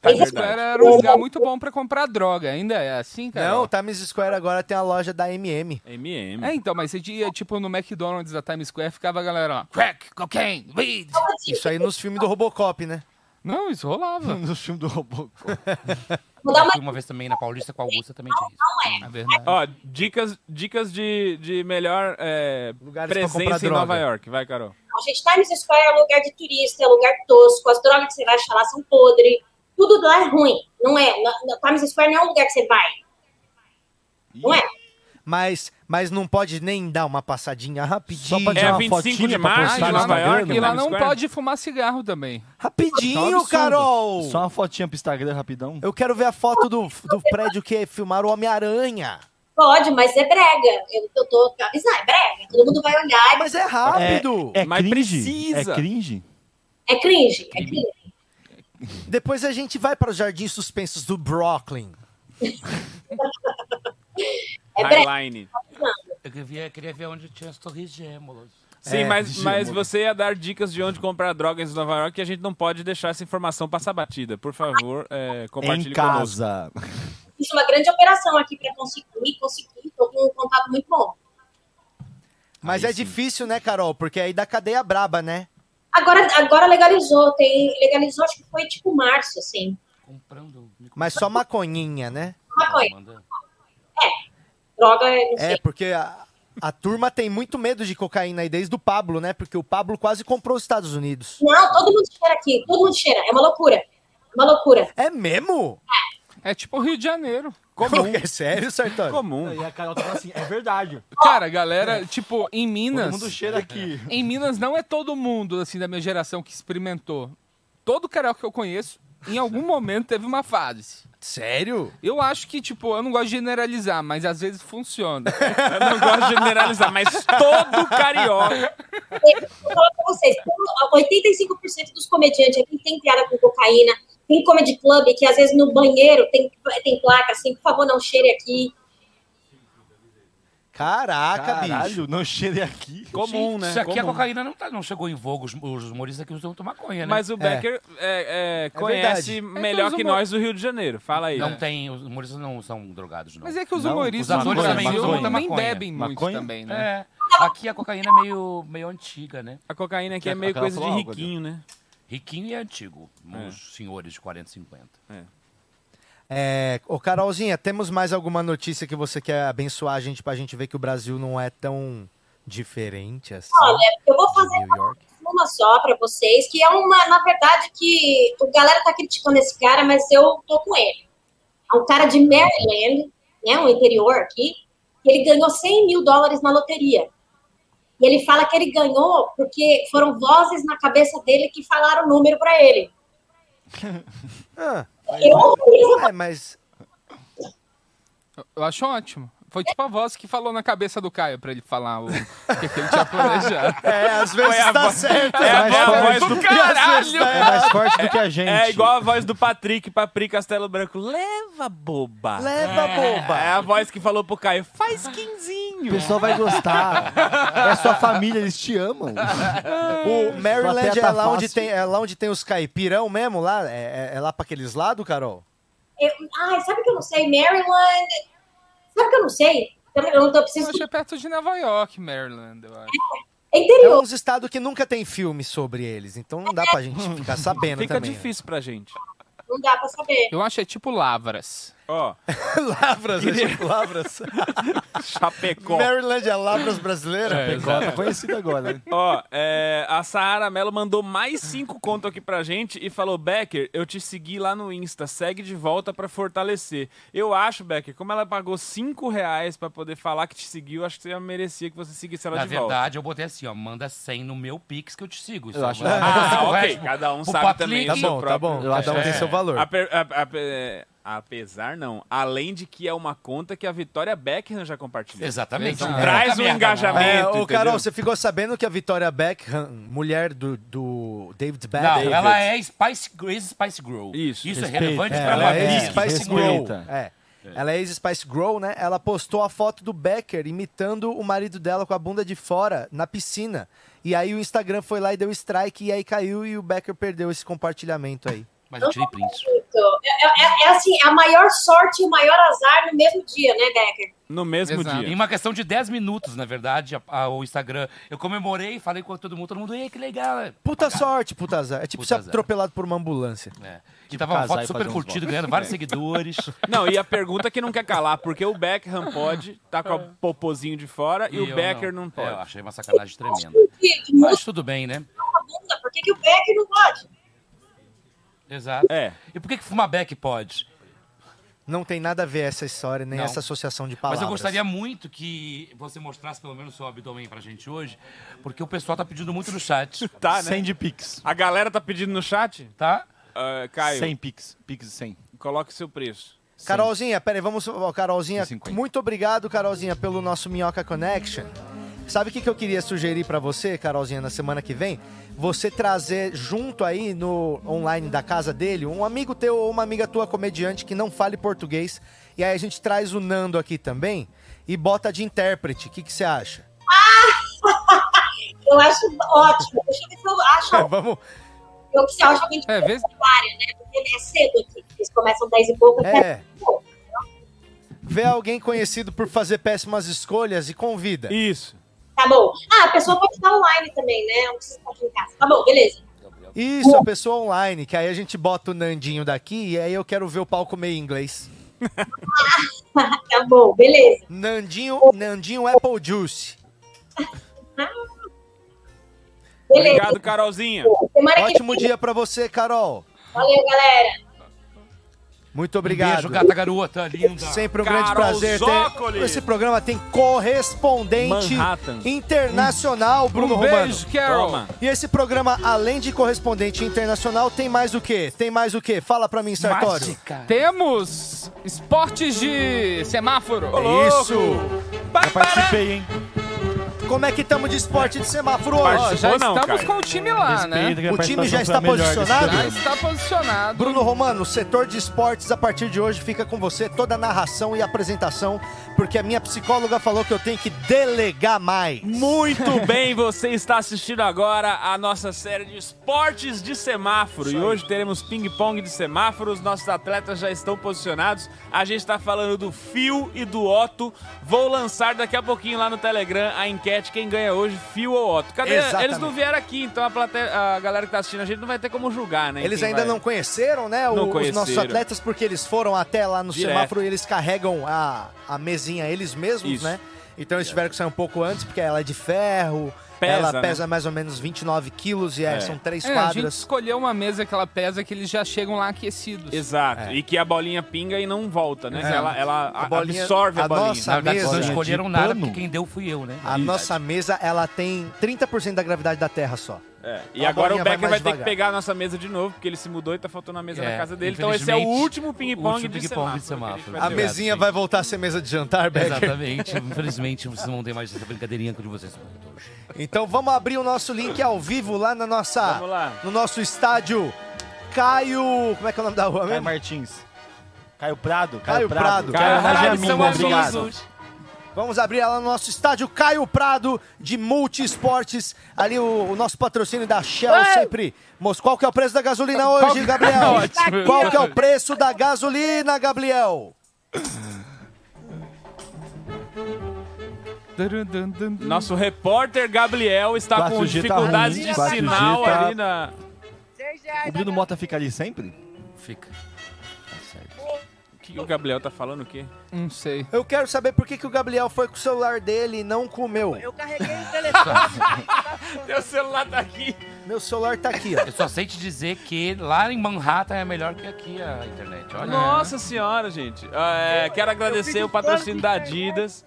Speaker 1: Tá
Speaker 8: Esse-
Speaker 5: Times Square era um lugar muito bom pra comprar droga. Ainda é assim, cara?
Speaker 1: tá.
Speaker 3: Não, o Times Square agora tem a loja da MM.
Speaker 1: MM.
Speaker 5: É, então, mas você ia, tipo, no McDonald's da Times Square, ficava a galera, ó, crack, cocaine, weed.
Speaker 8: Então, assim,
Speaker 3: Isso aí nos filmes do Robocop, né?
Speaker 5: Não, isso rolava,
Speaker 2: No filme do robô.
Speaker 8: Vou dar uma é.
Speaker 7: Fui uma vez também na Paulista com a Augusta também tinha isso.
Speaker 5: na verdade.
Speaker 1: Ó, dicas, dicas de, de melhor é,
Speaker 3: Lugares pra comprar
Speaker 1: presença em
Speaker 3: droga.
Speaker 1: Nova York. Vai, Carol.
Speaker 8: Não, Então, gente, Times Square é lugar de turista, é lugar tosco, as drogas que você vai achar lá são podres, tudo lá é ruim, não é? Não- não- Times Square não é um lugar que você vai. Não é?
Speaker 3: Mas, mas não pode nem dar uma passadinha
Speaker 2: Só
Speaker 3: rapidinho.
Speaker 2: pra
Speaker 1: É
Speaker 2: tirar uma
Speaker 1: 25 de
Speaker 2: fotinha pra
Speaker 1: março
Speaker 5: Ah,
Speaker 2: postar
Speaker 5: e
Speaker 1: em
Speaker 2: no
Speaker 5: lá,
Speaker 1: Nova
Speaker 2: Instagram,
Speaker 1: York.
Speaker 5: não, e lá
Speaker 1: Tá Times
Speaker 5: não
Speaker 1: Square?
Speaker 5: pode fumar cigarro também.
Speaker 2: Isso é um
Speaker 3: Rapidinho,
Speaker 2: absurdo.
Speaker 3: Carol!
Speaker 2: Só uma fotinha pro Instagram rapidão.
Speaker 3: Oh. Eu quero ver a foto do, do prédio que filmaram o Homem-Aranha.
Speaker 8: Pode, mas é brega. Eu, eu tô pra avisar, é brega. Todo mundo vai olhar.
Speaker 3: Mas é rápido!
Speaker 2: É, é
Speaker 1: Mas
Speaker 2: cringe?
Speaker 1: precisa.
Speaker 2: É cringe?
Speaker 8: É cringe, é cringe.
Speaker 3: Depois a gente vai para os jardins suspensos do Brooklyn.
Speaker 8: É brega.
Speaker 1: Highline.
Speaker 7: Eu queria, queria ver onde tinha as torres gêmeas.
Speaker 1: Sim,
Speaker 3: É,
Speaker 1: mas,
Speaker 2: giro,
Speaker 1: mas
Speaker 2: mano.
Speaker 1: você ia dar dicas de onde comprar drogas em Nova York e a gente não pode deixar essa informação passar batida. Por favor, é, compartilhe
Speaker 2: Em
Speaker 1: conosco.
Speaker 2: casa.
Speaker 8: Fiz uma grande operação aqui pra conseguir, consegui, tô com um contato muito bom.
Speaker 3: Mas é difícil, né, Carol? Porque aí dá cadeia braba, né?
Speaker 8: Agora, agora legalizou, tem, legalizou, acho que foi tipo março, assim.
Speaker 7: Comprando. me
Speaker 3: Mas só maconhinha, né?
Speaker 8: Maconha, É,
Speaker 7: manda.
Speaker 8: droga, não sei.
Speaker 3: É, porque a, a turma tem muito medo de cocaína aí, desde o Pablo, né? Porque o Pablo quase comprou os Estados Unidos.
Speaker 8: Não, todo mundo cheira aqui, todo mundo cheira. É uma loucura. É uma loucura.
Speaker 3: É mesmo?
Speaker 5: É tipo o Rio de Janeiro.
Speaker 3: Como? É sério, Sartori?
Speaker 1: Comum.
Speaker 2: a Carol tava assim, é verdade.
Speaker 5: Cara, a
Speaker 1: é.
Speaker 5: galera, tipo, em
Speaker 2: Todo
Speaker 5: Minas.
Speaker 2: mundo cheira aqui.
Speaker 5: Em Minas não é todo mundo, assim, da minha geração que experimentou. Todo carioca que eu conheço, em algum momento teve uma fase.
Speaker 3: Sério?
Speaker 5: Eu acho que, tipo, eu não gosto de generalizar, mas às vezes funciona.
Speaker 1: Eu não gosto de generalizar, mas todo carioca.
Speaker 8: Eu vou falar pra vocês, todo- 85% dos comediantes aqui tem piada com cocaína, tem comedy club que às vezes no banheiro tem, tem placa assim, por favor, não cheire aqui.
Speaker 3: Caraca, bicho.
Speaker 2: Caralho, não cheira aqui.
Speaker 1: Comum, né?
Speaker 7: Isso aqui a
Speaker 5: é
Speaker 1: Comum.
Speaker 7: cocaína não, tá, não chegou em voga. Os, os humoristas aqui usam maconha, né?
Speaker 1: Mas o Becker é, é, conhece melhor
Speaker 5: os
Speaker 1: que
Speaker 5: humor-
Speaker 1: nós o Rio de Janeiro. Fala aí. é. né?
Speaker 7: não tem. Os humoristas não são drogados, não.
Speaker 5: Mas é que os
Speaker 2: Não,
Speaker 5: humoristas
Speaker 7: os
Speaker 5: do
Speaker 7: atores
Speaker 5: Brasil
Speaker 2: também usam
Speaker 5: também
Speaker 7: maconha.
Speaker 5: bebem muito
Speaker 2: Maconha?
Speaker 5: também, né?
Speaker 7: É. Aqui a cocaína é meio, meio antiga, né?
Speaker 1: A cocaína aqui
Speaker 2: Que
Speaker 1: é
Speaker 2: a-
Speaker 1: meio
Speaker 2: aquela
Speaker 1: coisa de
Speaker 2: falou algo ali.
Speaker 1: riquinho, né?
Speaker 7: Riquinho e antigo.
Speaker 1: É.
Speaker 7: Uns senhores de 40, 50.
Speaker 3: É, ô Carolzinha, temos mais alguma notícia que você quer abençoar a gente pra gente ver que o Brasil não é tão diferente assim?
Speaker 8: Olha, eu vou fazer
Speaker 3: de New York.
Speaker 8: uma só pra vocês, que é uma, na verdade, que o galera tá criticando esse cara, mas eu tô com ele. É um cara de Maryland, né, um interior aqui, que ele ganhou 100 mil dólares na loteria. E ele fala que ele ganhou porque foram vozes na cabeça dele que falaram o número pra ele.
Speaker 3: Ah,
Speaker 8: Eu ouvi essa
Speaker 3: é, mas
Speaker 5: Eu acho ótimo. Foi tipo a voz que falou na cabeça do Caio pra ele falar o o que, que ele tinha planejado.
Speaker 3: é, às vezes
Speaker 1: a
Speaker 3: tá
Speaker 1: voz-
Speaker 3: certo.
Speaker 1: É a
Speaker 2: Mas
Speaker 1: voz-
Speaker 2: fora
Speaker 1: voz do né?
Speaker 2: do-
Speaker 1: caralho!
Speaker 2: É mais forte do que a gente.
Speaker 1: É igual a voz do Patrick pra Pri Castelo Branco. Leva, boba.
Speaker 3: Leva, boba.
Speaker 1: É a voz que falou pro Caio. Faz quinzinho.
Speaker 2: O pessoal vai gostar. É sua família, eles te amam.
Speaker 3: O Maryland é
Speaker 2: Pateta
Speaker 3: lá, onde
Speaker 2: fácil.
Speaker 3: tem, é lá onde tem os caipirão mesmo, lá? É, é- é lá pra aqueles lados, Carol?
Speaker 8: Eu, ai, sabe que eu não sei? Maryland. Sabe que eu não sei? Eu não tô eu preciso.
Speaker 5: é Eu achei perto de Nova York, Maryland, eu acho.
Speaker 8: É
Speaker 3: É
Speaker 8: interior.
Speaker 3: uns estados que nunca tem filme sobre eles, então não dá pra gente ficar sabendo
Speaker 1: Fica
Speaker 7: é.
Speaker 3: também.
Speaker 1: difícil pra gente.
Speaker 8: Não dá pra saber.
Speaker 5: Eu acho que é tipo Lavras.
Speaker 1: Ó,
Speaker 3: Lavras, é tipo Lavras.
Speaker 1: Chapecó.
Speaker 3: Maryland é Lavras brasileira?
Speaker 2: Tá conhecido agora, né?
Speaker 1: Ó, é, a Sahara Mello mandou mais cinco conto aqui pra gente e falou: Becker, eu te segui lá no Insta, segue de volta pra fortalecer. Eu acho, Becker, como ela pagou cinco reais pra poder falar que te seguiu, acho que você merecia que você seguisse ela
Speaker 7: Na
Speaker 1: de volta.
Speaker 7: verdade, eu botei assim, ó, manda 100 no meu Pix que eu te sigo. Isso
Speaker 2: acho-
Speaker 7: agora-
Speaker 1: Ah,
Speaker 7: O
Speaker 1: ok.
Speaker 7: resto-
Speaker 1: Cada um
Speaker 7: o
Speaker 1: sabe
Speaker 7: Patrick-
Speaker 1: também.
Speaker 7: Tá
Speaker 1: o seu
Speaker 6: bom, tá
Speaker 1: próprio.
Speaker 6: bom.
Speaker 2: Eu acho
Speaker 6: Cada um tem seu valor.
Speaker 1: Ape- a- ape- é, apesar, não. Além de que é uma conta que a Vitória Beckham já compartilhou.
Speaker 7: Exatamente.
Speaker 5: Exato.
Speaker 7: Não
Speaker 1: Traz
Speaker 7: fica
Speaker 1: um
Speaker 7: merda, né?
Speaker 1: engajamento.
Speaker 3: É, ô,
Speaker 1: entendeu?
Speaker 3: Carol, você ficou sabendo que a Victoria Beckham, mulher do, do David
Speaker 7: Não,
Speaker 3: Beckham...
Speaker 7: Não, ela é Spice, ex Spice Girl.
Speaker 1: Isso.
Speaker 7: Isso
Speaker 2: Respeita.
Speaker 7: é relevante
Speaker 2: É,
Speaker 7: pra
Speaker 2: ela
Speaker 7: uma
Speaker 2: é
Speaker 7: vida.
Speaker 2: ex-
Speaker 3: ex-Spice Girl.
Speaker 2: Respeita.
Speaker 3: É. Ela é ex-Spice Girl, né? Ela postou a foto do Becker imitando o marido dela com a bunda de fora na piscina. E aí o Instagram foi lá e deu strike, e aí caiu e o Becker perdeu esse compartilhamento aí.
Speaker 7: Mas eu tirei print.
Speaker 8: Então, é, é- é assim, a maior sorte e o maior azar no mesmo dia, né, Becker?
Speaker 1: No mesmo
Speaker 5: Exato.
Speaker 1: dia.
Speaker 7: Em uma questão de 10 minutos, na verdade, a- a- o Instagram. Eu comemorei, falei com todo mundo, todo mundo, ei, que legal. É.
Speaker 3: Puta sorte, puta azar. É tipo
Speaker 7: Puta
Speaker 3: ser
Speaker 7: azar.
Speaker 3: atropelado por uma ambulância.
Speaker 7: É. E tava
Speaker 2: casar
Speaker 7: uma
Speaker 2: e
Speaker 7: foto
Speaker 2: fazer
Speaker 7: super
Speaker 2: uns É.
Speaker 7: curtida, ganhando vários seguidores.
Speaker 1: Não, e a pergunta que não quer calar, porque o Beckham pode, tá com o popozinho de fora, e,
Speaker 7: eu
Speaker 1: o Becker não,
Speaker 7: É, eu
Speaker 1: pode.
Speaker 7: achei uma sacanagem tremenda.
Speaker 8: Que, que
Speaker 7: Mas tudo bem, né?
Speaker 8: mostra a bunda, por que, que o Becker não pode?
Speaker 7: Exato.
Speaker 1: É.
Speaker 7: E por que, que fumar Beck pode?
Speaker 3: Não tem nada a ver essa história, nem
Speaker 7: Não.
Speaker 3: essa associação de
Speaker 7: Mas
Speaker 3: palavras.
Speaker 7: eu gostaria muito que você mostrasse pelo menos o seu abdômen pra gente hoje, porque o pessoal tá pedindo muito no chat,
Speaker 1: Tá, né?
Speaker 2: Sem de Pix.
Speaker 1: A galera tá pedindo no chat?
Speaker 7: tá?
Speaker 1: Ah, Caio,
Speaker 2: 100 Pix. Pix de 100.
Speaker 1: coloque seu preço.
Speaker 3: Carolzinha, peraí, vamos. ó, Carolzinha,
Speaker 2: 150.
Speaker 3: muito obrigado, Carolzinha, pelo nosso Minhoca Connection. Sabe o que, que eu queria sugerir pra você, Carolzinha, na semana que vem? Você trazer junto aí no online da casa dele um amigo teu ou uma amiga tua comediante que não fale português. E aí a gente traz o Nando aqui também e bota de intérprete. O que, que você acha?
Speaker 8: Eu acho ótimo. Deixa eu ver se eu acho.
Speaker 3: vamos.
Speaker 8: Eu que se acho alguém de
Speaker 5: É, vê-
Speaker 8: área, né? Porque é cedo aqui. Eles começam 10 e pouco. até-
Speaker 3: É. Ver alguém conhecido por fazer péssimas escolhas e convida.
Speaker 1: Isso.
Speaker 8: Tá bom. Ah, a pessoa pode estar online também, né? Não precisa estar aqui em casa. Tá bom, beleza.
Speaker 3: Isso, a pessoa online, que aí a gente bota o Nandinho daqui e aí eu quero ver o palco meio inglês.
Speaker 8: Tá bom, beleza.
Speaker 3: Nandinho, Nandinho Apple Juice.
Speaker 8: Beleza.
Speaker 1: Obrigado, Carolzinha.
Speaker 8: Semana que
Speaker 3: Ótimo
Speaker 8: vem.
Speaker 3: dia pra você, Carol.
Speaker 8: Valeu, galera.
Speaker 3: Muito
Speaker 7: Beijo,
Speaker 3: obrigado.
Speaker 7: gata garota, linda.
Speaker 3: Sempre um
Speaker 1: Carol
Speaker 3: grande prazer ter.
Speaker 1: Zócoli.
Speaker 3: Esse programa tem correspondente
Speaker 1: Manhattan.
Speaker 3: internacional, Bruno
Speaker 5: um
Speaker 3: Romano.
Speaker 5: beijo, Carol.
Speaker 1: Toma.
Speaker 3: E esse programa, além de correspondente internacional, tem mais o quê? Tem mais o quê? Fala pra mim, Sartório.
Speaker 5: Temos esportes de semáforo.
Speaker 3: É Isso.
Speaker 2: Eu participei, hein?
Speaker 3: Como é que estamos de esporte de semáforo
Speaker 5: Ó,
Speaker 3: hoje?
Speaker 5: já
Speaker 1: Ou não,
Speaker 5: estamos
Speaker 1: Caio.
Speaker 5: com o time lá, né? Tá
Speaker 2: Respeita que é a
Speaker 3: O time já
Speaker 2: participação
Speaker 3: está
Speaker 2: foi a melhor desse
Speaker 3: posicionado?
Speaker 5: Já
Speaker 2: programa.
Speaker 5: está posicionado.
Speaker 3: Bruno Romano, o setor de esportes a partir de hoje fica com você toda a narração e apresentação, porque a minha psicóloga falou que eu tenho que delegar mais.
Speaker 1: Muito bem, você está assistindo agora a nossa série de esportes de semáforo. E hoje teremos ping-pong de semáforos. Nossos atletas já estão posicionados. A gente está falando do Fio e do Otto. Vou lançar daqui a pouquinho lá no Telegram a enquete: quem ganha hoje, Fio ou Otto? Cadê?
Speaker 3: Exatamente.
Speaker 1: Eles não vieram aqui, então a, plateia- a galera que tá assistindo a gente não vai ter como julgar, né?
Speaker 3: Eles
Speaker 1: quem
Speaker 3: ainda
Speaker 1: vai-
Speaker 3: não conheceram, né, o-
Speaker 1: Não
Speaker 3: os nossos
Speaker 1: conheceram.
Speaker 3: atletas, porque eles foram até lá no
Speaker 1: Direto.
Speaker 3: semáforo e eles carregam a, a mesinha eles mesmos,
Speaker 1: Isso.
Speaker 3: né? Então eles tiveram que sair um pouco antes, porque ela é de ferro,
Speaker 1: Pesa,
Speaker 3: ela
Speaker 1: né?
Speaker 3: pesa mais ou menos 29 quilos e é, são três
Speaker 5: É, a gente
Speaker 3: quadras.
Speaker 5: escolheu uma mesa que ela pesa que eles já chegam lá aquecidos.
Speaker 1: Exato. E que a bolinha pinga e não volta, né?
Speaker 5: É.
Speaker 1: Ela, ela a-
Speaker 3: bolinha-
Speaker 1: absorve a,
Speaker 3: É. a
Speaker 1: bolinha.
Speaker 3: nossa-
Speaker 7: Na verdade,
Speaker 3: mesa Ah,
Speaker 7: vocês não
Speaker 3: de
Speaker 7: escolheram nada,
Speaker 2: pano.
Speaker 7: porque quem deu fui eu, né?
Speaker 3: A nossa mesa, ela tem 30% da gravidade da Terra só.
Speaker 1: É, E
Speaker 3: Então a
Speaker 1: agora o
Speaker 3: bolinha vai
Speaker 1: Becker vai,
Speaker 3: mais
Speaker 1: ter que
Speaker 3: devagar.
Speaker 1: pegar a nossa mesa de novo, porque ele se mudou e tá faltando a mesa
Speaker 7: É,
Speaker 1: na casa dele. Então esse é o
Speaker 7: infelizmente,
Speaker 1: último
Speaker 7: o
Speaker 1: ping-pong
Speaker 7: último
Speaker 1: de semáforo.
Speaker 7: ping-pong de
Speaker 1: que a
Speaker 3: A
Speaker 7: semáforo.
Speaker 1: gente vai ter.
Speaker 7: Obrigado,
Speaker 3: mesinha
Speaker 7: sim.
Speaker 3: vai voltar a ser mesa de jantar, Becker?
Speaker 7: Exatamente. Infelizmente, vocês não têm mais essa brincadeirinha com vocês. hoje.
Speaker 3: Então vamos abrir o nosso link ao vivo lá na nossa,
Speaker 1: Vamos lá.
Speaker 3: no nosso estádio Caio, como é que é o nome da rua
Speaker 2: Caio
Speaker 3: mesmo?
Speaker 2: Martins. Caio Prado.
Speaker 3: Caio
Speaker 1: Caio
Speaker 3: Prado.
Speaker 2: Caio
Speaker 1: Prado,
Speaker 2: Prado.
Speaker 1: Ah, são
Speaker 2: obrigado.
Speaker 3: Vamos abrir lá no nosso estádio Caio Prado de Multiesportes. Ali o, o nosso patrocínio da Shell sempre. Moço, qual que é o preço da gasolina hoje, Gabriel?
Speaker 5: Ótimo.
Speaker 3: Qual que é o preço da gasolina, Gabriel?
Speaker 1: Nosso repórter Gabriel está com
Speaker 2: 4G tá
Speaker 1: dificuldades
Speaker 2: ruim,
Speaker 1: de
Speaker 2: 4G
Speaker 1: sinal
Speaker 2: tá-
Speaker 1: ali na.
Speaker 2: O Bruno Mota fica ali sempre?
Speaker 7: Fica.
Speaker 1: O que que o Gabriel tá falando o quê?
Speaker 5: Não sei.
Speaker 3: Eu quero saber por que, que o Gabriel foi com o celular dele e não com o meu.
Speaker 9: Eu carreguei o telefone.
Speaker 1: Meu celular tá aqui.
Speaker 3: Meu celular tá aqui, ó.
Speaker 7: Eu só sei te dizer que lá em Manhattan é melhor que aqui a internet. Olha.
Speaker 1: Nossa senhora, gente. É, quero agradecer o patrocínio da Adidas,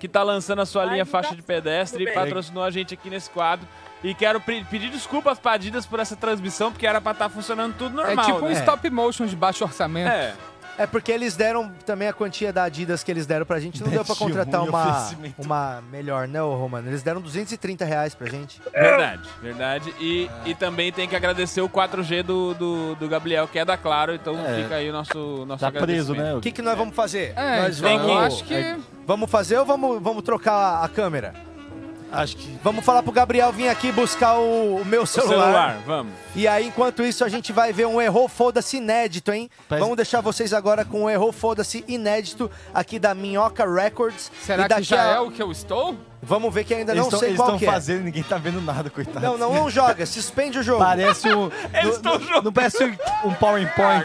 Speaker 1: que tá lançando a sua linha faixa de pedestre e patrocinou a gente aqui nesse quadro. E quero pe- pedir desculpas pra Adidas por essa transmissão, porque era pra estar funcionando tudo
Speaker 5: É
Speaker 1: normal.
Speaker 5: tipo um
Speaker 1: né?
Speaker 5: stop motion de baixo orçamento.
Speaker 1: É.
Speaker 3: É porque eles deram também a quantia da Adidas que eles deram pra gente. Não deu pra contratar
Speaker 2: Né, ruim,
Speaker 3: uma,
Speaker 2: oferecimento.
Speaker 3: uma melhor, né, ô Romano? Eles deram 230 reais pra gente.
Speaker 1: Verdade, verdade. E, e também tem que agradecer o 4G do, do, do Gabriel, que é da Claro, então
Speaker 2: É.
Speaker 1: fica aí o nosso, nosso
Speaker 2: Tá preso,
Speaker 1: agradecimento.
Speaker 2: né?
Speaker 3: O que, que nós vamos fazer?
Speaker 5: É,
Speaker 3: nós
Speaker 5: então,
Speaker 1: vamos-
Speaker 5: eu acho que.
Speaker 3: Vamos fazer ou vamos, vamos trocar a câmera?
Speaker 2: Acho que.
Speaker 3: Vamos falar pro Gabriel vir aqui buscar o, o meu
Speaker 1: O
Speaker 3: celular.
Speaker 1: celular, vamos.
Speaker 3: E aí, enquanto isso, a gente vai ver um Errou Foda-se inédito, hein?
Speaker 2: Parece-
Speaker 3: Vamos deixar vocês agora com um Errou Foda-se inédito aqui da Minhoca Records.
Speaker 5: Será
Speaker 3: E daqui
Speaker 5: que já
Speaker 3: a-
Speaker 5: é o que eu estou?
Speaker 3: Vamos ver que ainda
Speaker 2: Eles
Speaker 3: não sei qual
Speaker 2: estão
Speaker 3: que é.
Speaker 2: fazendo, ninguém tá vendo nada, coitado.
Speaker 3: Não, não, não joga. Suspende o jogo.
Speaker 2: Parece um.
Speaker 1: Eles
Speaker 2: não,
Speaker 1: tão jogando. Ah,
Speaker 2: não parece um um PowerPoint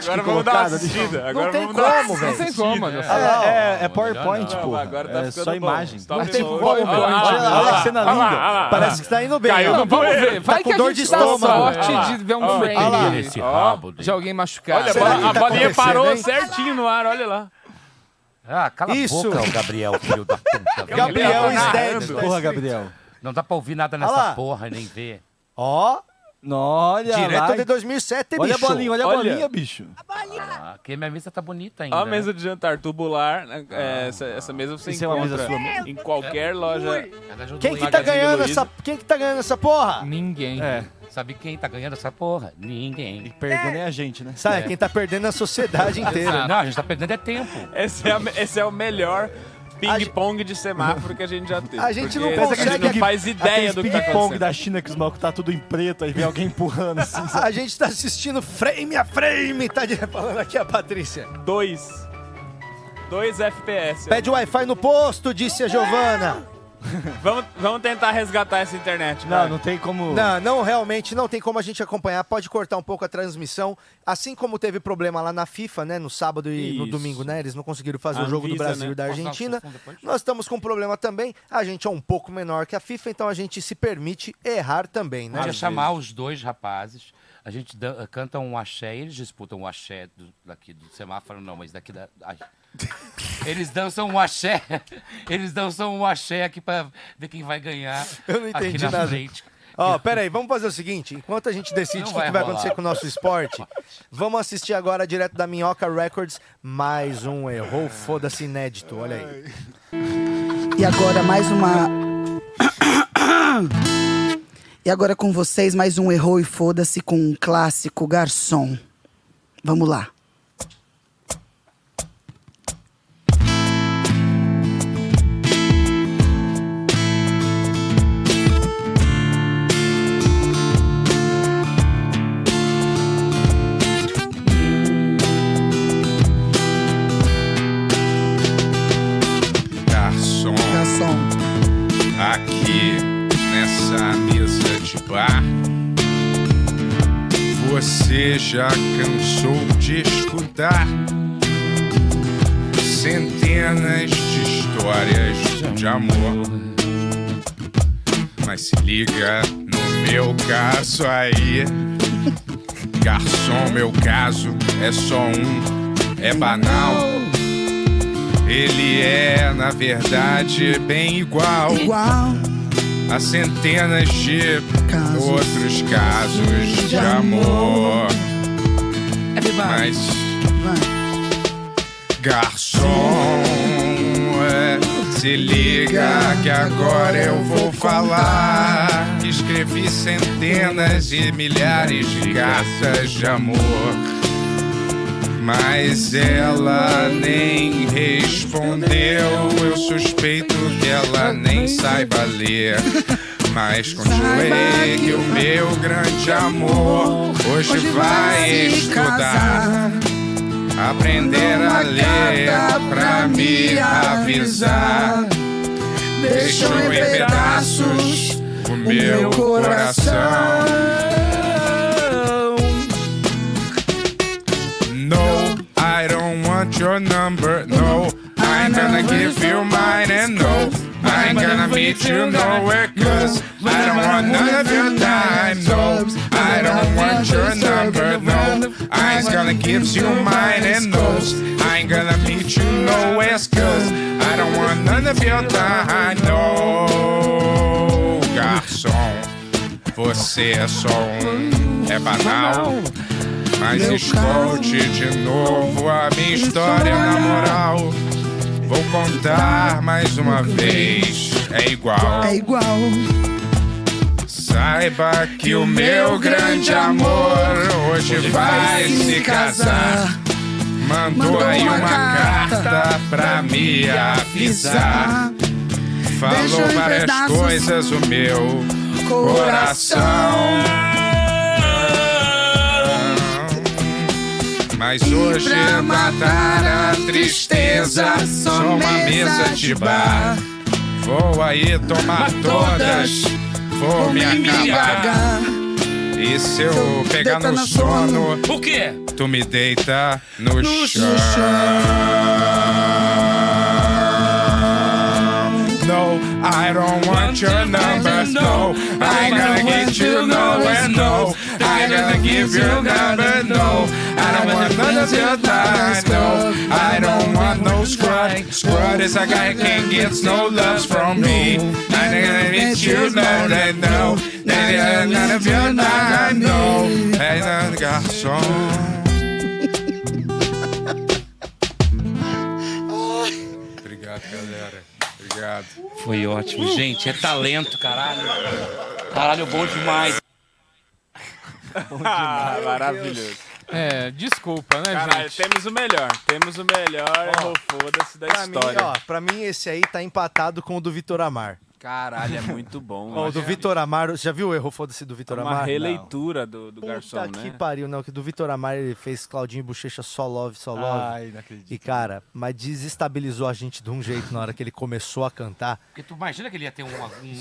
Speaker 1: Agora vamos
Speaker 2: que
Speaker 1: dar uma
Speaker 2: colocado ali.
Speaker 1: assistida. Agora
Speaker 3: tem
Speaker 1: vamos dar uma
Speaker 3: como,
Speaker 1: assistida.
Speaker 5: Não tem como, mano.
Speaker 2: É,
Speaker 3: lá, ó.
Speaker 2: é, é PowerPoint,
Speaker 1: Não,
Speaker 2: pô.
Speaker 1: agora tá
Speaker 2: é
Speaker 1: ficando
Speaker 2: só
Speaker 1: bom.
Speaker 2: imagem.
Speaker 1: Stop
Speaker 2: Mas tem
Speaker 1: motion.
Speaker 2: PowerPoint.
Speaker 1: Olha lá,
Speaker 2: Olha
Speaker 1: olha lá,
Speaker 2: lá, cena
Speaker 1: olha lá, olha
Speaker 2: linda.
Speaker 1: lá.
Speaker 3: Parece que tá indo bem.
Speaker 1: Caiu
Speaker 3: ó.
Speaker 1: no
Speaker 5: Não, vamos ver.
Speaker 1: Tá
Speaker 5: Vai
Speaker 3: com
Speaker 5: que
Speaker 3: dor
Speaker 5: a gente
Speaker 3: de
Speaker 5: dá
Speaker 3: estômago.
Speaker 5: sorte
Speaker 1: Olha lá.
Speaker 5: de ver um
Speaker 1: Olha
Speaker 5: frame
Speaker 3: lá.
Speaker 5: de-
Speaker 7: Esse
Speaker 1: Ó,
Speaker 7: rabo dele.
Speaker 5: de alguém machucado.
Speaker 1: Olha, a
Speaker 3: Será
Speaker 1: bola-
Speaker 3: que
Speaker 1: a
Speaker 3: tá
Speaker 1: bolinha é
Speaker 3: acontecendo,
Speaker 1: parou
Speaker 3: hein?
Speaker 1: certinho no ar, olha lá.
Speaker 7: Ah, cala
Speaker 3: Isso.
Speaker 7: a boca, o Gabriel, filho da puta. velho.
Speaker 3: Gabriel
Speaker 1: Gabriel tá
Speaker 3: Stead.
Speaker 1: narrando.
Speaker 2: Porra, Gabriel.
Speaker 7: Não dá pra ouvir nada
Speaker 3: Olha
Speaker 7: nessa
Speaker 3: lá.
Speaker 7: porra, nem ver.
Speaker 2: Ó. Olha
Speaker 3: Direto
Speaker 2: lá.
Speaker 3: de 2007,
Speaker 2: Olha a
Speaker 3: bicho.
Speaker 2: bolinha, olha a
Speaker 1: Olha.
Speaker 2: bolinha, bicho.
Speaker 7: Ah, Porque minha mesa tá bonita ainda.
Speaker 3: Ah,
Speaker 1: Ó a
Speaker 7: né?
Speaker 1: mesa de jantar tubular. né? É, essa, essa mesa você
Speaker 2: Isso Ah, é uma
Speaker 1: encontra
Speaker 2: mesa sua mesmo? É.
Speaker 1: em qualquer loja.
Speaker 7: Ela ajudou
Speaker 3: Quem
Speaker 7: ele.
Speaker 3: que tá
Speaker 1: Magazine
Speaker 3: ganhando
Speaker 1: Luiza.
Speaker 3: essa, quem que tá ganhando essa porra?
Speaker 5: Ninguém.
Speaker 2: É.
Speaker 7: Sabe quem tá ganhando essa porra? Ninguém.
Speaker 2: E perdendo é a gente, né?
Speaker 3: Sabe, quem tá perdendo é a sociedade inteira.
Speaker 7: Não, a gente tá perdendo é tempo.
Speaker 1: Esse é, a- esse é o melhor
Speaker 3: ge-
Speaker 1: ping-pong de semáforo que a gente já teve.
Speaker 3: A gente não
Speaker 1: porque
Speaker 3: consegue
Speaker 1: A gente não
Speaker 2: aquele-
Speaker 1: faz ideia
Speaker 2: Tá Aqueles
Speaker 1: do que tá
Speaker 2: pong
Speaker 1: acontecendo.
Speaker 2: da China que os malucos tá tudo em preto, aí vem alguém empurrando assim. sabe?
Speaker 3: A gente tá assistindo frame a frame, tá de- falando aqui a Patrícia.
Speaker 1: Dois. Dois FPS.
Speaker 3: Pede Wi-Fi no posto, disse a Giovana.
Speaker 1: Vamos, vamos tentar resgatar essa internet.
Speaker 2: Não,
Speaker 1: vai.
Speaker 2: É. não tem como.
Speaker 3: Não, não, realmente não tem como a gente acompanhar. Pode cortar um pouco a transmissão. Assim como teve problema lá na FIFA, né? No sábado e no
Speaker 1: Isso.
Speaker 3: domingo, né? Eles não conseguiram fazer
Speaker 1: A
Speaker 3: o jogo do
Speaker 1: Anvisa,
Speaker 3: Brasil
Speaker 1: né?
Speaker 3: e da
Speaker 7: Posso dar um
Speaker 3: Argentina.
Speaker 7: susto depois?
Speaker 3: Nós estamos com um problema também. A gente é um pouco menor que a FIFA, então a gente se permite errar também, né?
Speaker 7: Podia chamar os dois rapazes. A gente dan- canta um axé, eles disputam um axé do, daqui do semáforo, não, mas daqui da. ai. Eles dançam um axé. Eles dançam um axé aqui pra ver quem vai ganhar.
Speaker 3: Eu não
Speaker 7: aqui
Speaker 3: entendi
Speaker 7: na
Speaker 3: nada.
Speaker 7: frente.
Speaker 3: Ó, peraí, vamos fazer o seguinte: enquanto a gente decide o
Speaker 7: Não
Speaker 3: que, que vai
Speaker 7: vai rolar.
Speaker 3: acontecer com o nosso esporte, vamos assistir agora direto da Minhoca Records mais um Errou Foda-se Inédito. Olha aí.
Speaker 9: E agora mais uma. E agora com vocês mais um Errou e Foda-se com um clássico garçom. Vamos lá.
Speaker 10: garçom
Speaker 9: Garçom,
Speaker 10: aqui nessa mesa de bar. Você já cansou de escutar centenas de histórias de amor. Mas se liga no meu caso aí. Garçom, meu caso é só um, é banal. Ele é, na verdade, bem igual
Speaker 9: igual.
Speaker 10: a centenas de
Speaker 9: Casos.
Speaker 10: outros casos de amor. Mas, garçom, é, se liga que agora eu vou falar. que Escrevi centenas e milhares de cartas de amor. Mas ela nem respondeu. Eu suspeito que ela nem saiba ler. Mas continuei que o meu grande amor hoje vai estudar. Aprender a ler pra me avisar. deixou em pedaços o meu coração. No, I don't want your number. No, I ain't gonna give you mine. And no, I ain't gonna meet you nowhere. Cause I don't want none of your time. No, I don't want your number. No, I ain't gonna give you mine. And no, I ain't gonna meet you nowhere. Cause I don't want none of your time. No, garçom, você é só um. É banal. Mas escute de novo a minha história na moral. Vou contar mais uma vez, é igual.
Speaker 11: É igual.
Speaker 10: Saiba que o meu grande amor hoje vai se casar. Mandou aí uma carta pra me avisar. Falou várias coisas, o meu coração. Mas hoje é matar a tristeza Só uma mesa de bar Vou aí tomar todas Vou me acabar E se eu pegar no sono
Speaker 7: O quê?
Speaker 10: Tu me deita no chão No, I don't want your number No, I ain't gonna get you nowhere No, oh. I ain't gonna give you number No, I don't want none of your time No, I don't want no scrub Scrub is a guy who can't get no love from me I ain't gonna get you nowhere No, I ain't gonna none of your time No, I ain't got some Obrigado, galera. Obrigado.
Speaker 7: Foi ótimo, gente. É talento, caralho. Caralho, bom demais.
Speaker 1: Ah, maravilhoso.
Speaker 5: É, desculpa, né,
Speaker 1: Caralho,
Speaker 5: gente?
Speaker 1: temos o melhor. Temos o melhor,
Speaker 3: Ó,
Speaker 1: errou foda-se da
Speaker 3: Pra mim,
Speaker 1: história.
Speaker 3: ó, pra mim, esse aí tá empatado com o do Vitor Amar.
Speaker 1: Caralho, é muito bom.
Speaker 3: Ó, o do Vitor Amar, você já viu o erro foda-se do Vitor
Speaker 1: Uma
Speaker 3: Amar?
Speaker 1: releitura do, do
Speaker 3: Puta
Speaker 1: garçom,
Speaker 3: que
Speaker 1: né?
Speaker 3: pariu, não. Que do Vitor Amar ele fez Claudinho e Bochecha só love, só love.
Speaker 2: Ai, não acredito.
Speaker 3: E, cara, mas desestabilizou a gente de um jeito na hora que ele começou a cantar.
Speaker 7: Porque tu imagina que ele ia ter um,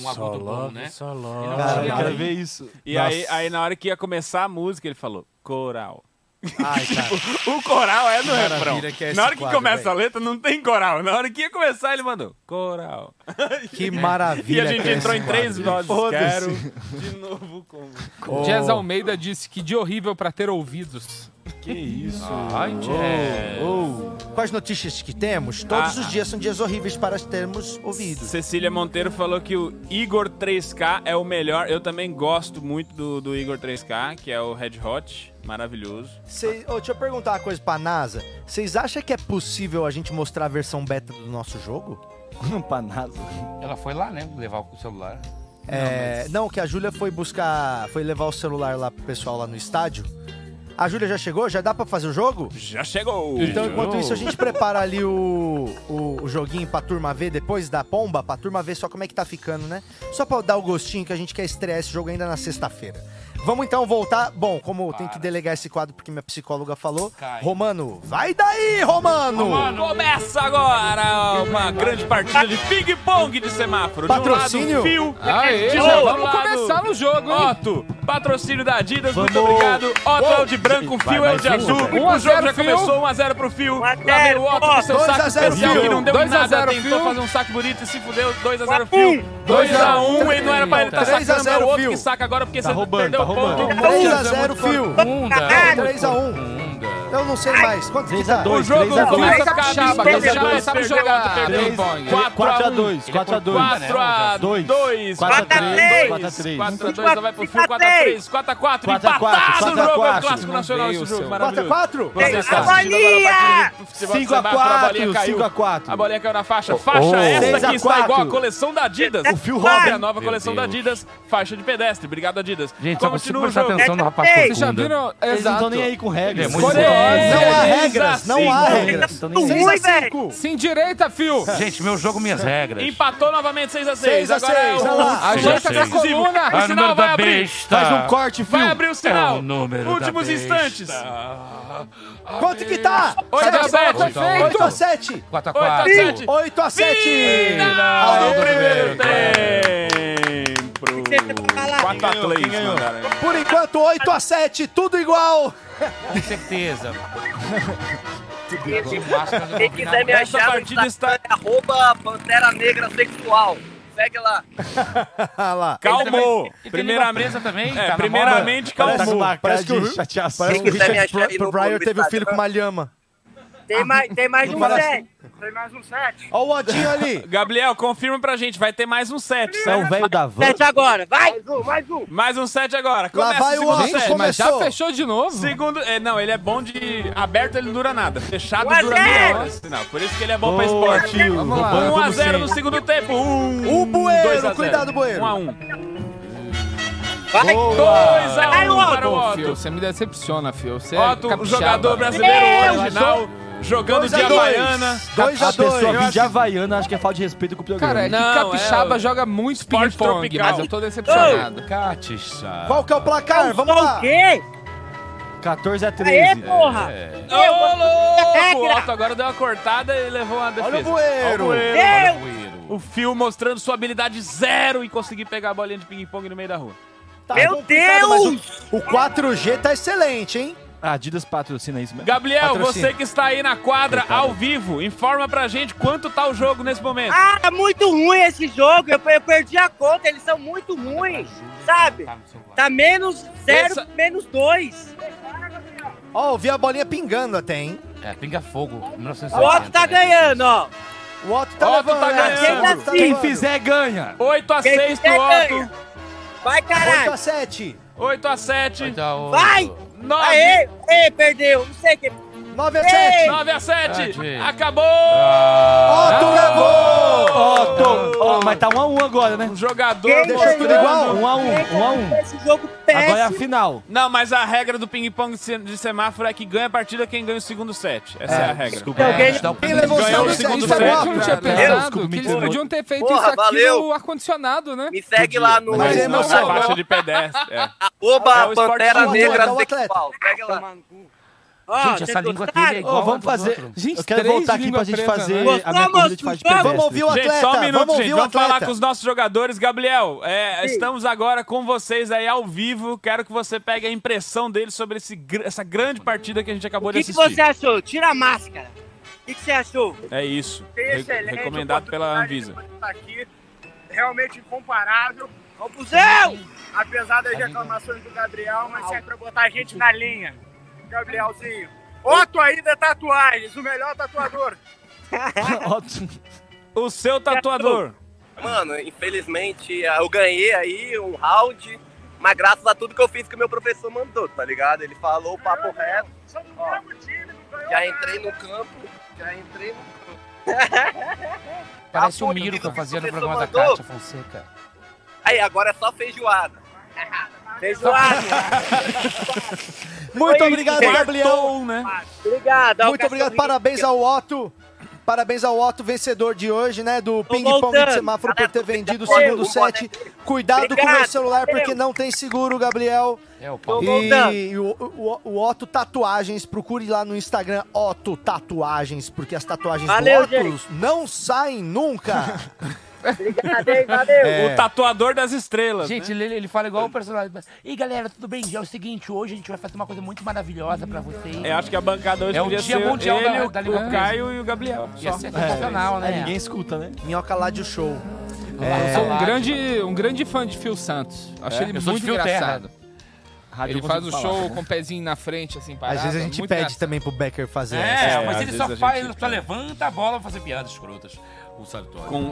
Speaker 7: um agudo bom, né?
Speaker 3: só
Speaker 7: Ele não
Speaker 3: Cara,
Speaker 2: Ah, Eu
Speaker 7: tinha.
Speaker 2: quero ver isso.
Speaker 1: E
Speaker 3: Nossa.
Speaker 1: aí, aí, na hora que ia começar a música, ele falou, coral.
Speaker 3: Ai, cara.
Speaker 1: O coral é no
Speaker 3: Maravilha
Speaker 1: refrão.
Speaker 3: que é esse
Speaker 1: na hora que
Speaker 3: quadro,
Speaker 1: começa
Speaker 3: velho.
Speaker 1: a letra, não tem coral. Na hora que ia começar, ele mandou, coral.
Speaker 3: Que
Speaker 1: E
Speaker 3: maravilha.
Speaker 1: a gente
Speaker 3: que é
Speaker 1: entrou
Speaker 3: esse
Speaker 1: em três
Speaker 3: quadro.
Speaker 1: vozes. Quero
Speaker 3: Foda-se.
Speaker 1: de novo como.
Speaker 3: Oh.
Speaker 5: Jazz Almeida disse que de horrível pra ter ouvidos.
Speaker 2: Que isso.
Speaker 5: Ai, Jazz.
Speaker 3: Quais notícias que temos? Todos
Speaker 1: Ah.
Speaker 3: os dias são dias horríveis para termos ouvido.
Speaker 1: Cecília Monteiro falou que o Igor 3K é o melhor. Eu também gosto muito do, do Igor 3K, que é o Red Hot. Maravilhoso.
Speaker 3: Cê, ô, deixa eu perguntar uma coisa pra NASA. Vocês acham que é possível a gente mostrar a versão beta do nosso jogo?
Speaker 2: Não pra nada.
Speaker 7: Ela foi lá, né? Levar o celular.
Speaker 1: Ah,
Speaker 3: É, Não, que a Júlia foi buscar. Foi levar o celular lá pro pessoal lá no estádio. A Júlia já chegou? Já dá pra fazer o jogo?
Speaker 1: Já chegou!
Speaker 3: Então, enquanto isso, a gente prepara ali o, o, o joguinho pra turma ver depois da pomba, pra turma ver só como é que tá ficando, né? Só pra dar o gostinho que a gente quer estrear esse jogo ainda na sexta-feira. Vamos então voltar. Bom, como eu tenho que delegar esse quadro porque minha psicóloga falou.
Speaker 7: Cai.
Speaker 3: Romano, vai daí, Romano!
Speaker 1: Começa agora uma grande partida de ping-pong de semáforo.
Speaker 3: Patrocínio?
Speaker 1: De um lado, fio.
Speaker 5: Aê,
Speaker 1: de
Speaker 5: já
Speaker 1: outro
Speaker 5: vamos
Speaker 1: lado,
Speaker 5: começar no jogo, hein?
Speaker 1: Otto, patrocínio da Adidas, muito
Speaker 2: Vamos.
Speaker 1: obrigado. Otto é o de branco, o
Speaker 2: Vai,
Speaker 1: fio é o
Speaker 2: mais
Speaker 1: de
Speaker 2: um,
Speaker 1: azul. O
Speaker 2: velho.
Speaker 5: 1 a 0
Speaker 1: jogo já
Speaker 5: Fio.
Speaker 1: começou, 1x0 pro fio.
Speaker 3: Um
Speaker 1: Lá
Speaker 12: 0,
Speaker 1: veio o Otto com seu
Speaker 3: 2 a
Speaker 1: saco
Speaker 3: 0
Speaker 1: especial
Speaker 3: Fio.
Speaker 1: que não deu
Speaker 5: 2 a
Speaker 1: nada.
Speaker 5: 0
Speaker 1: Tentou
Speaker 5: Fio.
Speaker 1: fazer um saque bonito e se fudeu. 2x0 fio. 2x1
Speaker 3: Dois a
Speaker 1: e não era pra ele estar
Speaker 3: 3 a
Speaker 1: sacando, é o
Speaker 3: 0
Speaker 1: outro
Speaker 3: Fio.
Speaker 1: que saca agora porque
Speaker 2: Tá
Speaker 1: você
Speaker 2: roubando,
Speaker 1: perdeu
Speaker 2: tá
Speaker 1: o ponto.
Speaker 2: roubando.
Speaker 3: 3 a 0 fio.
Speaker 7: Bunda.
Speaker 3: 3x1.
Speaker 7: Bunda.
Speaker 3: Eu não sei mais. Quanto que tá?
Speaker 2: 3x2,
Speaker 1: O jogo
Speaker 2: 3x2.
Speaker 1: começa a
Speaker 5: Capixaba,
Speaker 1: ficar
Speaker 5: Capixaba
Speaker 1: amistoso,
Speaker 5: sabe
Speaker 1: perdeu,
Speaker 5: jogar.
Speaker 1: outro perdeu.
Speaker 5: Três, ping-pong.
Speaker 1: 4x1.
Speaker 2: 4x2, 4x2.
Speaker 1: 4x2. 4x2.
Speaker 2: 4x3, 4x3.
Speaker 1: 4x2, ela vai pro fio, 4x3, 4x4,
Speaker 2: 4 a 4,
Speaker 1: empatado o
Speaker 2: 4 a
Speaker 1: jogo, é o
Speaker 2: 4.
Speaker 1: clássico nacional esse
Speaker 5: Meu
Speaker 1: jogo,
Speaker 5: Deus.
Speaker 1: maravilhoso.
Speaker 3: 4x4?
Speaker 1: Você está assistindo agora a partida de futebol de
Speaker 2: 5 a
Speaker 1: semáforo, a bolinha
Speaker 2: 4,
Speaker 1: caiu.
Speaker 2: 5 a 4.
Speaker 1: A bolinha caiu na faixa, faixa
Speaker 2: Seis
Speaker 1: essa
Speaker 2: a
Speaker 1: que está igual a
Speaker 2: quatro.
Speaker 1: coleção da Adidas.
Speaker 2: O fio
Speaker 1: É
Speaker 2: Robin.
Speaker 1: a nova coleção da Adidas, faixa de pedestre, obrigado Adidas.
Speaker 7: Gente,
Speaker 1: Continua
Speaker 7: só consigo
Speaker 1: o
Speaker 7: prestar
Speaker 1: jogo.
Speaker 7: atenção no rapaz
Speaker 5: Vocês já
Speaker 7: corcunda.
Speaker 5: viram?
Speaker 2: Eles não
Speaker 5: Exato.
Speaker 2: estão nem aí com
Speaker 7: Ele é
Speaker 2: regras.
Speaker 7: muito
Speaker 5: Você
Speaker 7: bom.
Speaker 3: Não
Speaker 1: diz
Speaker 3: há
Speaker 2: é
Speaker 3: regras, não
Speaker 1: assim,
Speaker 3: há
Speaker 1: cara.
Speaker 3: regras.
Speaker 2: Então nem sei.
Speaker 3: 6 a 5.
Speaker 5: Se endireita, Fio!
Speaker 7: Gente, meu jogo, minhas regras.
Speaker 1: Empatou novamente 6x6.
Speaker 3: 6 a 6,
Speaker 1: Agora é
Speaker 3: olha
Speaker 1: o
Speaker 3: lá.
Speaker 7: Seis a
Speaker 5: Ajeita
Speaker 7: seis.
Speaker 5: a coluna!
Speaker 1: Ah,
Speaker 7: É o
Speaker 1: sinal
Speaker 7: número
Speaker 1: vai
Speaker 7: da
Speaker 1: abrir.
Speaker 7: besta.
Speaker 2: Faz um corte, Fio.
Speaker 1: Vai abrir o sinal.
Speaker 7: É o número da
Speaker 1: Últimos
Speaker 7: besta.
Speaker 1: instantes.
Speaker 3: Quanto que tá?
Speaker 5: Cadê a bola?
Speaker 1: sete.
Speaker 5: Perfeito!
Speaker 3: 8 a 7.
Speaker 7: 4 a
Speaker 1: Oito a
Speaker 7: 4.
Speaker 1: sete.
Speaker 3: 8 a 7.
Speaker 1: Final do
Speaker 3: Aê.
Speaker 1: primeiro tempo. Quatro atletas mandaram né? aí.
Speaker 3: Por enquanto, 8 a 7, tudo igual.
Speaker 7: Com certeza. De máscara, não vi nada.
Speaker 1: Essa partida está
Speaker 12: Arroba Pantera Negra Sexual. Segue lá.
Speaker 3: Ah lá.
Speaker 1: calmou.
Speaker 7: E tem língua
Speaker 1: Primeiramente,
Speaker 7: presa também.
Speaker 1: é,
Speaker 7: tá na
Speaker 1: primeiramente
Speaker 2: Parece
Speaker 1: calmou.
Speaker 2: uma cara
Speaker 3: Parece que
Speaker 2: de
Speaker 3: o-
Speaker 2: chateação.
Speaker 3: Parece que o
Speaker 12: quiser me
Speaker 3: Richard
Speaker 12: achar aí no
Speaker 3: Pro- Pryor
Speaker 12: Globo né?
Speaker 3: teve o
Speaker 12: Instagram.
Speaker 3: filho com uma lhama.
Speaker 12: Tem mais, tem mais um
Speaker 3: fala
Speaker 12: set. Tem mais um set.
Speaker 3: Ó o Odinho ali.
Speaker 1: Gabriel, confirma pra gente. Vai ter mais um set,
Speaker 2: É um
Speaker 1: certo?
Speaker 2: velho da van.
Speaker 12: Sete agora, vai! Mais um, mais um.
Speaker 1: Mais um set agora. Começa
Speaker 3: vai
Speaker 1: o segundo
Speaker 3: o Oscar.
Speaker 1: set.
Speaker 5: Gente, mas já
Speaker 3: Começou.
Speaker 5: fechou de novo?
Speaker 1: Segundo, é, não, ele é bom de. Aberto ele não dura nada. Fechado
Speaker 12: Um a
Speaker 1: dura meia
Speaker 12: zero.
Speaker 1: hora. esse sinal. Por isso que ele é bom pra
Speaker 2: Boa,
Speaker 1: esporte.
Speaker 2: tio.
Speaker 5: Vamos lá.
Speaker 2: roubando
Speaker 1: 1 a
Speaker 2: como
Speaker 1: 0 no
Speaker 2: sempre.
Speaker 1: segundo tempo. Um,
Speaker 3: O Bueiro,
Speaker 1: dois a zero.
Speaker 3: cuidado, Bueiro.
Speaker 1: 1 a 1.
Speaker 12: Vai!
Speaker 1: 2 a
Speaker 12: Vai,
Speaker 1: 1 para o
Speaker 5: Pô, Fio,
Speaker 1: Otto.
Speaker 5: você me decepciona, Fio. Você é
Speaker 1: Otto,
Speaker 5: capixaba.
Speaker 1: o jogador brasileiro original, jogando
Speaker 3: Dois
Speaker 1: de
Speaker 3: a dois.
Speaker 1: Havaiana.
Speaker 3: 2
Speaker 2: A
Speaker 3: a 2.
Speaker 2: pessoa vir de Havaiana, acho que é falta de respeito com o programa.
Speaker 5: Cara, é que
Speaker 1: Não,
Speaker 5: capixaba
Speaker 1: é o-
Speaker 5: joga muito
Speaker 1: Esporte
Speaker 5: ping-pong,
Speaker 1: tropical.
Speaker 5: mas eu tô decepcionado.
Speaker 7: Catiça.
Speaker 3: Qual que é o placar? Vamos
Speaker 12: Só
Speaker 3: lá.
Speaker 12: o quê?
Speaker 2: 14 a
Speaker 12: Aê,
Speaker 2: 13.
Speaker 12: porra!
Speaker 1: Ô, louco! O
Speaker 12: regra.
Speaker 1: Otto agora deu uma cortada e levou uma defesa.
Speaker 3: Olha o bueiro.
Speaker 1: Olha o bueiro.
Speaker 12: Eu!
Speaker 1: O Phil mostrando sua habilidade zero em conseguir pegar a bolinha de ping-pong no meio da rua.
Speaker 3: Tá
Speaker 12: Meu
Speaker 3: complicado, mas
Speaker 12: Deus!
Speaker 3: O, o 4G tá excelente, hein?
Speaker 2: A Adidas patrocina isso mesmo.
Speaker 1: Gabriel,
Speaker 3: Patrocínio.
Speaker 1: você que está aí na quadra ao vivo, informa pra gente quanto tá o jogo nesse momento.
Speaker 12: Ah, é muito ruim esse jogo. Eu, eu perdi a conta. Eles são muito ruins, sabe?
Speaker 7: Tá no celular.
Speaker 12: Tá menos zero,
Speaker 1: Essa-
Speaker 12: menos dois.
Speaker 3: Ó, eu vi a bolinha pingando até, hein?
Speaker 7: É, pinga fogo. Ah,
Speaker 12: O Otto
Speaker 7: né?
Speaker 12: tá ganhando, ó.
Speaker 3: O Otto tá
Speaker 1: Otto
Speaker 3: levando.
Speaker 1: tá
Speaker 3: né?
Speaker 1: ganhando.
Speaker 3: Otto tá
Speaker 2: Quem
Speaker 3: levando.
Speaker 2: fizer ganha.
Speaker 1: 8 a
Speaker 12: Quem
Speaker 1: 6
Speaker 12: quiser
Speaker 1: pro
Speaker 12: ganha.
Speaker 1: Otto,
Speaker 12: Vai,
Speaker 3: 8 a
Speaker 12: caralho.
Speaker 3: 7.
Speaker 1: 8 a 7,
Speaker 7: Tá,
Speaker 12: Vai!
Speaker 1: 9,
Speaker 12: Aê, aê, perdeu. Não sei o que.
Speaker 3: 9 a 7.
Speaker 1: 9 a 7,
Speaker 7: Sete.
Speaker 1: acabou!
Speaker 5: Ah.
Speaker 3: Otto levou.
Speaker 2: Otto! Ó, mas tá 1 a 1 agora, né?
Speaker 1: O jogador
Speaker 12: Quem
Speaker 3: Deixou tudo igual?
Speaker 2: 1 a 1, 1 a 1.
Speaker 12: Esse jogo
Speaker 2: Agora é a
Speaker 12: péssimo.
Speaker 2: final.
Speaker 1: Não, mas a regra do ping-pong de se- de semáforo é que ganha a partida quem ganha o segundo set. Essa é, a regra.
Speaker 7: Desculpa.
Speaker 12: Alguém-
Speaker 7: é, dá o
Speaker 3: Então, Quem levou
Speaker 1: Ganhou
Speaker 3: o
Speaker 1: o
Speaker 3: segundo
Speaker 1: segundo
Speaker 3: isso é
Speaker 1: set. né?
Speaker 5: Eu
Speaker 3: golpe.
Speaker 5: não tinha pensado que eles podiam ter feito
Speaker 12: Porra,
Speaker 5: isso aqui
Speaker 12: valeu.
Speaker 5: no ar-condicionado, né?
Speaker 12: Me segue lá no
Speaker 1: Mas
Speaker 3: Mas
Speaker 1: não
Speaker 3: não
Speaker 1: na
Speaker 3: rolou.
Speaker 1: faixa de pedestre. é.
Speaker 12: arroba
Speaker 1: É o esporte
Speaker 12: Pantera
Speaker 1: do
Speaker 12: Negra
Speaker 3: atleta, é o
Speaker 12: Sexual. Segue lá. Ó,
Speaker 7: Gente,
Speaker 12: vocês
Speaker 7: essa língua
Speaker 12: gostaram?
Speaker 7: dele é
Speaker 2: Ó,
Speaker 7: igual.
Speaker 2: vamos fazer.
Speaker 5: Gente,
Speaker 2: eu quero
Speaker 5: três
Speaker 2: voltar aqui
Speaker 5: língua
Speaker 2: pra gente
Speaker 5: presa,
Speaker 2: fazer
Speaker 5: né?
Speaker 2: a minha
Speaker 12: Gostamos
Speaker 2: corrida de
Speaker 12: dos
Speaker 2: fase de
Speaker 12: jogos.
Speaker 2: pedestre.
Speaker 3: Vamos ouvir o atleta.
Speaker 1: Gente, só um minuto,
Speaker 3: Vamos
Speaker 1: gente.
Speaker 3: ouvir o
Speaker 1: Vamos falar
Speaker 3: atleta.
Speaker 1: com os nossos jogadores. Gabriel, é, estamos agora com vocês aí ao vivo. Quero que você pegue a impressão deles sobre esse gr- essa grande partida que a gente acabou
Speaker 12: O
Speaker 1: de
Speaker 12: que, que
Speaker 1: assistir.
Speaker 12: você achou? Tira a máscara. O que, que você achou?
Speaker 1: É isso. Re-
Speaker 12: Excelente,
Speaker 1: recomendado pela Anvisa.
Speaker 12: oportunidade de estar aqui, realmente incomparável. Vamos pro céu! Apesar das reclamações do Gabriel, mas serve pra botar a gente na linha. Gabrielzinho. Otto aí da tatuagens, o melhor tatuador.
Speaker 2: Otto.
Speaker 1: O seu tatuador.
Speaker 12: Mano, infelizmente eu ganhei aí um round, mas graças a tudo que eu fiz que o meu professor mandou, tá ligado? Ele falou o papo reto. Ó, já entrei no campo, já entrei no
Speaker 7: Parece o
Speaker 12: Apoio,
Speaker 7: Miro que eu
Speaker 12: Miro,
Speaker 7: fazia no
Speaker 12: professor
Speaker 7: programa da
Speaker 12: mandou.
Speaker 7: Cátia Fonseca.
Speaker 12: Aí, agora é só feijoada. Feijoada.
Speaker 3: Muito
Speaker 12: Foi
Speaker 3: obrigado,
Speaker 12: isso.
Speaker 3: Gabriel.
Speaker 1: Tom, né?
Speaker 12: Obrigado.
Speaker 3: Muito obrigado. Parabéns ao Otto. Parabéns ao Otto, vencedor de hoje, né? Do Ping Pong
Speaker 12: voltando.
Speaker 3: de Semáforo por
Speaker 12: Galera,
Speaker 3: ter vendido o
Speaker 12: obrigado.
Speaker 3: segundo
Speaker 12: Eu,
Speaker 3: set. Cuidado com o meu
Speaker 12: Obrigado.
Speaker 3: celular, porque não tem seguro, Gabriel.
Speaker 7: É o Paulo.
Speaker 12: voltando.
Speaker 3: E o, o- o Otto Tatuagens, procure lá no Instagram Otto Tatuagens, porque as tatuagens
Speaker 12: Valeu,
Speaker 3: do Otto não saem nunca.
Speaker 12: Obrigado, valeu.
Speaker 3: é
Speaker 1: O tatuador das estrelas. né?
Speaker 7: Gente, ele, ele fala igual o personagem. mas, Ei, galera, tudo bem? É o seguinte, hoje a gente vai fazer uma coisa muito maravilhosa pra vocês.
Speaker 1: Eu acho que a bancada hoje
Speaker 7: É o
Speaker 1: podia
Speaker 7: dia
Speaker 1: ser
Speaker 7: mundial da-
Speaker 1: ele, o-
Speaker 7: da língua
Speaker 1: o
Speaker 7: presa.
Speaker 1: Caio e o Gabriel.
Speaker 7: Ia
Speaker 1: Só.
Speaker 7: ser é sensacional, né? É.
Speaker 2: É, ninguém escuta, né?
Speaker 3: Minhoca lá de show.
Speaker 5: Eu sou um grande, um grande fã de Phil Santos. Acho ele
Speaker 7: É, Eu sou de
Speaker 5: muito
Speaker 7: Phil Terra.
Speaker 5: engraçado.
Speaker 2: Rádio
Speaker 5: Ele
Speaker 2: eu
Speaker 5: faz o
Speaker 2: consigo
Speaker 5: show
Speaker 2: falar,
Speaker 5: com o pezinho na frente, assim, parado.
Speaker 3: Às vezes a
Speaker 5: é
Speaker 3: gente
Speaker 5: muito
Speaker 3: pede
Speaker 5: engraçado.
Speaker 3: também pro Becker fazer
Speaker 7: É,
Speaker 3: essa.
Speaker 1: às
Speaker 7: mas ele
Speaker 1: vezes a
Speaker 7: só faz,
Speaker 1: gente-
Speaker 7: ele só levanta a bola pra fazer piadas escrotas. O Sartori.
Speaker 1: Com, de,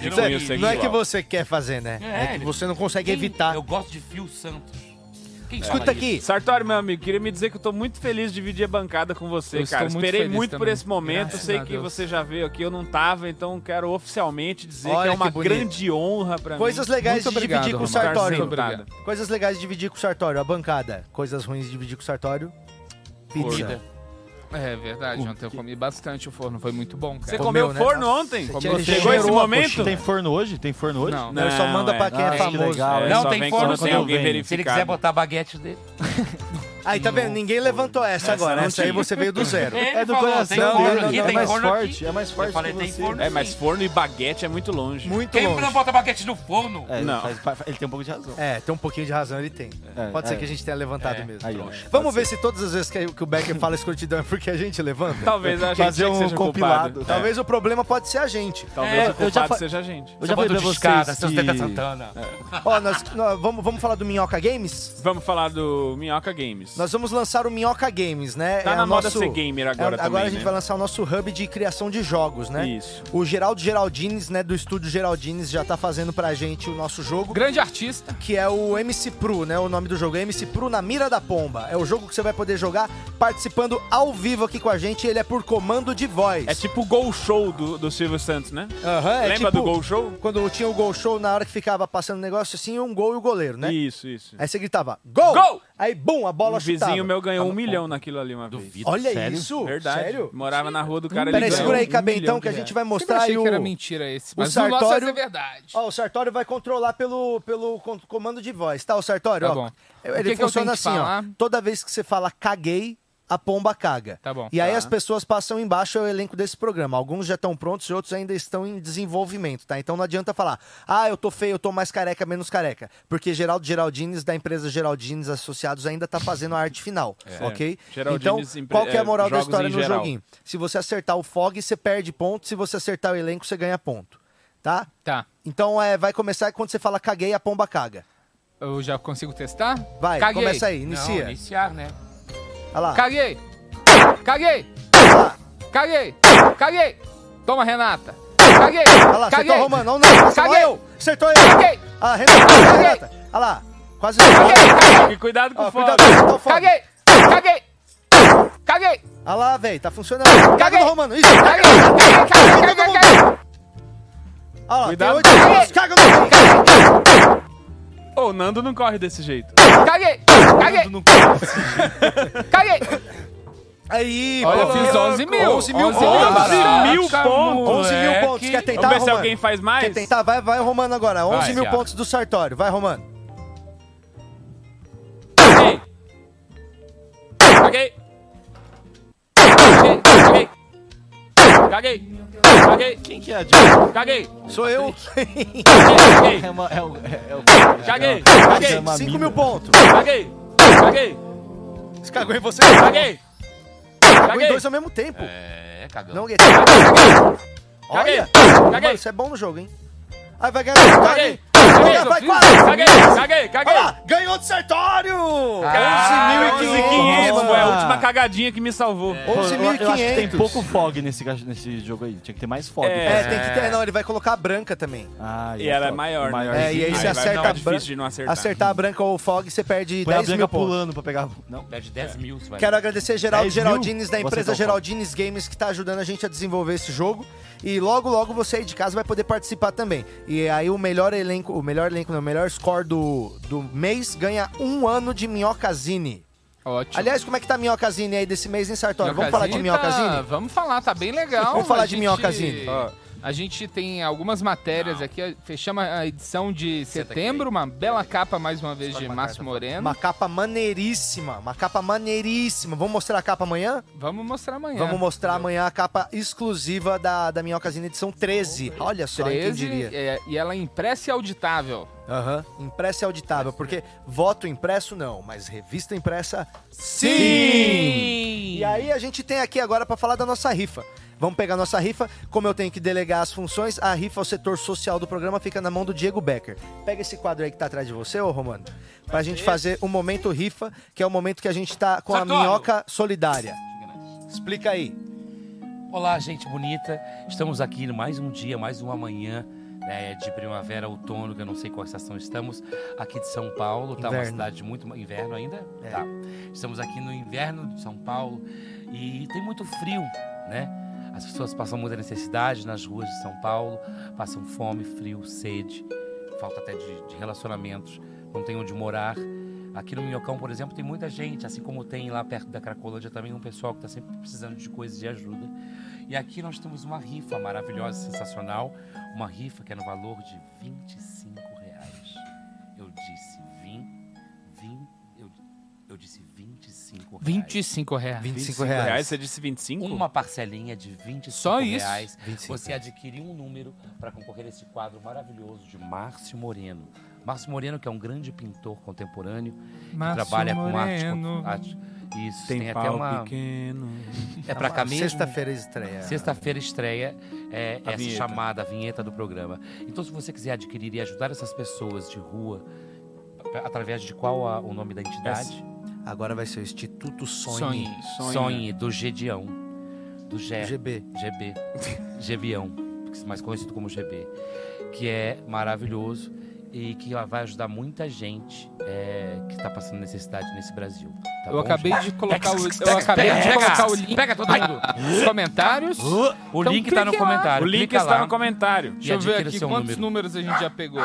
Speaker 1: de
Speaker 7: Não
Speaker 1: cunho
Speaker 7: é-
Speaker 1: sexual.
Speaker 3: Não é que você quer fazer, né? É,
Speaker 7: É,
Speaker 3: que você não consegue
Speaker 7: Quem-
Speaker 3: evitar.
Speaker 7: Eu gosto de Fio Santos. Quem
Speaker 3: Escuta
Speaker 7: fala
Speaker 3: aqui.
Speaker 1: Sartori, meu amigo, queria me dizer que eu tô muito feliz de dividir a bancada com você,
Speaker 5: Eu
Speaker 1: cara.
Speaker 5: estou muito
Speaker 1: Esperei
Speaker 5: feliz
Speaker 1: muito por
Speaker 5: também.
Speaker 1: esse momento.
Speaker 5: Graças
Speaker 1: Sei
Speaker 5: a
Speaker 1: que
Speaker 5: Deus.
Speaker 1: você já veio aqui, eu não tava, então quero oficialmente dizer
Speaker 3: Olha
Speaker 1: que é
Speaker 3: que
Speaker 1: uma
Speaker 3: bonito.
Speaker 1: grande honra pra
Speaker 3: Coisas
Speaker 1: mim.
Speaker 3: legais
Speaker 5: Muito
Speaker 3: de
Speaker 5: obrigado,
Speaker 3: dividir com o
Speaker 5: Romário.
Speaker 1: Sartori.
Speaker 3: Sartório.
Speaker 5: Muito obrigado.
Speaker 3: Coisas legais de dividir com o Sartório, a bancada. Coisas ruins de dividir com o Sartório. Pizza.
Speaker 5: É verdade, ontem eu comi bastante, o forno foi muito bom, cara.
Speaker 1: Você comeu
Speaker 3: né?
Speaker 1: forno
Speaker 3: Nossa,
Speaker 1: ontem?
Speaker 3: você
Speaker 1: Comeu-
Speaker 3: tinha-
Speaker 1: Chegou esse
Speaker 2: Cheirou a coxinha.
Speaker 1: momento?
Speaker 2: Tem forno hoje? Tem forno hoje?
Speaker 5: Não.
Speaker 3: Não, ele só manda pra quem é
Speaker 2: Ah, que
Speaker 3: famoso.
Speaker 2: legal,
Speaker 1: É,
Speaker 2: hein?
Speaker 7: Não,
Speaker 1: só
Speaker 7: tem
Speaker 1: vem
Speaker 7: forno,
Speaker 1: quando tem
Speaker 7: tem.
Speaker 1: alguém
Speaker 7: Se ele
Speaker 1: verificado.
Speaker 7: quiser botar a baguete dele.
Speaker 3: Aí, tá vendo? Ninguém levantou essa agora. né? Essa aí você veio do zero.
Speaker 2: É do
Speaker 7: falou,
Speaker 2: coração
Speaker 7: tem forno
Speaker 2: dele,
Speaker 7: aqui,
Speaker 2: é
Speaker 7: tem
Speaker 2: mais
Speaker 7: forno
Speaker 2: forte.
Speaker 7: aqui.
Speaker 2: É mais forte.
Speaker 7: falei,
Speaker 2: que
Speaker 7: tem
Speaker 2: você.
Speaker 7: forno.
Speaker 1: É, mas forno e baguete é muito longe.
Speaker 3: Muito
Speaker 7: Quem
Speaker 3: longe.
Speaker 7: não bota baguete no forno?
Speaker 2: É, ele
Speaker 1: Não.
Speaker 2: faz- fa- fa- ele tem um pouco de razão.
Speaker 3: É, tem um pouquinho de razão, ele tem.
Speaker 2: É,
Speaker 3: Pode ser
Speaker 2: é.
Speaker 3: que a gente tenha levantado
Speaker 7: É.
Speaker 3: mesmo.
Speaker 2: Aí, ó.
Speaker 3: Vamos ver se todas as vezes que, que o Becker fala escrotidão é porque a gente levanta?
Speaker 1: Talvez a gente
Speaker 2: Fazer
Speaker 1: que
Speaker 2: um
Speaker 1: seja
Speaker 2: compilado.
Speaker 1: culpado. É,
Speaker 3: Talvez o problema pode ser a gente.
Speaker 1: Talvez o
Speaker 7: É, eu
Speaker 2: já
Speaker 1: culpado
Speaker 2: fa-
Speaker 1: seja a gente.
Speaker 2: Eu
Speaker 7: Você
Speaker 2: já falei
Speaker 7: bota
Speaker 2: pra vocês
Speaker 7: o discada, seus
Speaker 2: que- É,
Speaker 7: Teta Santana.
Speaker 3: Ó, nós, nós- vamos, vamos falar do Minhoca Games?
Speaker 1: Vamos falar do Minhoca Games.
Speaker 3: Nós vamos lançar o Minhoca Games, né?
Speaker 1: Tá
Speaker 3: É
Speaker 1: na
Speaker 3: o
Speaker 1: moda
Speaker 3: nosso-
Speaker 1: ser gamer
Speaker 3: é,
Speaker 1: agora também,
Speaker 3: a gente
Speaker 1: né?
Speaker 3: vai lançar o nosso hub de criação de jogos, né?
Speaker 1: Isso.
Speaker 3: O Geraldo Geraldines, né, do estúdio Geraldines, já tá fazendo pra gente o nosso jogo.
Speaker 5: Grande artista.
Speaker 3: que é o MC Pro, né? O nome do jogo é MC Pro na mira da pomba. É o jogo que você vai poder jogar participando ao vivo aqui com a gente. Ele é por comando de voz.
Speaker 1: É tipo o Gol Show do, do Silvio Santos, né?
Speaker 3: Aham, é
Speaker 1: Lembra
Speaker 3: tipo
Speaker 1: do Gol Show?
Speaker 3: Quando tinha o gol show, na hora que ficava passando o negócio assim, um gol e o goleiro, né?
Speaker 1: Isso, isso.
Speaker 3: Aí você gritava, gol!
Speaker 1: Gol!
Speaker 3: Aí, bum, a bola
Speaker 1: um vizinho
Speaker 3: chutava.
Speaker 1: meu ganhou um milhão naquilo ali uma vez.
Speaker 3: Olha isso,
Speaker 1: Verdade.
Speaker 3: sério?
Speaker 1: Morava na rua do cara. ele
Speaker 3: Hum, Peraí,
Speaker 1: ganhou
Speaker 3: segura aí,
Speaker 1: um
Speaker 3: Cabê,
Speaker 1: milhão
Speaker 3: então,
Speaker 1: de
Speaker 3: que a
Speaker 1: reais.
Speaker 3: gente vai
Speaker 5: Sempre
Speaker 3: mostrar
Speaker 5: achei
Speaker 3: aí o...
Speaker 5: que era mentira esse,
Speaker 3: o
Speaker 5: mas o nosso
Speaker 3: Sartório-
Speaker 5: é verdade.
Speaker 3: Ó, o Sartório vai controlar pelo, pelo con- comando de voz, tá? O Sartório,
Speaker 5: Tá
Speaker 3: ó,
Speaker 5: bom. O
Speaker 3: ele
Speaker 5: que que eu
Speaker 3: funciona
Speaker 5: tenho que
Speaker 3: assim,
Speaker 5: falar?
Speaker 3: ó. Toda vez que você fala caguei, a pomba caga.
Speaker 5: Tá bom.
Speaker 3: E aí
Speaker 5: Tá.
Speaker 3: as pessoas passam embaixo é o elenco desse programa. Alguns já estão prontos e outros ainda estão em desenvolvimento, tá? Então não adianta falar, ah, eu tô feio, eu tô mais careca, menos careca. Porque Geraldo Geraldines, da empresa Geraldines Associados, ainda tá fazendo a arte final,
Speaker 5: É.
Speaker 3: ok?
Speaker 1: Geraldines,
Speaker 3: então,
Speaker 1: empre-
Speaker 3: qual que é a
Speaker 1: é,
Speaker 3: moral da
Speaker 1: jogos
Speaker 3: história
Speaker 1: em
Speaker 3: no
Speaker 1: geral.
Speaker 3: joguinho? Se você acertar o fog, você perde ponto. Se você acertar o elenco, você ganha ponto, tá?
Speaker 5: Tá.
Speaker 3: Então é, vai começar quando você fala caguei, a pomba caga.
Speaker 5: Eu já consigo testar?
Speaker 3: Vai,
Speaker 5: Caguei.
Speaker 3: começa aí,
Speaker 7: Não,
Speaker 3: inicia.
Speaker 7: iniciar, né?
Speaker 3: Olha lá.
Speaker 5: Caguei. Caguei. Caguei. Caguei. Toma, Renata. Caguei.
Speaker 3: Olha lá, acertou
Speaker 5: Caguei.
Speaker 3: o Romano. Olha o tá negócio. Olha
Speaker 5: Caguei.
Speaker 3: eu. Acertou eu.
Speaker 5: Caguei.
Speaker 3: Ah, Renata.
Speaker 5: Caguei.
Speaker 3: Renata. Olha lá. Quase acertou.
Speaker 1: E cuidado com
Speaker 3: Ó,
Speaker 1: o
Speaker 3: cuidado,
Speaker 1: fogo.
Speaker 3: acertou o fogo.
Speaker 5: Caguei. Caguei. Caguei.
Speaker 3: Olha lá, velho. Tá funcionando. Caga
Speaker 5: Caguei.
Speaker 3: no Romano. Isso.
Speaker 5: Caguei. Caguei. Caguei. Caguei. Caguei.
Speaker 3: Olha lá, tem
Speaker 1: Cuidado.
Speaker 3: oito segundos. Caga no Romano.
Speaker 1: Ô, o Nando não corre desse jeito.
Speaker 5: Caguei. Caguei. Caguei.
Speaker 3: Aí,
Speaker 5: Olha, eu
Speaker 3: pô.
Speaker 5: fiz 11 mil.
Speaker 3: 11 mil
Speaker 5: 11
Speaker 3: pontos.
Speaker 5: mil.
Speaker 7: Caraca,
Speaker 1: mil pontos.
Speaker 3: 11 mil
Speaker 7: moleque.
Speaker 3: pontos. Quer tentar,
Speaker 1: Vamos ver se
Speaker 3: Romano?
Speaker 1: alguém faz
Speaker 3: Quer
Speaker 1: mais.
Speaker 3: tentar? Vai, vai, Romano agora. 11 mil
Speaker 7: Thiago.
Speaker 3: pontos do Sartório. Vai, Romano.
Speaker 1: Caguei. Caguei. Caguei. Caguei. Caguei.
Speaker 2: Quem que é a dica?
Speaker 1: Caguei.
Speaker 3: Sou eu.
Speaker 1: Caguei.
Speaker 2: É uma- é o- é- é o-
Speaker 1: Caguei.
Speaker 2: é
Speaker 1: Caguei.
Speaker 2: uma
Speaker 3: 5
Speaker 2: mina.
Speaker 3: mil pontos.
Speaker 1: Caguei. Caguei.
Speaker 3: Você cagou em você.
Speaker 1: Caguei.
Speaker 3: Cagou em
Speaker 1: Caguei.
Speaker 3: dois ao mesmo tempo.
Speaker 7: É, cagão.
Speaker 3: Não,
Speaker 7: Não,
Speaker 3: Guedes.
Speaker 1: Caguei.
Speaker 3: Olha. Mano,
Speaker 1: Caguei.
Speaker 3: você é bom no jogo, hein? Aí vai ganhar. Vai,
Speaker 1: Caguei.
Speaker 3: Vai, vai, quase.
Speaker 1: Caguei. Caguei. Caguei. Ah,
Speaker 3: Olha lá, ganhou do Sertório!
Speaker 1: 11.500
Speaker 3: mano.
Speaker 1: foi a última cagadinha que me salvou.
Speaker 2: Pô, eu- Eu acho que tem
Speaker 3: 11.500.
Speaker 2: pouco fog nesse, ga- nesse jogo aí. Tinha que ter mais fog.
Speaker 1: É.
Speaker 3: É, tem que ter. Não, ele vai colocar a branca também.
Speaker 2: Ah,
Speaker 1: E ela é maior, né?
Speaker 3: É, e aí você
Speaker 1: vai
Speaker 3: acerta
Speaker 1: ficar
Speaker 3: a branca.
Speaker 1: difícil de não acertar.
Speaker 3: Acertar a branca ou o fog, você perde
Speaker 2: Põe a
Speaker 3: 10 mil
Speaker 2: branca
Speaker 3: pontos.
Speaker 2: pulando pra pegar... Não.
Speaker 7: perde 10 mil, você vai.
Speaker 3: Quero agradecer Geraldo
Speaker 2: 10 mil?
Speaker 3: Geraldines da
Speaker 2: Você
Speaker 3: empresa
Speaker 2: tá
Speaker 3: Geraldines Games que tá ajudando a gente a desenvolver esse jogo. E logo, logo você aí de casa vai poder participar também. E aí o melhor elenco, o melhor elenco, não, o melhor score do, do mês ganha um ano de Minhocazine.
Speaker 5: Ótimo.
Speaker 3: Aliás, como é que tá a Minhocazine aí desse mês, hein, Sartório? Vamos falar de
Speaker 5: Minhocazine tá-
Speaker 3: Minhocazine?
Speaker 5: Vamos falar, tá bem legal.
Speaker 3: Vamos falar
Speaker 5: A
Speaker 3: de Minhocazine.
Speaker 5: Ó, A gente tem algumas matérias aqui, fechamos a edição de
Speaker 7: Senta aqui,
Speaker 5: setembro, uma bela capa mais uma vez de Márcio Moreno.
Speaker 3: Uma capa maneiríssima, uma capa maneiríssima. Vamos mostrar a capa amanhã?
Speaker 5: Vamos mostrar amanhã.
Speaker 3: Vamos mostrar amanhã a capa exclusiva da, da Minhocazine edição 13. Olha só, quem
Speaker 5: 13,
Speaker 3: diria.
Speaker 5: é, e ela é impressa e auditável.
Speaker 3: Aham. Impressa e auditável, porque voto impresso não, mas revista impressa sim! E aí a gente tem aqui agora pra falar da nossa rifa. Vamos pegar a nossa rifa, como eu tenho que delegar as funções, a rifa ao setor social do programa fica na mão do Diego Becker. Pega esse quadro aí que tá atrás de você, ô Romano, pra gente fazer o momento rifa, que é o momento que a gente tá com a
Speaker 7: Sartório.
Speaker 3: minhoca solidária. Explica aí.
Speaker 7: Olá, gente bonita. Estamos aqui em mais um dia, mais uma manhã né, de primavera, outono, que eu não sei qual estação estamos, aqui de São Paulo, tá? Uma
Speaker 3: Inverno.
Speaker 7: cidade muito. Inverno ainda? Tá. Estamos aqui no inverno de São Paulo e tem muito frio, né? As pessoas passam muita necessidade nas ruas de São Paulo, passam fome, frio, sede, falta até de, de relacionamentos, não tem onde morar, Aqui no Minhocão, por exemplo, tem muita gente, assim como tem lá perto da Cracolândia também um pessoal que está sempre precisando de coisas de ajuda. E aqui nós temos uma rifa maravilhosa, sensacional. Uma rifa que é no valor de 25 reais. Eu disse 20, 20 eu, eu disse 25 reais.
Speaker 5: 25 reais.
Speaker 1: 25 reais, você disse 25?
Speaker 7: Uma parcelinha de 25
Speaker 5: Só isso?
Speaker 7: reais.
Speaker 5: 25.
Speaker 7: Você adquire um número para concorrer a esse quadro maravilhoso de Márcio Moreno. Márcio Moreno, que é um grande pintor contemporâneo,
Speaker 5: Márcio
Speaker 7: que trabalha com arte,
Speaker 5: Moreno.
Speaker 7: con- arte. Isso,
Speaker 1: Tem
Speaker 7: tem, até
Speaker 1: pau
Speaker 7: uma.
Speaker 1: pequeno.
Speaker 7: É pra cá mesmo?
Speaker 3: Ah, Sexta-feira estreia.
Speaker 7: Sexta-feira estreia é,
Speaker 1: A
Speaker 7: essa
Speaker 1: vinheta.
Speaker 7: chamada, a vinheta do programa. Então, se você quiser adquirir e ajudar essas pessoas de rua, a- através de qual a- o nome da entidade?
Speaker 3: Agora vai ser o Instituto Sonho.
Speaker 5: É
Speaker 7: Sonhe, é. Sonhe, do Gedião. Do Gé.
Speaker 3: GB.
Speaker 7: GB. Gebião, é mais conhecido como GB. Que é maravilhoso e que vai ajudar muita gente é, que está passando necessidade nesse Brasil. tá
Speaker 5: Eu
Speaker 7: bom,
Speaker 5: acabei
Speaker 7: gente?
Speaker 5: de colocar o, eu
Speaker 7: pega,
Speaker 5: acabei de
Speaker 7: pega.
Speaker 5: colocar o link
Speaker 7: Pega todo mundo.
Speaker 5: nos comentários.
Speaker 7: O
Speaker 5: Então
Speaker 7: link está no
Speaker 5: clique lá.
Speaker 7: comentário.
Speaker 1: O link
Speaker 7: clica
Speaker 1: está
Speaker 7: lá.
Speaker 1: no comentário.
Speaker 5: Deixa eu ver
Speaker 7: adquira
Speaker 5: aqui
Speaker 7: seu
Speaker 5: quantos
Speaker 7: número.
Speaker 5: números a gente já pegou.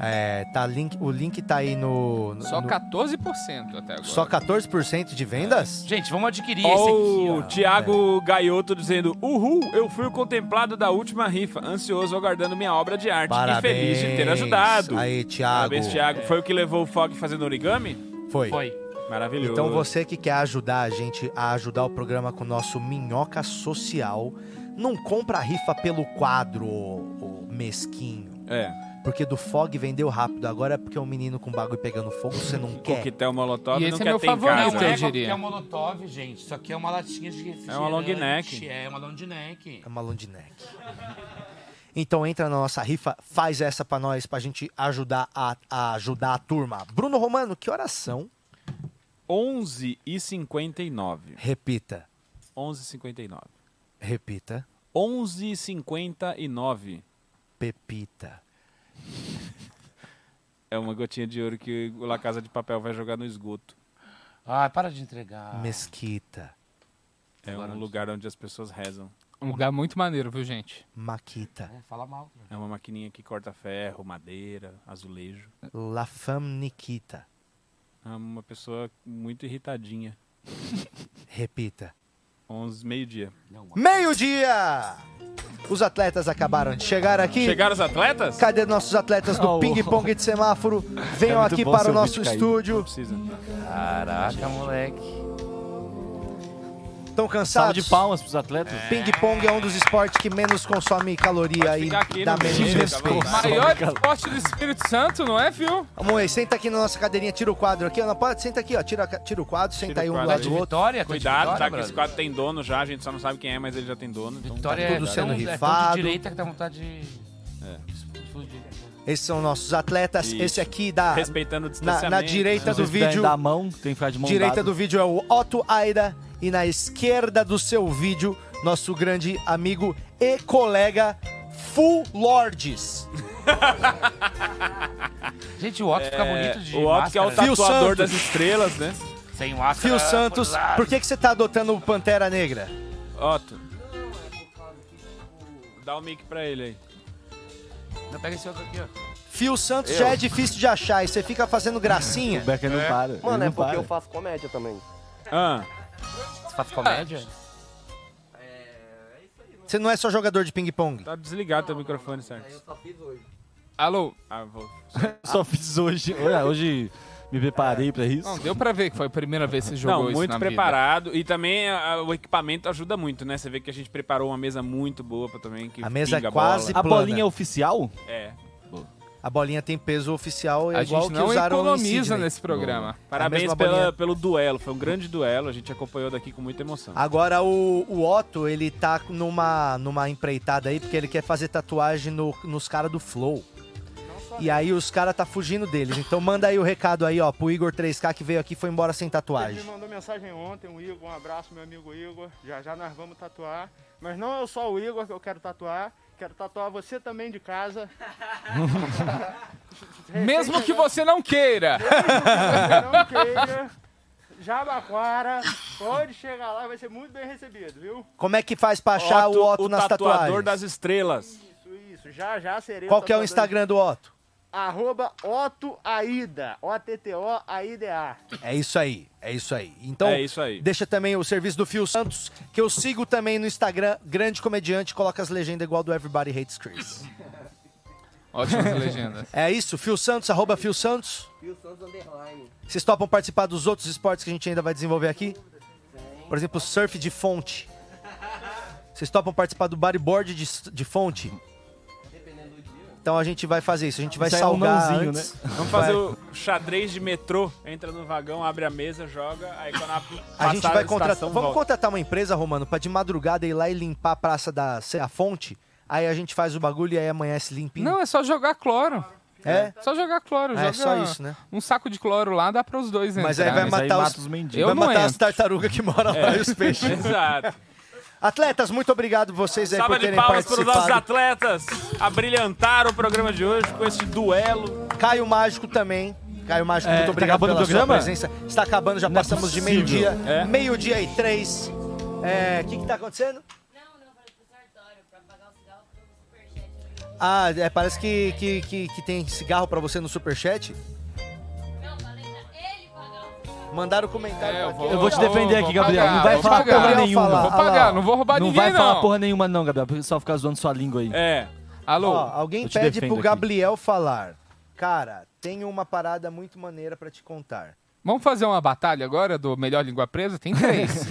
Speaker 3: É, tá link, o link tá aí no. no-
Speaker 5: Só
Speaker 3: no-
Speaker 5: 14% até agora.
Speaker 3: só 14% de vendas?
Speaker 7: Gente, vamos adquirir esse
Speaker 1: Ó,
Speaker 3: É.
Speaker 7: aqui.
Speaker 1: o Thiago Gaioto dizendo: Uhul, eu fui o contemplado da última rifa, ansioso aguardando minha obra de arte
Speaker 3: Parabéns.
Speaker 1: e feliz de ter ajudado.
Speaker 3: Aí, Thiago.
Speaker 1: Parabéns, Thiago. Foi o que levou o Fog fazendo origami?
Speaker 3: Foi.
Speaker 7: Ó. Foi.
Speaker 1: Maravilhoso.
Speaker 3: Então você que quer ajudar a gente a ajudar o programa com o nosso Minhoca Social, não compra a rifa pelo quadro, ô, ô mesquinho.
Speaker 1: É,
Speaker 3: Porque do Fog vendeu rápido. Agora é porque é um menino com bagulho pegando fogo, você não quer.
Speaker 1: coquetel molotov
Speaker 5: E
Speaker 1: não
Speaker 5: esse é
Speaker 1: quer
Speaker 5: meu
Speaker 1: ter
Speaker 5: favorito,
Speaker 1: em
Speaker 7: Não
Speaker 1: casa.
Speaker 5: eu
Speaker 7: é
Speaker 5: diria.
Speaker 7: qualquer molotov, gente. Isso aqui é uma latinha de refrigerante.
Speaker 1: É uma long neck.
Speaker 7: É uma long neck.
Speaker 3: É uma Londineck. Então entra na nossa rifa, faz essa pra nós, pra gente ajudar a, a ajudar a turma. Bruno Romano, que horas são?
Speaker 1: 11 e 59.
Speaker 3: Repita,
Speaker 1: 11 e 59.
Speaker 3: repita,
Speaker 1: 11 e 59.
Speaker 3: pepita.
Speaker 1: É uma gotinha de ouro que o La Casa de Papel vai jogar no esgoto.
Speaker 7: Ah, para de entregar.
Speaker 3: Mesquita,
Speaker 1: É um lugar onde as pessoas rezam.
Speaker 5: Um lugar muito maneiro, viu, gente?
Speaker 3: maquita,
Speaker 7: É, fala mal.
Speaker 1: É uma maquininha que corta ferro, madeira, azulejo.
Speaker 3: la femme Nikita.
Speaker 1: É uma pessoa muito irritadinha.
Speaker 3: Repita.
Speaker 1: 11, meio-dia.
Speaker 3: Meio-dia! Os atletas acabaram de chegar aqui.
Speaker 1: Chegaram os atletas?
Speaker 3: Cadê nossos atletas do
Speaker 2: Oh.
Speaker 3: ping-pong de semáforo? Venham
Speaker 2: É muito
Speaker 3: aqui
Speaker 2: bom
Speaker 3: para o
Speaker 2: seu
Speaker 3: nosso
Speaker 2: vídeo cair.
Speaker 1: Não
Speaker 3: estúdio.
Speaker 1: precisa.
Speaker 7: Caraca, Tá, moleque.
Speaker 3: Estão
Speaker 2: Salve
Speaker 3: cansados?
Speaker 2: de palmas pros atletas.
Speaker 3: Ping-pong é um dos esportes que menos consome caloria
Speaker 1: Pode
Speaker 3: e
Speaker 1: ficar aqui
Speaker 3: dá
Speaker 1: no
Speaker 3: menos
Speaker 1: meio,
Speaker 3: respeito.
Speaker 1: fica à vontade.
Speaker 5: Maior esporte do Espírito Santo, não é, viu?
Speaker 3: Amor, senta aqui na nossa cadeirinha, tira o quadro aqui. Ana, pode, senta aqui, ó. Tira, a ca- tira o quadro, senta
Speaker 1: Tira o
Speaker 3: aí um do
Speaker 1: quadro.
Speaker 3: lado
Speaker 7: De
Speaker 3: do outro.
Speaker 7: Vitória? tá de
Speaker 1: Cuidado, tá?
Speaker 7: Vitória,
Speaker 1: Que esse
Speaker 7: brother?
Speaker 1: quadro tem dono já, a gente só não sabe quem é, mas ele já tem dono. Então
Speaker 7: Vitória é
Speaker 3: Tá tudo
Speaker 7: tão-
Speaker 3: sendo
Speaker 7: é tão
Speaker 3: rifado.
Speaker 7: de direita que dá vontade de... Fugir.
Speaker 3: Esses são nossos atletas.
Speaker 1: Isso.
Speaker 3: Esse aqui da,
Speaker 1: tá Respeitando o
Speaker 3: na,
Speaker 1: distanciamento.
Speaker 3: na direita
Speaker 2: Vocês
Speaker 3: do
Speaker 2: tiverem
Speaker 3: vídeo.
Speaker 2: Da mão, tem que ficar de mão
Speaker 3: Direita
Speaker 2: dada.
Speaker 3: do vídeo é o Otto Aida e na esquerda do seu vídeo, nosso grande amigo e colega Full Lords.
Speaker 7: Gente, o Otto fica bonito de
Speaker 1: O Otto que é o
Speaker 7: máscara, né?
Speaker 3: Fio
Speaker 1: tatuador
Speaker 3: Santos.
Speaker 1: das estrelas, né?
Speaker 7: Sem máscara.
Speaker 3: Fio Santos, por que, que você tá adotando o Pantera Negra?
Speaker 1: Otto. Dá o mic pra ele aí.
Speaker 7: Não, pega esse outro aqui, ó.
Speaker 3: Fio Santos já é difícil de achar e você fica fazendo gracinha.
Speaker 2: O Becker não para. ele
Speaker 13: Mano, é
Speaker 2: não
Speaker 13: porque
Speaker 2: para.
Speaker 13: eu faço comédia também.
Speaker 1: Ah,
Speaker 7: Você faz comédia?
Speaker 3: Você não é só jogador de ping-pong.
Speaker 1: tá desligado teu microfone, certo?
Speaker 5: Alô?
Speaker 1: Ah, vou.
Speaker 2: Só fiz hoje.
Speaker 3: É.
Speaker 2: Olha, Hoje me preparei pra isso.
Speaker 5: Não, deu pra ver que foi a primeira vez que você jogou
Speaker 1: Não,
Speaker 5: isso
Speaker 1: muito
Speaker 5: na
Speaker 1: preparado. E também a- o equipamento ajuda muito, né? Você vê que a gente preparou uma mesa muito boa pra também. Que
Speaker 3: A mesa
Speaker 1: pinga
Speaker 3: quase-
Speaker 2: A
Speaker 1: bola.
Speaker 2: bolinha é oficial?
Speaker 1: É.
Speaker 3: A bolinha tem peso oficial, é
Speaker 5: vida. A
Speaker 3: igual
Speaker 5: gente não
Speaker 3: que usaram em
Speaker 5: economiza
Speaker 3: Sydney.
Speaker 5: nesse programa.
Speaker 1: Parabéns
Speaker 3: mesma
Speaker 1: pela-
Speaker 3: bolinha.
Speaker 1: pelo duelo. Foi um grande duelo. A gente acompanhou daqui com muita emoção.
Speaker 3: Agora o, o Otto, ele tá numa, numa empreitada aí, porque ele quer fazer tatuagem no- nos caras do Flow. E aí os caras tá fugindo deles. Então manda aí o recado aí, ó, pro Igor 3K que veio aqui e foi embora sem
Speaker 10: Ele
Speaker 3: tatuagem.
Speaker 10: me mandou mensagem ontem, o Igor, um abraço, meu amigo Igor. Já já nós vamos tatuar. Mas não é só o Igor que eu quero tatuar, quero tatuar você também de casa.
Speaker 5: Mesmo que você não queira.
Speaker 10: Você não queira. Jabaquara, pode chegar lá, vai ser muito bem recebido, viu?
Speaker 3: Como é que faz pra achar
Speaker 1: Otto,
Speaker 3: o Otto
Speaker 1: o
Speaker 3: nas
Speaker 1: tatuador
Speaker 3: tatuagens?
Speaker 1: das estrelas.
Speaker 10: Isso, isso, já já serei.
Speaker 3: Qual que é o
Speaker 10: tatuador.
Speaker 3: Instagram do Otto?
Speaker 10: Arroba Otto Aida. O-T-T-O A-I-D-A.
Speaker 3: É isso aí, é isso aí. Então,
Speaker 1: É isso aí.
Speaker 3: deixa também o serviço do Fio Santos, que eu sigo também no Instagram, grande comediante, coloca as legendas igual do Everybody Hates Chris.
Speaker 5: Ótimas legendas.
Speaker 3: É isso, Fio Santos, arroba Fio Santos.
Speaker 14: Fio Santos Underline.
Speaker 3: Vocês topam participar dos outros esportes que a gente ainda vai desenvolver aqui? Por exemplo, surf de fonte. Vocês topam participar do bodyboard de, s- de fonte? Então a gente vai fazer isso, a gente vai
Speaker 2: Isso aí é um
Speaker 3: salgar
Speaker 2: nãozinho,
Speaker 3: antes.
Speaker 2: né?
Speaker 1: Vamos fazer
Speaker 3: Vai.
Speaker 1: o xadrez de metrô. Entra no vagão, abre a mesa, joga. Aí quando a,
Speaker 3: A gente vai contratar.
Speaker 1: contratar.
Speaker 3: Vamos contratar uma empresa, Romano, pra de madrugada ir lá e limpar a praça da sei lá, fonte. Aí a gente faz o bagulho e aí amanhece limpinho.
Speaker 5: Não, é só jogar cloro.
Speaker 3: É?
Speaker 5: Só jogar cloro.
Speaker 3: Ah, é
Speaker 5: joga
Speaker 3: só isso, né?
Speaker 5: Um saco de cloro lá dá para os dois entrar.
Speaker 3: Mas aí vai matar os,
Speaker 5: Eu
Speaker 3: vai
Speaker 5: não
Speaker 3: matar as
Speaker 5: entro.
Speaker 3: tartarugas que moram lá e os peixes.
Speaker 1: Exato.
Speaker 3: Atletas, muito obrigado vocês aí
Speaker 1: Salva
Speaker 3: por
Speaker 1: de
Speaker 3: terem
Speaker 1: palmas para os nossos
Speaker 3: participado.
Speaker 1: atletas. Abrilhantaram o programa de hoje com esse duelo.
Speaker 3: Caio Mágico também. Caio Mágico,
Speaker 2: É,
Speaker 3: muito
Speaker 2: tá
Speaker 3: obrigado
Speaker 2: acabando
Speaker 3: pela
Speaker 2: o
Speaker 3: sua
Speaker 2: programa?
Speaker 3: presença. Está acabando, já
Speaker 2: Não é
Speaker 3: passamos de
Speaker 2: possível.
Speaker 3: meio-dia.
Speaker 1: É.
Speaker 3: Meio-dia e três. O que que tá acontecendo? Ah, é, parece que, que, que, que tem cigarro pra você no superchat. Mandaram comentário pra quem?
Speaker 2: É, Eu vou te defender aqui, Gabriel.
Speaker 5: pagar,
Speaker 2: não vai
Speaker 5: É, vou
Speaker 2: falar
Speaker 5: pagar.
Speaker 2: porra
Speaker 5: Vou
Speaker 2: nenhuma.
Speaker 5: falar, Vou pagar,
Speaker 2: Ah lá.
Speaker 5: não vou roubar
Speaker 2: Não
Speaker 5: ninguém,
Speaker 2: vai falar
Speaker 5: não.
Speaker 2: porra nenhuma, não, Gabriel. porque Só ficar zoando sua língua aí.
Speaker 1: É.
Speaker 5: Alô?
Speaker 3: Ó, alguém
Speaker 2: Eu te
Speaker 3: pede
Speaker 2: defendo
Speaker 3: pro
Speaker 2: aqui.
Speaker 3: Gabriel falar. Cara, tenho uma parada muito maneira pra te contar.
Speaker 5: Vamos fazer uma batalha agora do melhor língua presa? Tem três.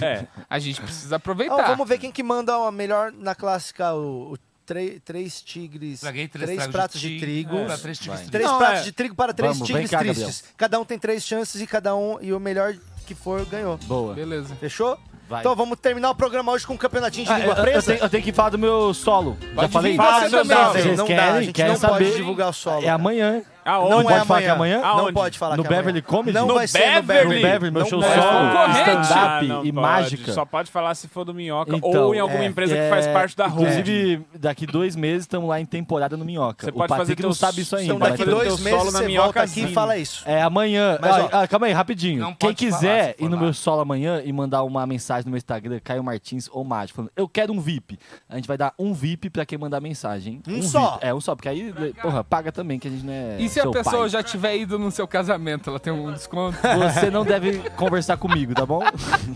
Speaker 1: É.
Speaker 5: A gente precisa
Speaker 3: Ó,
Speaker 2: tá.
Speaker 5: aproveitar.
Speaker 3: Então, vamos ver quem que manda a melhor na clássica, o, o tre- três tigres,
Speaker 7: Traguei três
Speaker 3: três
Speaker 7: tragos de
Speaker 3: pratos de
Speaker 7: ti-
Speaker 3: trigo.
Speaker 7: é, pra três tigres tristes.
Speaker 3: Três
Speaker 1: Não,
Speaker 3: pratos
Speaker 1: é.
Speaker 3: de trigo para três
Speaker 2: Vamos, vem
Speaker 3: tigres
Speaker 2: cá,
Speaker 3: tristes. Cada um tem três chances e cada um e o melhor que for ganhou.
Speaker 2: Boa.
Speaker 5: Beleza.
Speaker 3: Fechou?
Speaker 2: Vai.
Speaker 3: Então vamos terminar o programa hoje com um campeonatinho de
Speaker 2: Ah, eu,
Speaker 3: língua
Speaker 2: eu
Speaker 3: presa.
Speaker 2: tenho, eu tenho que falar do meu solo. Já
Speaker 5: Pode
Speaker 2: falei?
Speaker 5: vir você
Speaker 1: Fala,
Speaker 5: também,
Speaker 1: Sandal.
Speaker 5: Zé.
Speaker 2: Vocês
Speaker 3: não dá, a
Speaker 2: querem?
Speaker 3: gente
Speaker 2: Querem
Speaker 3: não pode
Speaker 2: saber?
Speaker 3: divulgar o solo.
Speaker 2: É amanhã.
Speaker 1: Aonde?
Speaker 3: Não,
Speaker 2: Não pode
Speaker 3: é
Speaker 2: falar que é
Speaker 3: amanhã.
Speaker 2: amanhã?
Speaker 3: Não
Speaker 1: Aonde?
Speaker 3: pode falar
Speaker 2: No
Speaker 3: que é amanhã.
Speaker 2: Beverly Comedy?
Speaker 3: Não
Speaker 1: No
Speaker 3: vai ser no
Speaker 1: Beverly?
Speaker 2: No
Speaker 3: Beverly.
Speaker 2: Beverly, meu
Speaker 3: Não
Speaker 2: show
Speaker 3: vai.
Speaker 2: solo,
Speaker 5: Concorrente.
Speaker 1: Ah,
Speaker 2: stand-up
Speaker 1: não
Speaker 2: e
Speaker 1: pode.
Speaker 2: mágica.
Speaker 1: Só pode falar se for do Minhoca
Speaker 2: Então,
Speaker 1: ou em alguma
Speaker 2: é,
Speaker 1: empresa
Speaker 2: é,
Speaker 1: que faz parte da rede.
Speaker 2: Inclusive, daqui dois meses estamos lá em temporada no Minhoca.
Speaker 1: Você
Speaker 2: o
Speaker 1: pode fazer
Speaker 2: Patrick não
Speaker 1: teus-
Speaker 2: sabe isso ainda.
Speaker 3: Então
Speaker 1: vai
Speaker 2: mas
Speaker 3: daqui
Speaker 1: fazer
Speaker 3: dois
Speaker 1: teu
Speaker 3: meses
Speaker 1: solo na
Speaker 3: você
Speaker 1: minhoca
Speaker 3: volta aqui e
Speaker 1: assim.
Speaker 3: fala isso.
Speaker 2: É, amanhã.
Speaker 3: Mas,
Speaker 2: Ah,
Speaker 3: ó,
Speaker 2: ah, calma aí, rapidinho.
Speaker 7: não
Speaker 2: Quem
Speaker 7: pode falar,
Speaker 2: quiser
Speaker 7: se for
Speaker 2: ir no
Speaker 7: lá.
Speaker 2: meu solo amanhã e mandar uma mensagem no meu Instagram, Caio Martins ou Mágico, falando, eu quero um VIP. A gente vai dar um VIP pra quem mandar mensagem. hein?
Speaker 3: Um só?
Speaker 2: VIP. É, um só, porque aí, porra, paga também, que a gente não é.
Speaker 5: E se a
Speaker 2: seu
Speaker 5: pessoa
Speaker 2: pai.
Speaker 5: já tiver ido no seu casamento, ela tem um desconto?
Speaker 2: Você não deve conversar comigo, tá bom?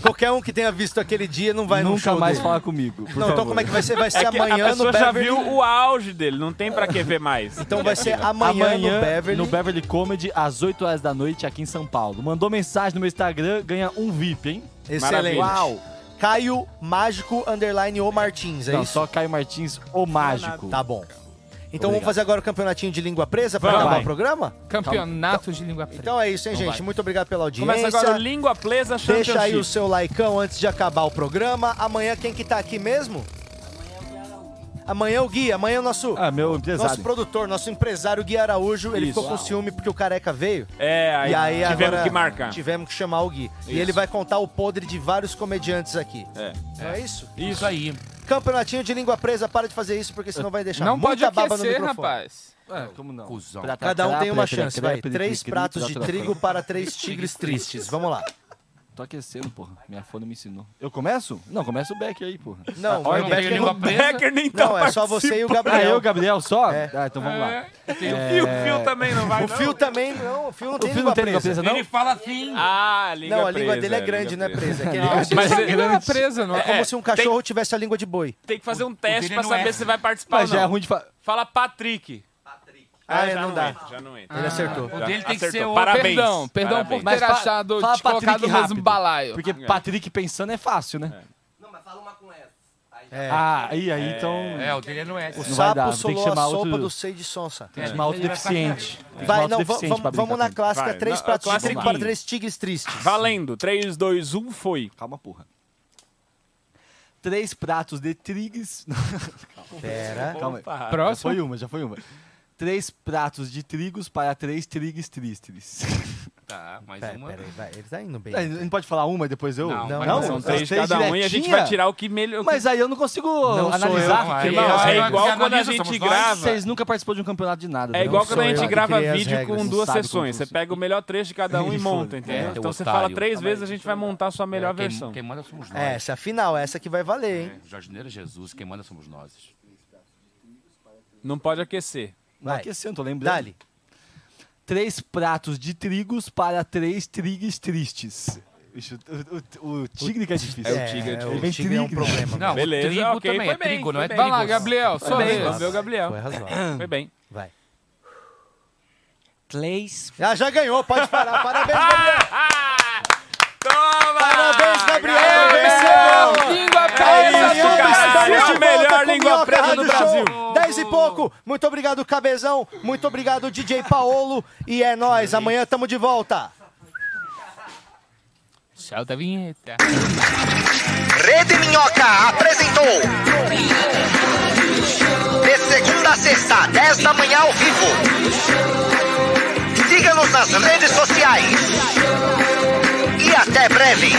Speaker 3: Qualquer um que tenha visto aquele dia não vai no
Speaker 2: Nunca
Speaker 3: show
Speaker 2: mais
Speaker 3: dele.
Speaker 2: falar comigo. por
Speaker 3: Não, então
Speaker 2: favor.
Speaker 3: como é que vai ser? Vai ser
Speaker 1: É que
Speaker 3: amanhã
Speaker 1: a
Speaker 3: no
Speaker 1: pessoa
Speaker 3: Beverly.
Speaker 1: já viu o auge dele, não tem pra que ver mais.
Speaker 3: Então vai ser amanhã,
Speaker 2: Amanhã,
Speaker 3: no Beverly.
Speaker 2: Comedy, às 8 horas da noite, aqui em São Paulo. Mandou mensagem no meu Instagram, ganha um VIP, hein?
Speaker 3: Excelente.
Speaker 1: Maravilha.
Speaker 3: Uau. Caio Mágico Underline ou Martins, é
Speaker 2: Não,
Speaker 3: isso?
Speaker 2: só Caio Martins, o mágico.
Speaker 3: Tá bom. Então
Speaker 2: Obrigado.
Speaker 3: vamos fazer agora o campeonatinho de língua presa pra
Speaker 1: Vamos.
Speaker 3: acabar
Speaker 2: Vai.
Speaker 3: o programa?
Speaker 5: Campeonato de língua presa.
Speaker 3: Então é isso, hein, gente? Muito obrigado pela
Speaker 1: Começa
Speaker 3: audiência.
Speaker 1: agora o Língua Presa Championship.
Speaker 3: Deixa aí o seu likeão antes de acabar o programa. Amanhã quem que tá aqui mesmo? Amanhã é o Gui, amanhã é o nosso,
Speaker 2: Ah, meu empresário.
Speaker 3: nosso produtor, nosso empresário Gui Araújo. Ele
Speaker 2: Isso.
Speaker 3: ficou com ciúme porque o careca veio.
Speaker 1: É, aí,
Speaker 3: E aí
Speaker 1: tivemos
Speaker 3: agora
Speaker 1: que marcar.
Speaker 3: Tivemos que chamar o Gui. E
Speaker 1: Isso.
Speaker 3: ele vai contar o podre de vários comediantes aqui.
Speaker 1: É.
Speaker 3: Não é isso?
Speaker 7: Isso aí.
Speaker 3: Campeonatinho de língua presa, para de fazer isso, porque senão vai deixar
Speaker 5: Não pode
Speaker 3: muita baba no
Speaker 5: aquecer,
Speaker 3: microfone.
Speaker 5: rapaz.
Speaker 2: Ah, como não?
Speaker 7: Cusão.
Speaker 3: Cada um tem uma chance,
Speaker 2: né?
Speaker 3: vai. Três pratos de trigo para três tigres tristes. Vamos lá.
Speaker 2: Tô aquecendo, porra. Minha fone me ensinou. Eu começo? Não, começa o Beck aí, porra.
Speaker 3: Não,
Speaker 7: Olha,
Speaker 3: o
Speaker 7: não
Speaker 3: Becker
Speaker 7: tem
Speaker 3: não-
Speaker 7: língua presa.
Speaker 1: Becker nem tá
Speaker 3: não, é só você e
Speaker 2: Ah, eu,
Speaker 3: o Gabriel.
Speaker 2: Gabriel, só?
Speaker 3: É.
Speaker 2: Ah, então vamos lá.
Speaker 1: E o Fio também não vai,
Speaker 3: O
Speaker 1: não?
Speaker 3: Fio também, não, o Fio não
Speaker 2: O
Speaker 3: tem
Speaker 2: filho não
Speaker 3: língua
Speaker 2: tem língua
Speaker 3: presa.
Speaker 2: presa, não?
Speaker 7: Ele fala assim.
Speaker 1: Ah, língua
Speaker 3: Não, a língua
Speaker 1: presa,
Speaker 3: dele é
Speaker 1: língua
Speaker 3: grande, não é presa. é que ele-
Speaker 1: Mas
Speaker 5: Mas
Speaker 1: é
Speaker 5: ele não é presa, não
Speaker 3: É
Speaker 5: é?
Speaker 3: como
Speaker 1: É,
Speaker 3: se um cachorro tivesse a língua de boi.
Speaker 1: Tem que fazer um
Speaker 7: o
Speaker 1: teste
Speaker 7: dele
Speaker 1: pra
Speaker 7: não
Speaker 1: saber
Speaker 7: é.
Speaker 1: se vai participar
Speaker 2: Mas
Speaker 1: ou
Speaker 2: já é
Speaker 1: não.
Speaker 2: ruim de falar.
Speaker 1: Fala Patrick.
Speaker 3: Ah, é,
Speaker 1: já
Speaker 3: não dá.
Speaker 1: entra, já não Ah, entra.
Speaker 3: Ele acertou.
Speaker 1: Já
Speaker 7: O dele tem que
Speaker 1: acertou.
Speaker 7: ser o-
Speaker 1: Parabéns.
Speaker 5: Perdão, perdão
Speaker 1: Parabéns.
Speaker 5: por ter
Speaker 2: fala-
Speaker 5: achado,
Speaker 2: fala
Speaker 5: te colocado
Speaker 2: Patrick
Speaker 5: no mesmo
Speaker 2: rápido,
Speaker 5: balaio.
Speaker 2: Porque Patrick pensando é fácil, né?
Speaker 14: Não, mas fala uma com essa. Aí já-
Speaker 3: É.
Speaker 2: Ah, aí, aí, então...
Speaker 7: É, o dele é no S.
Speaker 3: O
Speaker 2: Não É. vai dar,
Speaker 3: sapo
Speaker 2: tem que
Speaker 3: solou a
Speaker 2: chamar
Speaker 3: sopa
Speaker 2: outro-
Speaker 3: do sei de sonsa.
Speaker 2: Tem que chamar outro deficiente. Tem que chamar
Speaker 3: Vai,
Speaker 2: outro
Speaker 3: não, va-
Speaker 2: deficiente pra
Speaker 3: vamos
Speaker 2: brincar
Speaker 3: vamos
Speaker 2: com
Speaker 3: na
Speaker 2: ele.
Speaker 3: clássica,
Speaker 1: Vai,
Speaker 3: três
Speaker 1: na-
Speaker 3: pratos de
Speaker 1: clássica
Speaker 3: trigo
Speaker 1: aqui.
Speaker 3: para três tigres tristes.
Speaker 1: Valendo. 3, 2, 1, foi.
Speaker 2: Calma, porra. Três pratos de trigues.
Speaker 3: Pera.
Speaker 2: Calma aí.
Speaker 1: Opa.
Speaker 2: Ah, Já
Speaker 5: Próximo.
Speaker 2: foi uma, já foi uma. Três pratos de trigos para três trigues tristes.
Speaker 7: Tá, mais
Speaker 3: Pera,
Speaker 7: uma.
Speaker 3: pera aí, vai, ele tá indo bem.
Speaker 2: É, Não pode falar uma e depois eu?
Speaker 7: Não,
Speaker 3: Não,
Speaker 7: não,
Speaker 3: não.
Speaker 1: São
Speaker 2: as
Speaker 1: três de
Speaker 2: três
Speaker 1: cada um e a gente
Speaker 2: direitinha.
Speaker 1: vai tirar o que melhor.
Speaker 2: Mas aí eu não consigo
Speaker 3: sou
Speaker 2: analisar.
Speaker 7: eu,
Speaker 2: porque
Speaker 7: aí
Speaker 2: não,
Speaker 7: eu-
Speaker 1: é
Speaker 2: é
Speaker 7: Você
Speaker 2: igual-
Speaker 1: igual
Speaker 7: analisa,
Speaker 1: quando a
Speaker 7: somos
Speaker 1: gente
Speaker 7: nós.
Speaker 1: grava.
Speaker 2: Vocês nunca participou de um campeonato de nada.
Speaker 1: É igual
Speaker 3: sou
Speaker 1: quando a
Speaker 3: eu
Speaker 1: gente
Speaker 3: que
Speaker 1: grava
Speaker 3: criei as
Speaker 1: vídeo
Speaker 3: regras,
Speaker 1: com
Speaker 3: não
Speaker 1: duas
Speaker 2: sabe como
Speaker 1: sessões. Você
Speaker 2: funciona.
Speaker 1: pega o melhor trecho de cada um e
Speaker 2: Ele
Speaker 1: monta,
Speaker 2: foi.
Speaker 1: entendeu?
Speaker 7: É,
Speaker 1: então
Speaker 7: o
Speaker 1: você
Speaker 7: otário.
Speaker 1: fala três
Speaker 7: Calma aí,
Speaker 1: vezes, a gente vai montar a sua melhor
Speaker 7: É, quem,
Speaker 1: versão.
Speaker 7: Quem manda somos nós.
Speaker 3: Essa é a final, essa que vai valer, hein?
Speaker 7: O jardineiro é Jesus, quem manda somos nós.
Speaker 1: Não pode aquecer.
Speaker 2: Não
Speaker 3: Vai.
Speaker 2: aquecendo, assim, tô lembrando.
Speaker 3: Dali.
Speaker 2: Três pratos de trigos para três trigues tristes. Ixi, o- O, o- o tigre que é difícil.
Speaker 5: É, o tigre é difícil.
Speaker 2: ele vem
Speaker 5: O tigre é um
Speaker 2: trigre.
Speaker 5: problema. Não, o Beleza, trigo ok, também foi é bem, trigo, foi não é bem. Vai lá, Gabriel,
Speaker 15: Foi bem, valeu, Gabriel.
Speaker 5: Foi
Speaker 3: razoável.
Speaker 15: Foi bem.
Speaker 3: Vai.
Speaker 16: Três.
Speaker 3: Ah, já ganhou, pode parar. Parabéns,
Speaker 15: Toma!
Speaker 3: Parabéns, Gabriel! é
Speaker 1: venceu!
Speaker 5: Língua
Speaker 1: presa
Speaker 3: Ganhou,
Speaker 1: do caralho! É
Speaker 3: estamos de
Speaker 1: a melhor
Speaker 3: volta com o
Speaker 1: língua
Speaker 3: Minhoca
Speaker 1: presa do
Speaker 3: Rádio
Speaker 1: Brasil!
Speaker 3: Show. 10 e pouco. Muito obrigado, Cabezão. Muito obrigado, DJ Paolo. E é nóis. Amanhã tamo de volta.
Speaker 5: Solta a vinheta.
Speaker 12: Rede Minhoca apresentou. De segunda a sexta, 10 da manhã ao vivo. Siga-nos nas redes sociais. E até breve.